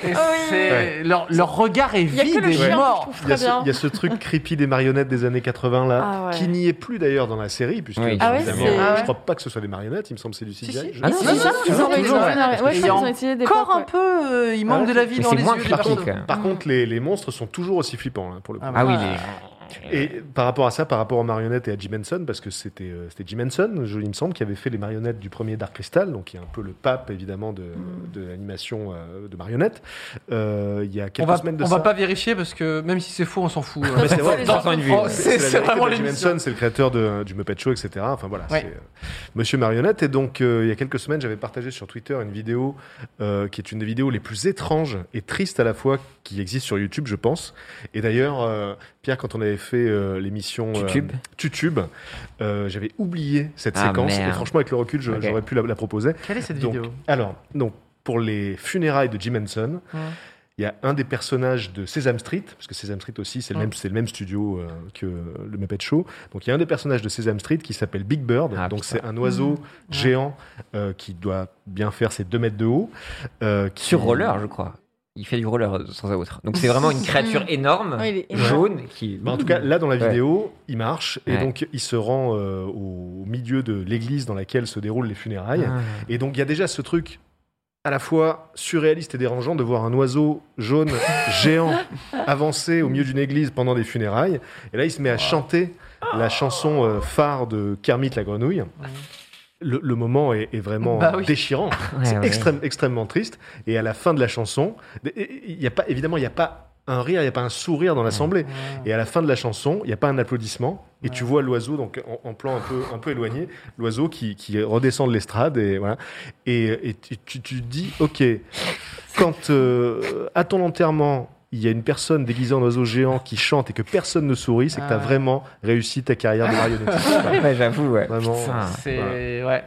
Et c'est leur, leur regard est
Il y a que
vide
le
et
chien que je
mort.
trouve
Il y, a
très
ce,
bien.
il y a ce truc creepy des marionnettes des années 80 là,
Ah ouais.
qui n'y est plus d'ailleurs dans la série, puisque
Oui,
Ah ouais,
évidemment,
c'est-
Ah ouais.
je crois pas que ce soit des marionnettes, il me semble que c'est du CGI.
si.
je-
Ah
Et
non,
c'est
non,
ça,
non,
ils
non,
ont réussi
toujours,
à
ouais.
faire- Ouais, je crois
Et
qu'ils ont utilisé des
Encore
portes,
un
ouais.
peu, euh, il manque
ouais.
de la vie
Mais
dans
c'est
les
moins hein,
yeux. des
flippant,
personnes.
quand même.
Par contre, les, les monstres sont toujours aussi flippants là, pour le coup.
Ah
Ah oui,
Ouais.
les-
Et par rapport à ça, par rapport aux marionnettes et à Jim Henson, parce que c'était euh, c'était Jim Henson, je- il me semble, qui avait fait les marionnettes du premier Dark Crystal, donc qui est un peu le pape évidemment de, de l'animation euh, de marionnettes. Euh, il y a
Mm. On
quelques
va,
semaines de
on
ça.
va pas vérifier parce que même si c'est faux, on s'en fout.
Mais c'est vrai,
Dans son point de vue,
Oh,
ouais.
c'est-
la
C'est
vérité
vraiment
de Jim
l'émission.
Henson, c'est le créateur de, du Muppet Show, etc. Enfin voilà,
Ouais.
c'est euh, Monsieur Marionnette. Et donc, euh, il y a quelques semaines, j'avais partagé sur Twitter une vidéo euh, qui est une des vidéos les plus étranges et tristes à la fois qui existe sur YouTube, je pense. Et d'ailleurs, euh, Pierre, quand on avait fait euh, l'émission euh,
Tutube.
Tutube, euh, j'avais oublié cette
Ah,
séquence.
merde.
Et franchement, avec le recul, je-
Ok.
j'aurais pu la, la proposer.
Quelle est cette
Donc,
vidéo
alors, donc, pour les funérailles de Jim Henson,
Ouais.
il y a un des personnages de Sesame Street, parce que Sesame Street aussi, c'est le,
Ouais.
même- c'est le même studio euh, que le Muppet Show. Donc il y a un des personnages de Sesame Street qui s'appelle Big Bird.
Ah,
donc
putain.
c'est un oiseau géant euh, qui doit bien faire ses 2 mètres de haut. euh, qui-
Sur roller, je crois. Il fait du roller euh, sans autre. Donc c'est vraiment une créature énorme,
Mm. Ouais, il est-
jaune, qui. Mm.
Bah, en tout cas, là dans la
Ouais.
vidéo, il marche et
Ouais.
donc il se rend euh, au milieu de l'église dans laquelle se déroulent les funérailles.
Ah.
Et donc il y a déjà ce truc à la fois surréaliste et dérangeant de voir un oiseau jaune géant avancer au milieu d'une église pendant des funérailles. Et là, il se met à chanter la chanson euh, phare de Kermit la grenouille. Le, le moment est, est vraiment
Bah oui.
déchirant,
Ouais,
c'est
ouais.
extrême- extrêmement triste. Et à la fin de la chanson, il y a pas évidemment il n'y a pas un rire, il n'y a pas un sourire dans l'assemblée. Et à la fin de la chanson, il n'y a pas un applaudissement. Et tu vois l'oiseau, donc en, en plan un peu, un peu éloigné, l'oiseau qui, qui redescend de l'estrade. Et voilà. Et, et tu, tu- tu te dis, OK, quand euh, à ton enterrement, il y a une personne déguisée en oiseau géant qui chante et que personne ne sourit, c'est que
Ah
tu as
ouais.
vraiment réussi ta carrière de marionnettiste.
Ah, Ouais, j'avoue, ouais.
Vraiment.
Putain,
C'est. Ouais.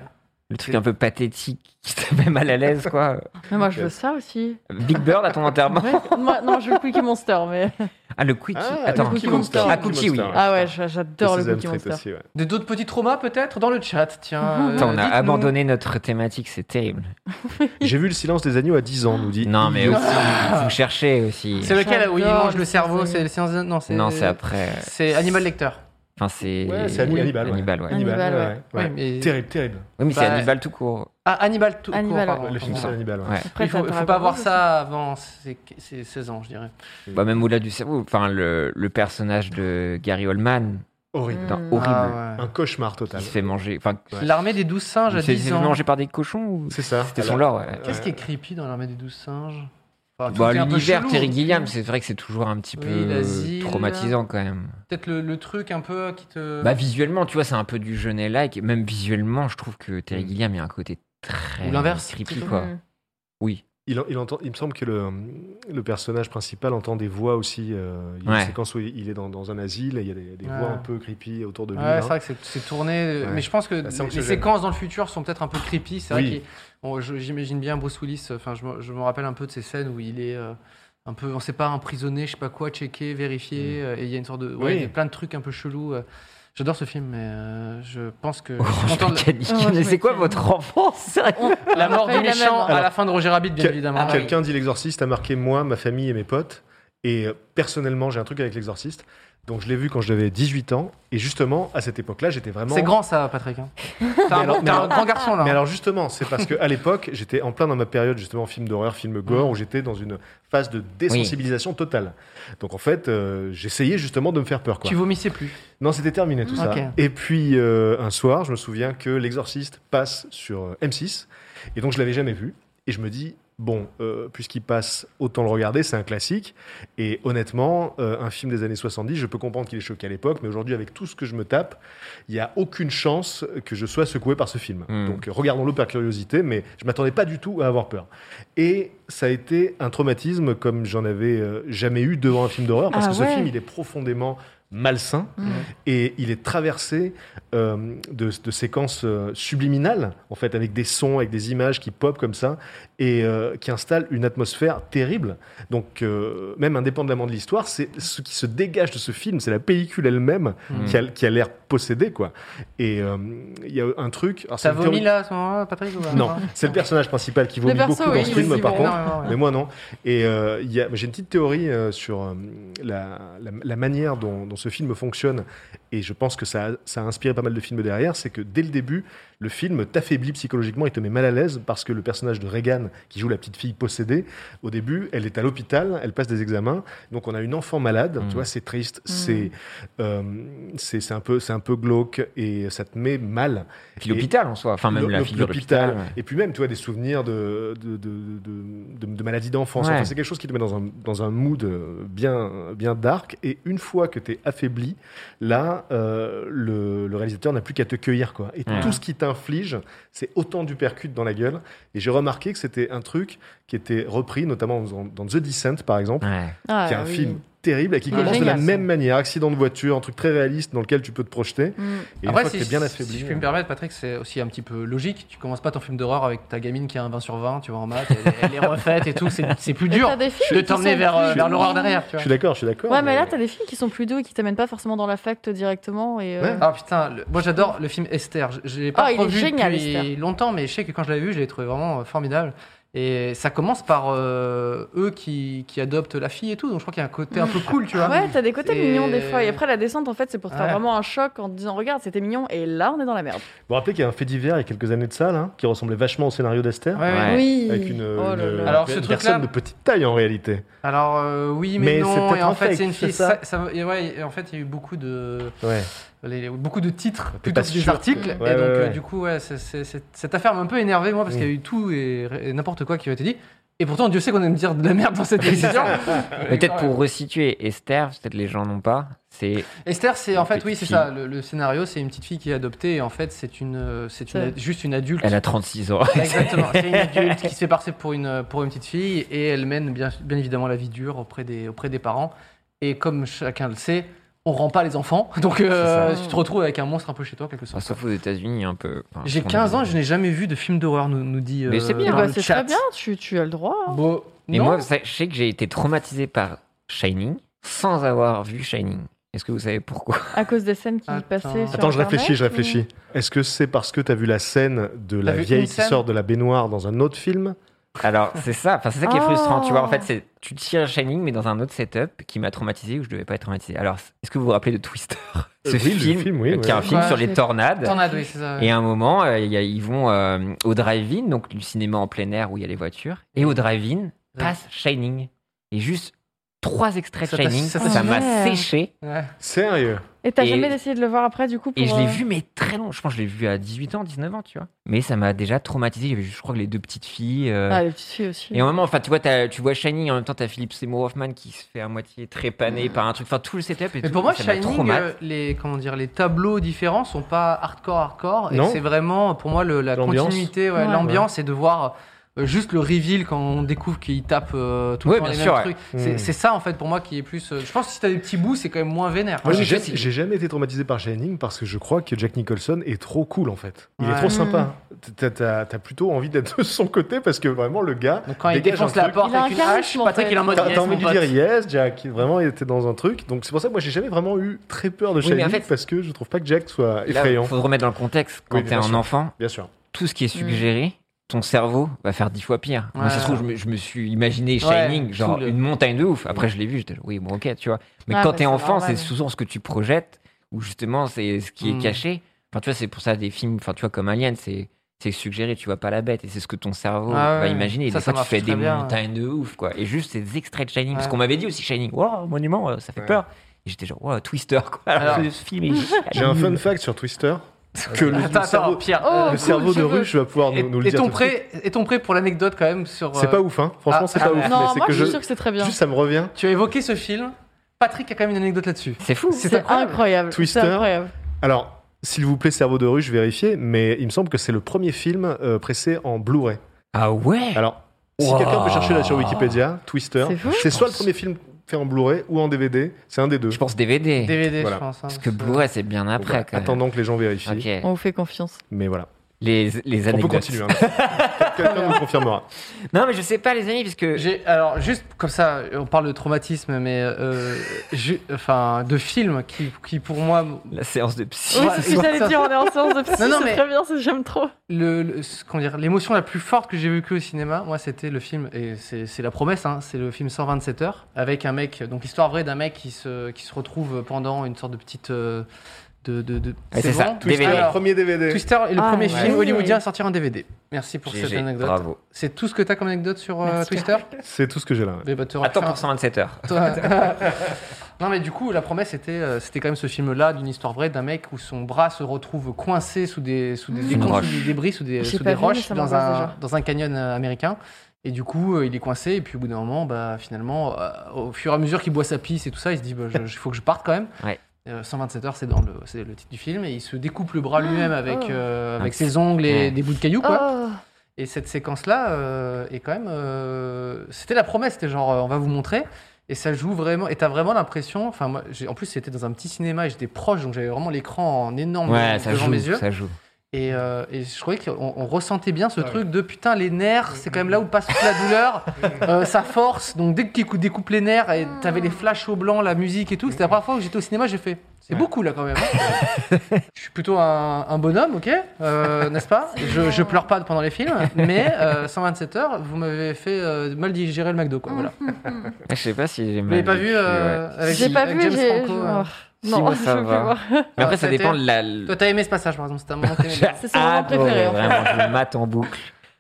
le truc un peu pathétique qui te met mal à l'aise, quoi.
Mais moi, je veux ça aussi.
Big Bird à ton
Ah,
enterrement.
bah.
Moi, non, je veux le Cookie Monster, mais.
Ah, le Quickie.
Ah,
Attends,
le Cookie
Monster.
Ah, Cookie, oui.
Monster.
Ah ouais, j'a- j'adore le
Sesame
Cookie
Street
Monster.
aussi, ouais.
De- D'autres petits traumas peut-être dans le chat, tiens. euh,
Attends, on a
dites-nous.
abandonné notre thématique, c'est terrible.
J'ai vu le silence des agneaux à 10 ans, nous dit.
Non, mais
Io.
aussi, vous cherchez aussi.
C'est lequel où il
J'adore
mange le
les
cerveau
petits
C'est le séance de- Non, c'est.
Non, c'est après. euh,
C'est Animal Lecteur.
Enfin, c'est.
Ouais, c'est Hannibal, ouais.
Hannibal, ouais.
Hannibal,
Hannibal,
ouais, ouais.
Oui, mais-
Terrible, terrible.
Oui, mais c'est
Bah,
Hannibal tout court.
Ah, Animal tout court,
Hannibal,
pardon.
ouais.
Le film, c'est Hannibal. ouais.
Ouais.
Après,
Il faut,
t'as
faut
Dragon
pas voir
Ball
ça avant ses ses 16 ans, je dirais.
Bah, même au-delà du cerveau, enfin, le, le personnage de Gary Oldman,
Horrible.
dans-
Mm.
horrible,
Ah, ouais.
Un cauchemar total.
qui se fait manger. Enfin,
L'armée des douze singes à
il s'est
10 ans.
mangé par des cochons ou...
C'est ça.
C'était
Alors,
son lore, ouais.
Qu'est-ce qui est creepy dans l'armée des douze singes Enfin, tout
euh, Bah,
est un peu
L'univers
chelou,
Terry
hein.
Gilliam, c'est vrai que c'est toujours un petit
Oui,
peu
l'asile. Euh.
traumatisant quand même.
Peut-être le, le truc un peu qui te.
Bah visuellement, tu vois, c'est un peu du jeunet like. Même visuellement, je trouve que Terry Gilliam il y a un côté très
Ou l'inverse.
creepy quoi.
Mm.
Oui.
Il, il entend, il me semble que le, le personnage principal entend des voix aussi. euh, il y a
Ouais.
une séquence où il est dans, dans un asile et il y a des, des
Ouais.
voix un peu creepy autour de lui.
Ouais,
hein.
c'est vrai que c'est- c'est tourné,
Ouais.
mais je pense que
Bah, c'est
les
anxiogène.
séquences dans le futur sont peut-être un peu creepy. C'est vrai
Oui.
qu'il- bon, je- j'imagine bien Bruce Willis. euh, Enfin, je, me- je me rappelle un peu de ces scènes où il est euh, un peu, on sait pas, emprisonné, je sais pas quoi, checké, vérifié, euh, et il y a une sorte de, ouais,
Mm. Oui.
il y a plein de trucs un peu chelous. euh. J'adore ce film, mais euh, je pense que
Oh,
je suis
Orange
content de-
Mécanique.
Orange
Mais c'est quoi
Mécanique.
votre enfance
la mort
On a
du
failli la
méchant
même, hein.
à la fin de Roger Rabbit, bien
Quel-
évidemment. Ah
Quelqu'un dit l'exorciste a marqué moi, ma famille et mes potes. Et euh, personnellement, j'ai un truc avec l'exorciste. Donc je l'ai vu quand j'avais 18 ans. Et justement, à cette époque-là, j'étais vraiment.
C'est grand ça, Patrick. hein. T'as un,
alors-
t'as
mais
un
alors-
grand garçon là.
Mais
hein.
alors justement, c'est parce que à l'époque, j'étais en plein dans ma période justement film d'horreur, film gore,
Mm.
où j'étais dans une phase de désensibilisation totale. Donc en fait, euh, j'essayais justement de me faire peur. Quoi.
tu vomissais plus.
Non, c'était terminé tout
Mm.
ça.
Ok.
Et puis euh, un soir, je me souviens que L'Exorciste passe sur euh, M6, et donc je l'avais jamais vu. Et je me dis bon, euh, puisqu'il passe, autant le regarder, c'est un classique. Et honnêtement, euh, un film des années 70, je peux comprendre qu'il est choqué à l'époque, mais aujourd'hui, avec tout ce que je me tape, il n'y a aucune chance que je sois secoué par ce film.
Mm.
Donc euh, regardons-le par curiosité, mais je m'attendais pas du tout à avoir peur. Et ça a été un traumatisme comme j'en avais euh, jamais eu devant un film d'horreur, parce
Ah
que
ouais.
ce film, il est profondément malsain
Mm.
et il est traversé euh, de, de séquences euh, subliminales, en fait, avec des sons, avec des images qui pop comme ça et euh, qui installent une atmosphère terrible. Donc, euh, même indépendamment de l'histoire, c'est ce qui se dégage de ce film, c'est la pellicule elle-même
Mm.
qui a, qui a l'air possédée, quoi. Et euh, il y a un truc. alors, c'est
T'as
une théorie-
vomi là à ce moment-là, Patrick ou pas
Non, c'est le personnage principal qui vomit
perso,
beaucoup dans
oui,
ce
il
film,
vomit
par contre.
Énormément, ouais.
Mais moi non. Et euh, il y a- j'ai une petite théorie euh, sur euh, la, la- la manière dont, dont ce film fonctionne, et je pense que ça, a- ça a inspiré pas mal de films derrière, c'est que dès le début, le film t'affaiblit psychologiquement et te met mal à l'aise parce que le personnage de Regan, qui joue la petite fille possédée, au début, elle est à l'hôpital, elle passe des examens, donc on a une enfant malade,
Mm.
tu vois, c'est triste,
Mm.
c'est euh, c'est c'est un, peu- c'est un peu glauque, et ça te met mal.
Puis l'hôpital en soi, enfin même
Le-
la
le-
figure de
l'hôpital.
l'hôpital, ouais.
Et puis même, tu vois, des souvenirs de, de, de- de- de- de maladies d'enfance.
Ouais.
Enfin, c'est quelque chose qui te met dans un, dans un mood euh, bien, bien dark. Et une fois que tu es affaibli, là, euh, le, le réalisateur n'a plus qu'à te cueillir. Quoi. Et
Ouais.
tout ce qui t'inflige, c'est autant du percute dans la gueule. Et j'ai remarqué que c'était un truc qui était repris, notamment dans, dans The Descent, par exemple
Ouais.
Ah,
qui est un
oui.
film terrible et qui
Il est
commence de la
génial, ça.
même manière, accident de voiture, un truc très réaliste dans lequel tu peux te projeter.
Mm.
Et
Après,
une fois
si,
que t'es bien
si-
affaibli, hein. euh.
si je puis me permettre, Patrick, c'est aussi un petit peu logique. Tu commences pas ton film d'horreur avec ta gamine qui a un 20 sur 20, tu vois, en maths, elle, elle est refaite et tout. C'est c'est plus
Mais
dur
t'as des films
de
qui
t'emmener
sont
vers, euh,
plus-
vers l'horreur derrière, tu
je
vois.
suis d'accord, je suis d'accord.
Ouais, mais là, t'as des films qui sont plus doux et qui t'amènent pas forcément dans l'affect directement. Et, euh,
Ouais.
Ah putain, le- moi j'adore le film Esther. Je- Je l'ai pas
Ah, il est
revu
génial,
depuis
Esther.
longtemps, mais je sais que quand je l'avais vu, je l'ai trouvé vraiment euh, formidable. Et ça commence par euh, eux qui, qui adoptent la fille et tout, donc je crois qu'il y a un côté un peu cool, tu vois.
Ah Ouais, t'as des côtés
Et-
mignons des fois. Et après, la descente, en fait, c'est pour te faire
Ouais.
vraiment un choc en te disant Regarde, c'était mignon, et là, on est dans la merde.
Vous vous rappelez qu'il y a un fait divers il y a quelques années de ça, là, qui ressemblait vachement au scénario d'Esther
Ouais, ouais.
Ouais.
Oui.
Avec une,
Oh là
une-
là.
Alors, ce
une
truc-là-
personne de petite taille en réalité.
Alors euh, oui, mais,
Mais c'est
non.
peut-être
Et en
un
fait,
fake,
c'est une
c'est
fille.
ça
Ça, ça- et ouais, et en fait, il y a eu beaucoup de.
Ouais.
les- beaucoup de titres
T'es
plutôt
pas
que des
sûr.
articles.
Ouais,
et
ouais,
donc, euh,
ouais.
du coup, ouais, c'est- c'est- c'est- cette affaire m'a un peu énervé, moi, parce
Mm.
qu'il y a eu tout et, et n'importe quoi qui a été dit. Et pourtant, Dieu sait qu'on aime dire de la merde dans cette émission. Mais
Peut-être
quand
pour
même.
resituer Esther, peut-être les gens n'ont pas. C'est
Esther, c'est en fait, oui, c'est
Petite
ça. Le, le scénario, c'est une petite fille qui est adoptée. Et en fait, c'est une, euh, c'est une,
C'est-
juste une adulte.
elle a 36 ans.
Exactement, c'est une adulte qui se fait passer pour une, pour une petite fille et elle mène bien, bien évidemment la vie dure auprès des, auprès des parents. Et comme chacun le sait, on rend pas les enfants. Donc euh,
C'est ça.
tu te retrouves avec un monstre un peu chez toi, quelque sorte.
Sauf aux États-Unis un peu. Enfin, euh.
J'ai
on a-
15 ans, je n'ai jamais vu de film d'horreur, nous, nous dit.
Mais c'est
Eh
bien,
euh, dans
bah,
le
c'est
chat.
très bien, tu, tu as le droit. hein.
Bon,
Mais
non.
moi, ça- je sais que j'ai été traumatisé par Shining sans avoir vu Shining. Est-ce que vous savez pourquoi
À cause des scènes qui
Attends.
passaient. Sur
Attends, je
Internet,
réfléchis, je
ou-
réfléchis. Est-ce que c'est parce que t'as vu la scène de la
T'as vu une
vieille qui
scène
sort de la baignoire dans un autre film
Alors, c'est ça. Enfin, c'est ça qui est
Oh.
frustrant, tu vois. En fait, c'est tu tires Shining, mais dans un autre setup qui m'a traumatisé ou je devais pas être traumatisé. Alors, est-ce que vous vous rappelez de Twister
Euh,
Ce
oui, le
film,
film, oui,
euh, qui est un
ouais.
film
Ouais,
sur
c'est-
les tornades.
Tornade, oui, c'est ça.
Et à un moment, euh, il y a- ils vont euh, au drive-in, donc du cinéma en plein air où il y a les voitures. Et au drive-in passe Shining. Et juste trois extraits de
Ça t'a-
Shining,
ça
ça
t'a-
m'a
Ouais.
séché.
Ouais.
Sérieux
Et t'as
Et-
jamais essayé de le voir après, du coup pour,
Et je l'ai
euh,
vu, mais très long. Je pense que je l'ai vu à 18 ans, 19 ans, tu vois. Mais ça m'a déjà traumatisé. J'avais vu, je crois que les deux petites filles. euh,
Ah, les petites filles aussi.
Et en même temps, enfin, tu vois, t'as- tu vois Shining, en même temps, t'as Philippe Seymour Hoffman qui se fait à moitié trépaner par un truc. Enfin, tout le setup et
Mais
tout,
pour moi,
ça m'a trop
Shining,
mal.
euh, les, comment dire, les tableaux différents sont pas hardcore, hardcore. Et
Non.
c'est vraiment, pour moi, le- la
L'ambiance.
continuité, ouais,
Ouais.
l'ambiance et de voir euh, juste le reveal quand on découvre qu'il tape euh, tout
Ouais,
le temps
bien
les
sûr,
mêmes
ouais.
trucs. C'est-
Mm.
C'est ça, en fait, pour moi, qui est plus. euh, je pense que si t'as des petits bouts, c'est quand même moins vénère.
Moi,
Ouais,
j'ai
mais
jamais,
je sais.
j'ai jamais été traumatisé par Shining parce que je crois que Jack Nicholson est trop cool en fait. Il est
Ouais.
trop
Mm.
sympa. T'as- T'as t'as plutôt envie d'être de son côté parce que vraiment le gars.
Donc quand il
dégage
défonce
un
la
truc.
porte
Il a
avec
un
une hache,
charisme, en
Patrick,
fait.
il est en mode.
T'as
yes,
t'as envie
mon
de
pote.
dire yes, Jack. Vraiment, il était dans un truc. Donc c'est pour ça que moi j'ai jamais vraiment eu très peur de
Oui, mais
Shining
en fait-
parce que je trouve pas que Jack soit
Là,
effrayant.
faut le remettre dans le contexte. Quand
Oui,
t'es
bien
un
sûr.
enfant,
Bien sûr.
tout ce qui est
Mm.
suggéré, ton cerveau va faire dix fois pire. Moi, ça se
Ouais.
trouve, je me, je me suis imaginé
Ouais,
Shining,
tout
genre
le-
une montagne de ouf. Après, je l'ai vu, j'étais là, oui, bon, ok, tu vois. Mais
Ah,
quand
bah,
t'es
c'est
enfant,
normal,
c'est
ouais.
souvent ce que tu projettes, ou justement, c'est ce qui
Mm.
est caché. Enfin, tu vois, c'est pour ça des films, enfin, tu vois, comme Alien, c'est. C'est suggéré, tu vois pas la bête, et c'est ce que ton cerveau
Ah
va
ouais.
imaginer. Et
Ça,
des
ça
fois, tu
marche
fais des
très bien, ouais.
montagnes de ouf, quoi. Et juste ces extraits de Shining, parce
Ouais.
qu'on m'avait dit aussi Shining, wow, monument, euh, ça fait
Ouais.
peur. Et j'étais genre, wow, Twister, quoi. Alors,
Alors-
que ce film est
J'ai un fun fact sur Twister que le, le
Attends, attends,
cerveau,
Pierre.
Oh,
euh,
le
cool,
cerveau
je
de
veux.
ruche va pouvoir nous, nous le
et
dire.
ton
tout de suite.
prêt, et ton prêt pour l'anecdote quand même sur.
C'est
euh,
pas ouf, hein. Franchement,
Ah,
c'est
ah,
pas
ouais.
ouf. mais
Non,
c'est
moi
que
je
je.
suis sûre que c'est très bien.
Juste, ça me revient.
Tu as évoqué ce film. Patrick a quand même une anecdote là-dessus.
C'est fou.
C'est
C'est
incroyable.
incroyable. c'est
Twister.
incroyable.
Alors, s'il vous plaît, cerveau de ruche, vérifiez, mais il me semble que c'est le premier film euh, pressé en Blu-ray.
Ah ouais
Alors, si
Wow.
quelqu'un peut chercher là sur Wikipédia, Twister,
C'est fou.
c'est soit le
pense-
premier film fait en Blu-ray ou en DVD, c'est un des deux.
Je pense DVD.
DVD,
Voilà.
je pense. hein,
Parce que
parce que-
Blu-ray, c'est bien
bah,
Donc,
après.
voilà,
quand même.
attendons que les gens vérifient.
Ok.
On vous fait confiance.
Mais voilà,
Les, les
on peut
anecdotes.
continuer. hein. Quelqu'un nous confirmera.
Non, mais je sais pas, les amis, parce que.
hein. J'ai- alors juste comme ça, on parle de traumatisme, mais euh, ju- enfin de films qui, qui pour moi
La séance de psy.
Oui,
Ouais,
c'est ce que
ouais,
j'allais
ça-
dire, on est en séance de psy,
Non, non,
c'est
mais-
très bien, c'est- j'aime trop.
le, le- ce- comment dire l'émotion la plus forte que j'ai vécue au cinéma, moi c'était le film et c'est c'est la promesse, hein, c'est le film 127 heures avec un mec donc histoire vraie d'un mec qui se qui se retrouve pendant une sorte de petite euh, de de, de-
Ouais, c'est ça, DVD.
bon
Twister,
Alors,
premier DVD.
Twister est le
Ah,
premier
ouais.
film hollywoodien à sortir en DVD. Merci pour
GG,
cette anecdote.
Bravo.
C'est tout ce que t'as comme anecdote sur euh,
Merci,
Twister
C'est tout ce que j'ai là.
Eh ben, t'auras
Attends
fait un-
pour 127 heures.
Toi- non mais du coup la promesse était euh, c'était quand même ce film là d'une histoire vraie d'un mec où son bras se retrouve coincé sous des sous des,
Mmh. Une
décombres,
roche.
sous des débris sous des,
J'ai
sous
pas
des
vu, mais
roches
ça
dans
m'angoisse
un
déjà.
dans un canyon euh, américain et du coup euh, il est coincé et puis au bout d'un moment bah finalement euh, au fur et à mesure qu'il boit sa pisse et tout ça il se dit bah, je- il faut que je parte quand même
Ouais.
Euh, 127 heures c'est dans le c'est le titre du film et il se découpe le bras lui-même avec
oh.
euh, avec
Ah,
ses ongles et
ouais.
des bouts de cailloux quoi
Oh,
et cette séquence-là euh, est quand même. euh, c'était la promesse, c'était genre, euh, on va vous montrer. Et ça joue vraiment. Et t'as vraiment l'impression. Enfin, moi, j'ai- en plus, c'était dans un petit cinéma et j'étais proche, donc j'avais vraiment l'écran en énorme
Ouais,
devant
ça joue.
mes yeux.
Ça joue.
Et, euh, et je trouvais qu'on on ressentait bien ce
Ouais.
truc de putain, les nerfs, c'est quand même là où passe toute la douleur, euh, sa force. Donc dès qu'il cou- découpe les nerfs et t'avais les flashs au blanc, la musique et tout, c'était la première fois que j'étais au cinéma, j'ai fait. C'est
Ouais.
beaucoup là quand même. hein. je suis plutôt un, un bonhomme, ok Euh, N'est-ce pas je, je pleure pas pendant les films, mais euh, 127 heures, vous m'avez fait euh, mal digérer le McDo, quoi. Voilà.
Je sais pas si j'ai
Vous
mal
l'avez pas
vécu,
vu euh,
ouais.
avec,
J'ai pas
avec
vu,
James
j'ai.
Franco
je-
euh.
Si,
Non,
moi,
je
ça
veux plus
va.
voir.
Mais après,
Ah,
ça
c'était-
dépend de la.
Toi, t'as aimé ce passage, par exemple, c'était un moment que t'aimais
J'ai
bien.
C'est son moment
adoré,
préféré, en fait.
Ah, Vraiment, je le mate en boucle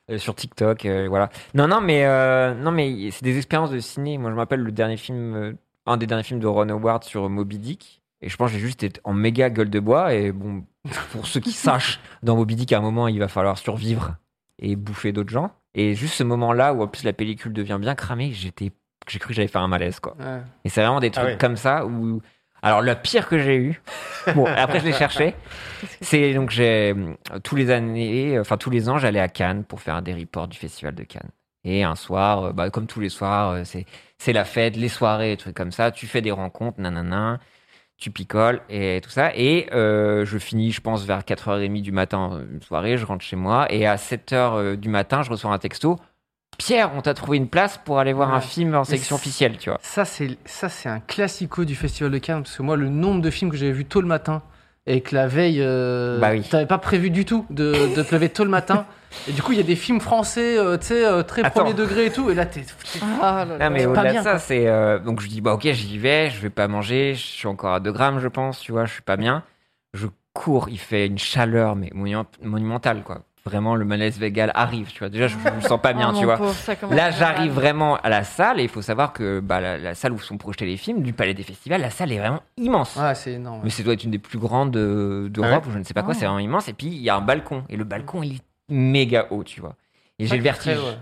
euh, sur TikTok, euh, voilà. Non, non, mais euh, non, mais c'est des expériences de ciné. Moi, je me rappelle le dernier film, euh, un des derniers films de Ron Howard sur euh, Moby Dick. Et je pense que j'ai juste été en méga gueule de bois. Et bon, pour ceux qui sachent, dans Moby Dick, à un moment, il va falloir survivre et bouffer d'autres gens. Et juste ce moment-là où en plus la pellicule devient bien cramée, j'étais, j'ai cru que j'allais faire un malaise, quoi.
Ouais.
Et c'est vraiment des
Ah
trucs
oui.
comme ça où. Alors, le pire que j'ai eu, bon, après je l'ai cherché, c'est donc j'ai. Tous les années, enfin tous les ans, j'allais à Cannes pour faire des reports du Festival de Cannes. Et un soir, euh, bah, comme tous les soirs, euh, c'est, c'est la fête, les soirées, des trucs comme ça, tu fais des rencontres, nanana, tu picoles et tout ça. Et euh, je finis, je pense, vers 4h30 du matin, euh, une soirée, je rentre chez moi, et à 7h euh, du matin, je reçois un texto. Pierre, on t'a trouvé une place pour aller voir un
Ouais.
film en
Mais
section
c'est-
officielle, tu vois.
Ça, c'est ça, c'est un classico du Festival de Cannes parce que moi, le nombre de films que j'avais vus tôt le matin et que la veille, euh,
Bah oui.
t'avais pas prévu du tout de, de te lever tôt le matin. Et du coup, il y a des films français, euh, tu sais, euh, très
Attends.
premier degré et tout. Et là, t'es t'es-
Ah là là.
Non, mais
C'est pas
au-delà de
bien,
ça, c'est. euh, donc je dis, bah ok, j'y vais, je vais pas manger, je suis encore à 2 grammes, je pense, tu vois, je suis pas bien. Je cours, il fait une chaleur, mais monum- monumentale, quoi. vraiment le malaise végal arrive, tu vois. Déjà, je, je me sens pas
Ah,
bien,
mon
tu vois.
pauvre, ça commence
Là,
très
j'arrive
mal.
vraiment à la salle et il faut savoir que bah, la, la salle où sont projetés les films du Palais des Festivals, la salle est vraiment immense.
Ouais, c'est énorme.
Mais ça doit être une des plus grandes euh, d'Europe ou je ne sais pas
Ah.
quoi, c'est vraiment immense. Et puis il y a un balcon et le balcon il est méga haut, tu vois. Et j'ai le vertige.
Très, ouais.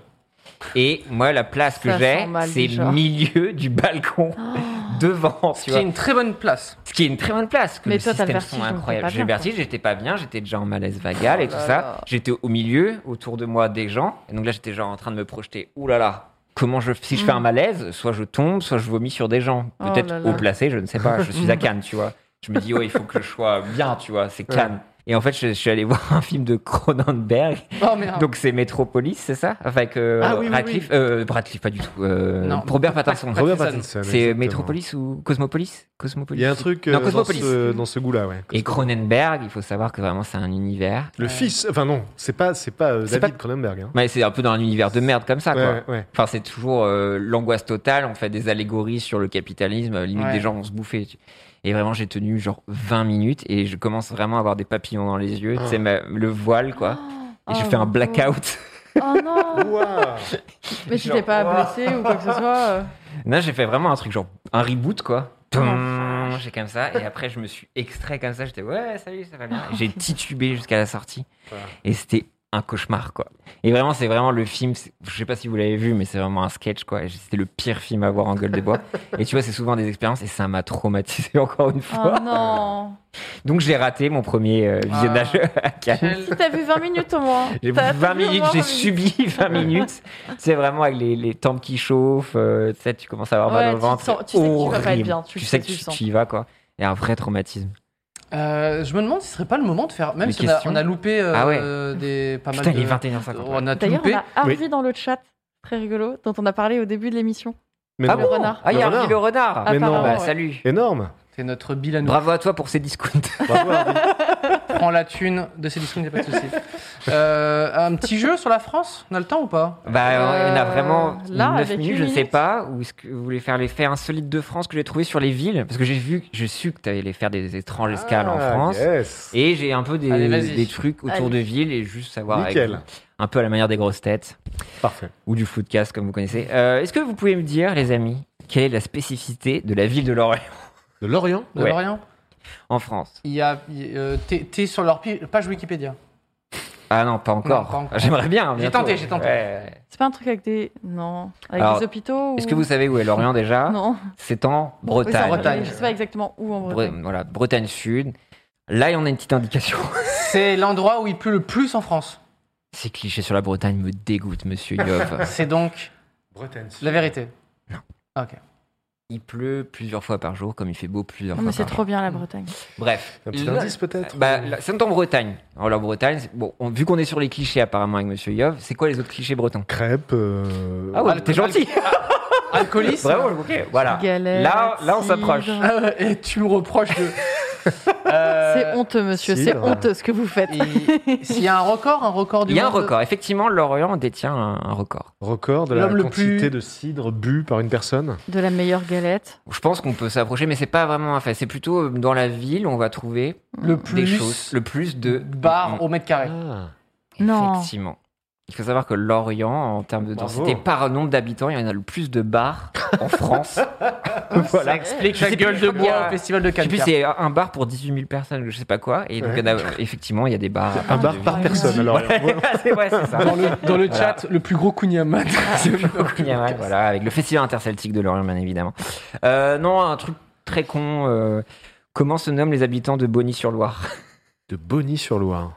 Et moi, la place que
Ça
j'ai,
sent mal,
c'est le
déjà. Oh.
milieu du balcon devant,
Ce
tu
qui est
vois.
une très bonne place.
Ce qui est une très bonne place. Que
Mais
le
toi, t'as le
système son
vertige, donc t'es
incroyable.
pas
J'ai
bien,
le vertige, j'étais pas bien, j'étais déjà en malaise vagal et
Oh
tout
là
ça.
là.
J'étais au milieu, autour de moi des gens. Et donc là, j'étais genre en train de me projeter. Ouh là là. Comment je, si je fais un malaise, soit je tombe, soit je vomis sur des gens.
Mm. Oh
Peut-être
là là.
haut placé, je ne sais pas. Je suis à Cannes, tu vois. Je me dis, oh, il faut que je sois bien, tu vois. C'est Cannes. Et en fait, je, je suis allé voir un film de Cronenberg
Oh merde.
donc c'est Metropolis, c'est ça Avec euh,
Ah oui, oui,
Radcliffe, euh, Radcliffe, pas du tout. euh,
Non.
Robert Pattinson.
Robert
Pattinson,
C'est
exactement.
Metropolis ou Cosmopolis
Il
Cosmopolis.
y a un truc euh,
Non,
dans
Cosmopolis.
ce, dans ce goût-là, ouais.
Et Cronenberg, il faut savoir que vraiment c'est un univers.
Le fils, enfin non, c'est pas, c'est pas euh,
C'est
David Cronenberg. Hein.
Mais c'est un peu dans un univers de merde comme ça, quoi.
Ouais, ouais.
Enfin, c'est toujours euh, l'angoisse totale. On fait des allégories sur le capitalisme. euh, Limite,
Ouais.
des gens vont se bouffer. tu- Et vraiment, j'ai tenu genre 20 minutes et je commence vraiment à avoir des papillons dans les
Ah.
yeux. Tu sais, ma- le voile, quoi. Et j'ai
Oh,
fait un
mon pauvre.
blackout.
Oh non Mais tu t'es pas blessé ou quoi que ce soit euh,
Non, j'ai fait vraiment un truc genre un reboot quoi.
Oh,
Toum, J'ai comme ça et après je me suis extrait comme ça. J'étais ouais salut ça va bien. Et J'ai titubé jusqu'à la sortie et c'était un cauchemar quoi. Et vraiment c'est vraiment le film. c'est- Je sais pas si vous l'avez vu mais c'est vraiment un sketch quoi. Et C'était le pire film à voir en gueule de bois. Et tu vois c'est souvent des expériences et ça m'a traumatisé encore une fois.
Oh non
Donc j'ai raté mon premier euh,
Ah.
visionnage à Cannes.
Quel-
Si t'as vu 20 minutes au moins
J'ai
T'as-
20
t'as vu au
minutes,
moins
j'ai
20 minutes.
subi 20 minutes. C'est vraiment avec les, les tempes qui chauffent, euh, tu sais, tu commences à avoir mal au
Ouais, tu te
ventre.
sens-
c'est
tu sais que tu vas pas être
horrible.
bien, tu le
sais
sais,
que
tu le
tu,
sens.
tu y vas, quoi. Il y a un vrai traumatisme.
Euh, je me demande si ce serait pas le moment de faire. Même
Les
si on a,
questions
on a loupé euh,
Ah ouais.
euh, des, pas
Putain,
mal
il
de. Euh,
est 21h50.
on a tout
D'ailleurs,
loupé.
on a Harvey dans le chat, très rigolo, dont on a parlé au début de l'émission.
Mais
Ah
non.
bon
renard.
Ah, il y
Le
a Harvey
renard.
le renard
Mais non.
Apparemment,
Bah,
ouais.
salut
Énorme. Ah,
C'est notre bilan.
Bravo à toi pour ces discounts.
Bravo, Harvey.
Prends la thune de ces discounts, y a pas de souci. Euh, un petit jeu sur la France On a le temps ou pas
bah, on a vraiment
Euh, là,
9
avec
minutes,
une
je ne sais
minute.
pas. Ou est-ce que vous voulez faire les faits insolites de France que j'ai trouvé sur les villes Parce que j'ai vu, je su que tu allais faire des étranges escales en
Ah,
France.
yes.
Et j'ai un peu des,
Allez, vas-y.
des trucs autour
Allez.
de ville et juste savoir avec
Nickel.
vous. un peu à la manière des grosses têtes
Parfait.
ou du footcast comme vous connaissez. Euh, Est-ce que vous pouvez me dire, les amis, quelle est la spécificité de la ville de Lorient
De Lorient
De
Ouais.
Lorient
en France
Il y a. il- euh, T'es t'es sur leur pi- page Wikipédia.
Ah non, pas encore.
Non, pas encore.
J'aimerais bien.
J'ai
bientôt.
tenté, j'ai tenté.
Ouais.
C'est pas un truc avec des. Non. Avec
Alors,
des hôpitaux ou-
Est-ce que vous savez où est Lorient déjà
Non.
C'est en
Oui, c'est
Bretagne.
en Bretagne.
Bretagne.
Je sais pas exactement où en Bretagne.
Bre- voilà, Bretagne Sud. Là, on a une petite indication.
C'est l'endroit où il pleut le plus en France.
Ces clichés sur la Bretagne me dégoûtent, monsieur Yov.
C'est donc
Bretagne.
la vérité. Non. Ok.
Il pleut plusieurs fois par jour, comme il fait beau plusieurs
Non,
fois
mais
par
c'est
jour.
trop bien la Bretagne.
Bref.
Un petit
Là-
indice peut-être
Bah, là, c'est en Bretagne. Alors, la Bretagne, c'est- bon, on- vu qu'on est sur les clichés apparemment avec Monsieur Yov, c'est quoi les autres clichés bretons
Crêpe. euh,
Ah ouais,
Al-
t'es gentil.
Alcoolisme
Vraiment, ok, voilà.
Galère,
là, là, on s'approche.
cidre.
Euh, Et tu me reproches de. Euh,
C'est honteux, monsieur. C'est
cidre.
honteux ce que vous faites.
et- S'il y a un record, un record du
Il y a un
monde-
record. Effectivement, l'Orient détient un, un record.
Record de la
L'homme le
quantité
plus-
de cidre bu par une personne.
De la meilleure galette.
Je pense qu'on peut s'approcher, mais c'est pas vraiment un fait. C'est plutôt euh, dans la ville, on va trouver
Le
des
plus
choses, le plus de Mm.
bar au mètre carré.
Ah.
Non.
Effectivement. Il faut savoir que l'Orient, en termes de
Bravo.
densité par nombre d'habitants, il y en a le plus de bars en France. Ah,
Ça explique
Je
la
sais plus,
gueule
je
de
crois qu'il y a-
bois au festival de
Et puis
Cannes.
c'est un bar pour 18 000 personnes, je sais pas quoi. Et donc,
Ouais.
il y en a- euh, effectivement, il y a des bars.
Un bar par
ouais.
personne alors.
c'est ouais, c'est ça.
Dans le, dans le chat, le plus gros Kunyaman.
Kunyaman, voilà, avec le festival interceltique de l'Orient, bien évidemment. Euh, non, un truc très con. euh, comment se nomment les habitants de Bonny-sur-Loire
De Bonny-sur-Loire.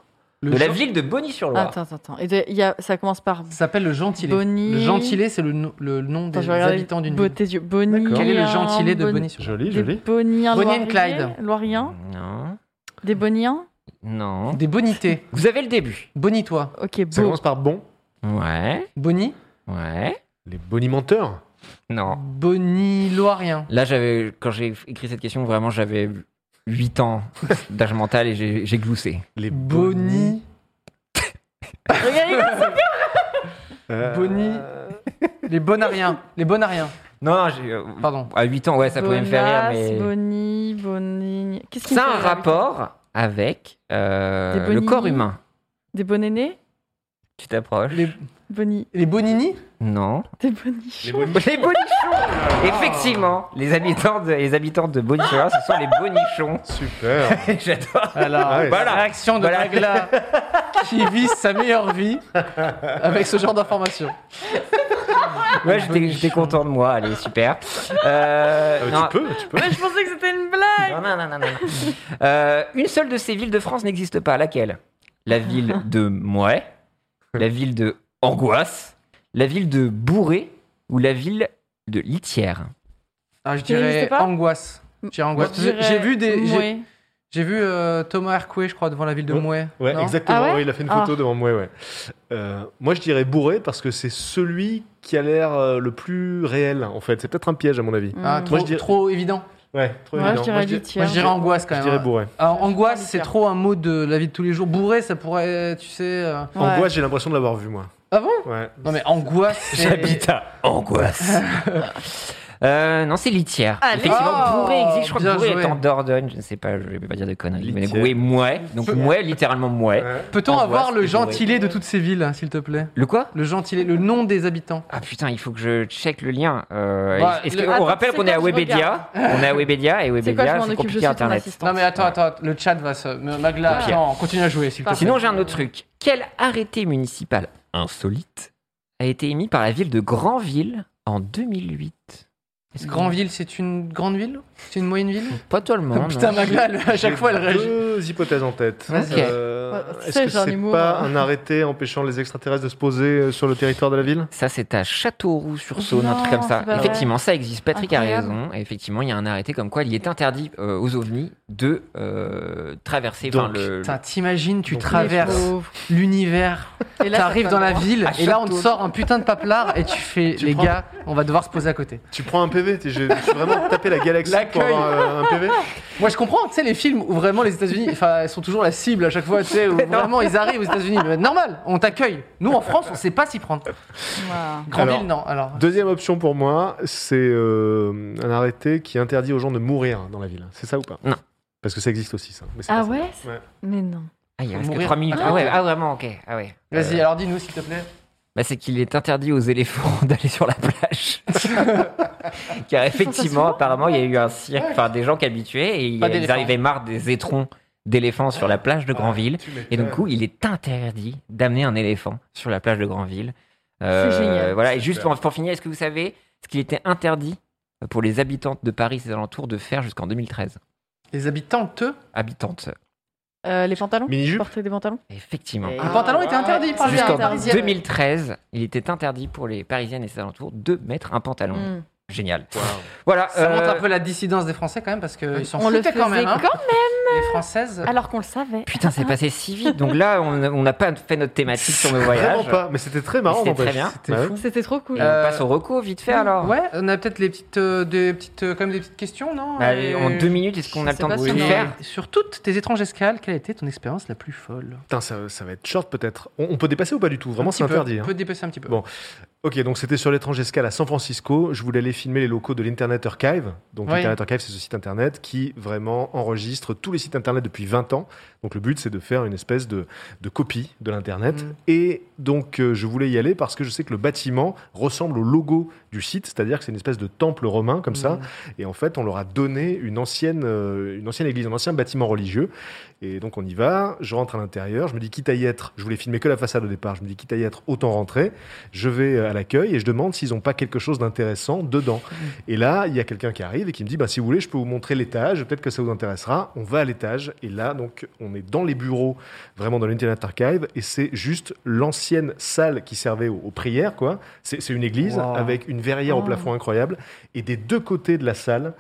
De la ville de Bonny-sur-Loire.
Attends, attends, attends. Et de- il y a- ça commence par.
Ça s'appelle le gentilé.
Bonny.
Le gentilé, c'est le, no- le nom
Attends,
des
je vais regarder
habitants d'une
beau
ville.
tes yeux. Bonnie.
Quel est le gentilé de Bonny sur
Joli, joli.
Boniens,
Bonnie and
Loiriens,
Clyde.
Loiriens,
Non.
des Boniens.
Non.
Des bonités.
Vous avez le début.
Bonitois.
Ok,
Ça
beau.
commence par bon.
Ouais.
Boni.
Ouais.
Les bonimenteurs.
Non.
Boni-loirien.
Là, j'avais, quand j'ai écrit cette question, vraiment, j'avais 8 ans d'âge mental et j'ai j'ai gloussé.
Les
Boni.
Regardez,
Euh,
Boni. Les bonariens. Les bonariens.
Non, non, j'ai. euh,
Pardon.
À 8 ans, ouais, ça pouvait me faire
Bonas,
rire, mais.
Bonnie, Bonnie. Qu'est-ce qui
C'est
me fait
un
rire, putain
rapport avec euh,
Des
le
Bonini.
corps humain.
Des bons aînés
Tu t'approches
Les,
Bonnie,
les Bonini
Non.
t'es bonichon.
Les bonichons Effectivement, les habitants de, les habitants de Bonichon, ce sont les bonichons.
Ah, Super.
J'adore.
Alors,
Ah ouais.
la réaction de
Voilà.
Magla qui vit sa meilleure vie avec ce genre d'informations.
Ouais, j'étais j'étais content de moi. Allez, super. Euh,
Euh,
non,
tu peux, tu peux.
Ouais, je pensais que c'était une blague.
non, non, non, non, non. Euh, une seule de ces villes de France n'existe pas. Laquelle La ville de Mouais, la ville de Angoisse, la ville de Bourré ou la ville de Litière
Ah, je
Tu n'existes
dirais
pas
angoisse. Je dirais angoisse.
Moi, je
Parce que
dirais
J'ai vu des. j'ai-
Mouais.
J'ai vu euh, Thomas Hercouet, je crois, devant la ville de
Ouais.
Mouais.
Ouais,
non
exactement.
Ah ouais
ouais, il a fait une photo
Ah.
devant moi. Ouais. Euh, moi, je dirais bourré parce que c'est celui qui a l'air euh, le plus réel. En fait, c'est peut-être un piège à mon avis.
Ah,
Mm.
trop,
je dirais-
trop évident.
Ouais, trop
Ouais,
évident.
je dirais
Moi,
Moi,
litière.
je dirais angoisse quand
je
même. Ah,
dirais bourré.
Alors, angoisse,
Je dirais
c'est
litière.
trop un mot de la vie de tous les jours. Bourré, ça pourrait, tu sais. euh,
Ouais.
Angoisse, j'ai l'impression de l'avoir vu moi.
Ah bon
Ouais.
Non, mais angoisse. c'est-
à Angoisse. Euh, non, c'est Litière.
Allez.
Effectivement,
Oh,
Bourré existe. Je crois que
bien
Bourré
joué.
est en Dordogne. Je ne sais pas, je ne vais pas dire de conneries. Mais
Litière.
oui, Mouais. Donc
Peu-
Mouais, littéralement Mouais.
Ouais.
Peut-on
Angoisse,
avoir le
c'est bourré.
gentilé de toutes ces villes, s'il te plaît
Le quoi
Le gentilé, le nom des habitants.
Ah putain, il faut que je check le lien. Euh,
Bah,
est-ce
le-
que-
Attends,
on rappelle
c'est
qu'on est
quoi,
à
je
Webedia. On est à Webedia et
C'est quoi, je
Webedia, c'est
m'en occupe, je
compliqué
suis ton
Internet.
assistante.
Non, mais attends,
Ouais.
attends, le chat va se. me- Magla,
Ok.
attends, continue à jouer, s'il te plaît.
Parfait.
Sinon, j'ai un autre truc. Quel arrêté municipal insolite a été émis par la ville de Granville en 2008 Est-ce que-
Grandville, c'est une grande ville C'est une moyenne ville
Pas tout le monde. hein.
Putain,
non.
Magla, elle- à chaque
J'ai
fois, elle réagit.
Deux hypothèses en tête.
Vas-y.
Euh,
Ouais, tu
Est-ce
sais,
que
j'ai un
c'est
humour,
pas
hein.
un arrêté empêchant les extraterrestres de se poser euh, sur le territoire de la ville
Ça, c'est à Châteauroux-sur-Saône, un truc
Non,
comme ça.
c'est pas vrai.
Effectivement, ça existe. Patrick
Incroyable.
a raison. Et effectivement, il y a un arrêté comme quoi il est interdit euh, aux ovnis de euh, traverser. enfin,
Donc,
le...
Putain, t'imagines, tu
Donc,
traverses l'univers,
Et là,
t'arrives
ça
dans
donne
la
droit.
ville,
À
et là, on te
Château.
sort un putain de paplard, et tu fais,
Tu
les
prends-
gars, on va devoir se poser à côté.
Tu prends un PV t'es- J'ai j'ai vraiment tapé la galaxie pour
L'accueil.
avoir euh, un PV.
Moi, je comprends, tu sais, les films où vraiment les États-Unis, enfin, ils sont toujours la cible à chaque fois, tu sais, où vraiment ils arrivent aux États-Unis. Mais Normal, on t'accueille. Nous, en France, on sait pas s'y prendre.
Ouah.
Grandville,
Alors,
non, alors.
Deuxième option pour moi, c'est euh, un arrêté qui interdit aux gens de mourir dans la ville. C'est ça ou pas
Non.
Parce que ça existe aussi, ça. Mais c'est
Ah
pas ça.
ouais
Ouais.
Mais non.
Ah, il reste que
Mourir.
3 minutes.
Ah,
Ah ouais,
ok.
ah, vraiment, ok. Ah ouais.
Vas-y,
Euh.
alors dis-nous, s'il te plaît.
Bah, c'est qu'il est interdit aux éléphants d'aller sur la plage. Car effectivement, apparemment, il y a eu un cirque, enfin des gens qui habitués, et
Pas
ils
d'éléphants.
arrivaient marre des étrons d'éléphants sur la plage de Grandville.
Tu m'étonnes.
Et du coup, il est interdit d'amener un éléphant sur la plage de Grandville. Euh,
C'est génial.
Voilà, et juste
Super.
pour, pour finir, est-ce que vous savez ce qu'il était interdit pour les habitantes de Paris et ses alentours de faire jusqu'en 2013
Les habitants, eux
Habitantes,
Euh, les pantalons
Mini-jupe
Porter des pantalons
effectivement.
Le pantalon était Ah, interdit par les
Ah. Jusqu'en
Parisiens.
2013, il était interdit pour les Parisiennes et ses alentours de mettre un pantalon.
Mm.
Génial.
Wow.
Voilà.
Ça montre
euh,
un peu la dissidence des Français quand même, parce qu'ils s'en
On le
foutaient
faisait
quand même. hein.
quand même
Les Françaises.
Alors qu'on le savait.
Putain, c'est passé si vite. Donc là, on on n'a pas fait notre thématique sur le voyage.
Vraiment pas, mais c'était très marrant.
C'était
n'empêche.
très bien. Bah
C'était fou.
C'était trop
Et
cool.
on
Euh,
passe au recours vite fait alors.
Ouais, on a peut-être les petites, euh, des petites, euh, quand même des petites questions, non
Allez,
Euh,
Bah, en deux minutes, est-ce qu'on a le
sais
temps de
pas
tout
si on aura-
faire
Sur toutes tes étranges escales, quelle a été ton expérience la plus folle
Putain, ça, ça va être short peut-être. On, on peut dépasser ou pas du tout Vraiment,
Un petit
c'est
peu.
interdit. hein.
On peut dépasser un petit peu.
Bon. Ok, donc c'était sur l'étrange escale à San Francisco. Je voulais aller filmer les locaux de l'Internet Archive. Donc
Oui.
l'Internet Archive, c'est ce site internet qui vraiment enregistre tous les sites internet depuis 20 ans. Donc le but, c'est de faire une espèce de, de copie de l'internet.
Mm.
Et donc euh, je voulais y aller parce que je sais que le bâtiment ressemble au logo du site, c'est-à-dire que c'est une espèce de temple romain comme
Mm.
ça. Et en fait, on leur a donné une ancienne, euh, une ancienne église, un ancien bâtiment religieux. Et donc on y va, je rentre à l'intérieur, je me dis quitte à y être, je voulais filmer que la façade au départ, je me dis quitte à y être, autant rentrer. Je vais euh, à l'accueil et je demande s'ils n'ont pas quelque chose d'intéressant dedans. Et là, il y a quelqu'un qui arrive et qui me dit, bah, si vous voulez, je peux vous montrer l'étage, peut-être que ça vous intéressera. On va à l'étage et là, donc, on est dans les bureaux, vraiment dans l'Internet Archive, et c'est juste l'ancienne salle qui servait aux, aux prières, quoi. C'est c'est une église
Wow.
avec une verrière au
Oh.
plafond incroyable et des deux côtés de la salle,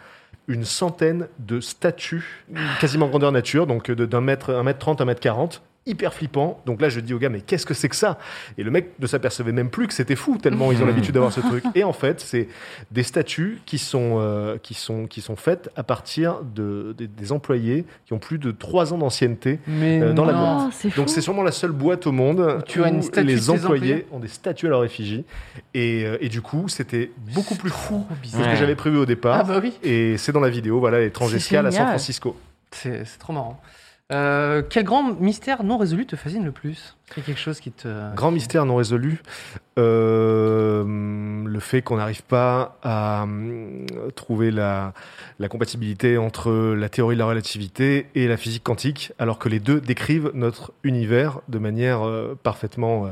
une centaine de statues, quasiment grandeur nature, donc euh, de- d'un mètre, un mètre trente, un mètre quarante, hyper flippant. Donc là, je dis au gars, mais qu'est-ce que c'est que ça Et le mec ne s'apercevait même plus que c'était fou, tellement ils ont l'habitude d'avoir ce truc. Et en fait, c'est des statues qui sont, euh, qui sont, qui sont faites à partir de, des- des employés qui ont plus de trois ans d'ancienneté.
Mais
Euh, dans la
non.
boîte.
Oh, c'est fou.
Donc c'est sûrement la seule boîte au monde
Où tu as une statue de
les
tes
employés
employés.
ont des statues à leur effigie. Et, euh, et du coup, c'était beaucoup plus fou que ce
Ouais.
que j'avais prévu au départ.
Ah bah oui,
Et c'est dans la vidéo, voilà, étrange
C'est
escale à San
génial.
Francisco.
c'est c'est trop marrant. Euh, quel grand mystère non résolu te fascine le plus C'est quelque chose qui te.
Ah, Grand mystère non résolu, euh, le fait qu'on n'arrive pas à hum, trouver la, la compatibilité entre la théorie de la relativité et la physique quantique, alors que les deux décrivent notre univers de manière euh, parfaitement euh,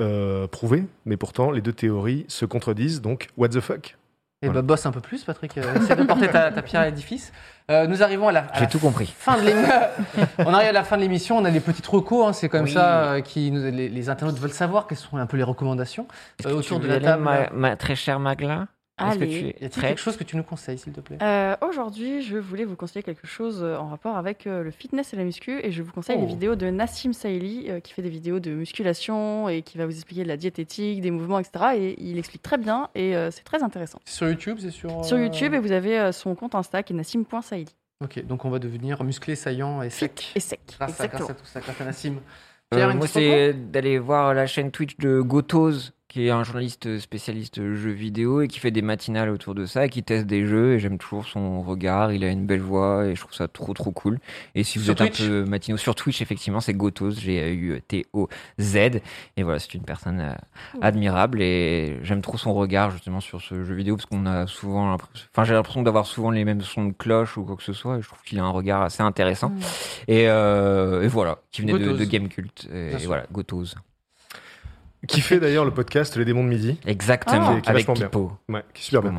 euh, prouvée, mais pourtant les deux théories se contredisent, donc what the fuck
Eh
Voilà.
ben, bosse un peu plus, Patrick. euh, Essaie de porter ta, ta pierre à l'édifice. Euh, nous arrivons à la, à
J'ai
la
tout compris.
fin de l'émission. on arrive à la fin de l'émission. On a les petites recos. hein, c'est comme
Oui.
ça euh, qui nous, les, les internautes veulent savoir quelles sont un peu les recommandations
Est-ce
Euh,
que
autour
tu veux
de la
y aller,
table.
ma, ma très chère Magla Est-ce que
Allez.
tu
Y
es
a-t-il
prête
quelque chose que tu nous conseilles, s'il te plaît
Euh, Aujourd'hui, je voulais vous conseiller quelque chose euh, en rapport avec euh, le fitness et la muscu, et je vous conseille les
Oh.
vidéos de Nassim Saïli, euh, qui fait des vidéos de musculation et qui va vous expliquer de la diététique, des mouvements, etc. Et il explique très bien, et euh, c'est très intéressant.
C'est Sur YouTube, c'est sur. euh,
Sur YouTube, et vous avez euh, son compte Insta qui est nassim.saïli.
Ok, donc on va devenir musclé, saillant et sec.
Et sec.
Grâce à,
Exactement.
grâce à tout ça, grâce à Nassim.
Euh,
Pierre, une
Moi,
petite reco
c'est d'aller voir la chaîne Twitch de Gotoz, qui est un journaliste spécialiste jeux vidéo et qui fait des matinales autour de ça et qui teste des jeux. Et j'aime toujours son regard. Il a une belle voix et je trouve ça trop, trop cool. Et si vous
Sur
êtes
Twitch
un peu matinaux sur Twitch, effectivement, c'est Gotoz, G-A-U-T-O-Z. Et voilà, c'est une personne euh, admirable et j'aime trop son regard justement sur ce jeu vidéo parce qu'on a souvent l'impression- enfin j'ai l'impression d'avoir souvent les mêmes sons de cloche ou quoi que ce soit et je trouve qu'il a un regard assez intéressant
Mm.
et, euh, et voilà qui venait de,
Gotoz.
de Game Cult et,
Bien sûr.
voilà Gotoz
Qui fait d'ailleurs le podcast Les démons de midi,
exactement
Ah. Qui est
avec
vachement bien.
Pipo
ouais, qui est super bien.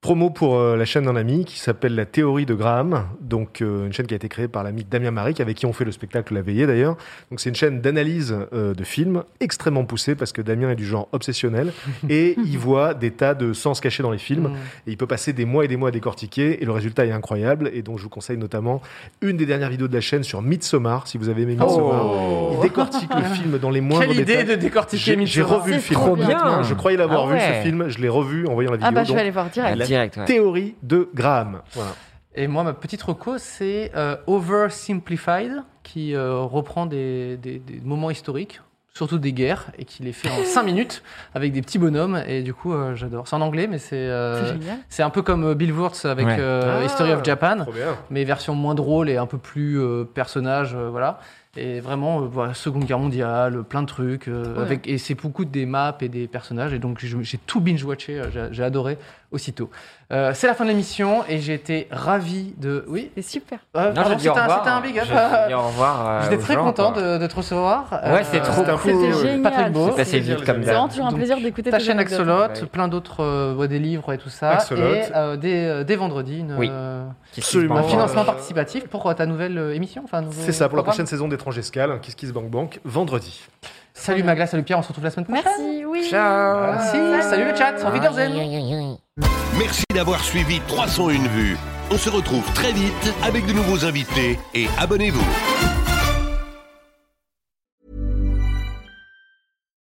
Promo pour euh, la chaîne d'un ami qui s'appelle La théorie de Graham, donc euh, une chaîne qui a été créée par l'ami Damien Maric, avec qui on fait le spectacle La Veillée d'ailleurs. Donc c'est une chaîne d'analyse euh, de films extrêmement poussée parce que Damien est du genre obsessionnel et il voit des tas de sens cachés dans les films
Mm.
et il peut passer des mois et des mois à décortiquer et le résultat est incroyable. Et donc je vous conseille notamment une des dernières vidéos de la chaîne sur Midsommar si vous avez
Oh.
aimé Midsommar. Il décortique le film dans les moindres
Quelle idée
détails.
de décortiquer
J'ai j'ai
Midsommar.
revu le
C'est
film.
trop bien.
Je croyais l'avoir
Ah
vu
ouais.
ce film, je l'ai revu en voyant la vidéo.
Ah bah je
donc-
vais aller voir direct.
Ah, direct ouais.
théorie de Graham.
Et moi, ma petite reco, c'est euh, Oversimplified, qui euh, reprend des, des- des moments historiques, surtout des guerres, et qui les fait en 5 minutes avec des petits bonhommes. Et du coup, euh, j'adore. C'est en anglais, mais c'est euh,
C'est génial.
c'est un peu comme euh, Bill Wurtz avec
Ouais.
euh,
Ah.
History of Japan,
Trop bien.
mais version moins drôle et un peu plus euh, personnage, euh, voilà. Et vraiment, euh, voilà, Seconde Guerre mondiale, plein de trucs. euh,
bien.
avec, et c'est beaucoup des maps et des personnages. Et donc, je- j'ai tout binge-watché. euh, j'ai- J'ai adoré aussitôt. Euh, c'est la fin de l'émission et j'ai été ravi de. Oui
C'est super.
Non,
euh,
j'ai
pardon,
dit
c'était
au
un,
revoir.
c'était un big up.
J'ai dit au revoir, euh,
J'étais
aux
très
gens,
content
quoi.
de, de te recevoir. Euh,
Ouais, c'était trop
c'était un
cool.
peu-
C'était génial.
Patrick Beau.
C'est
passé
C'est
vite comme
C'est
d'hab
vraiment toujours un
Bah, Donc,
plaisir d'écouter
Ta
tes
chaîne
anecdotes.
Axolot,
Ouais.
plein d'autres euh, ouais, des livres et tout ça.
Axolot.
Et euh, dès, euh, dès vendredi, une,
Oui.
euh,
Qui
Absolument.
se
un
marre.
financement
Euh,
participatif pour euh, ta nouvelle euh, émission. Enfin, nouveau
C'est ça, pour la
programme.
prochaine saison d'étranges escales, hein, Kiss Kiss Bank Bank, vendredi.
Salut Magla, salut Pierre, on se retrouve la semaine prochaine.
Merci, oui.
ciao
Merci, salut le chat, au revoir.
Merci d'avoir suivi 301 vues. On se retrouve très vite avec de nouveaux invités et abonnez-vous.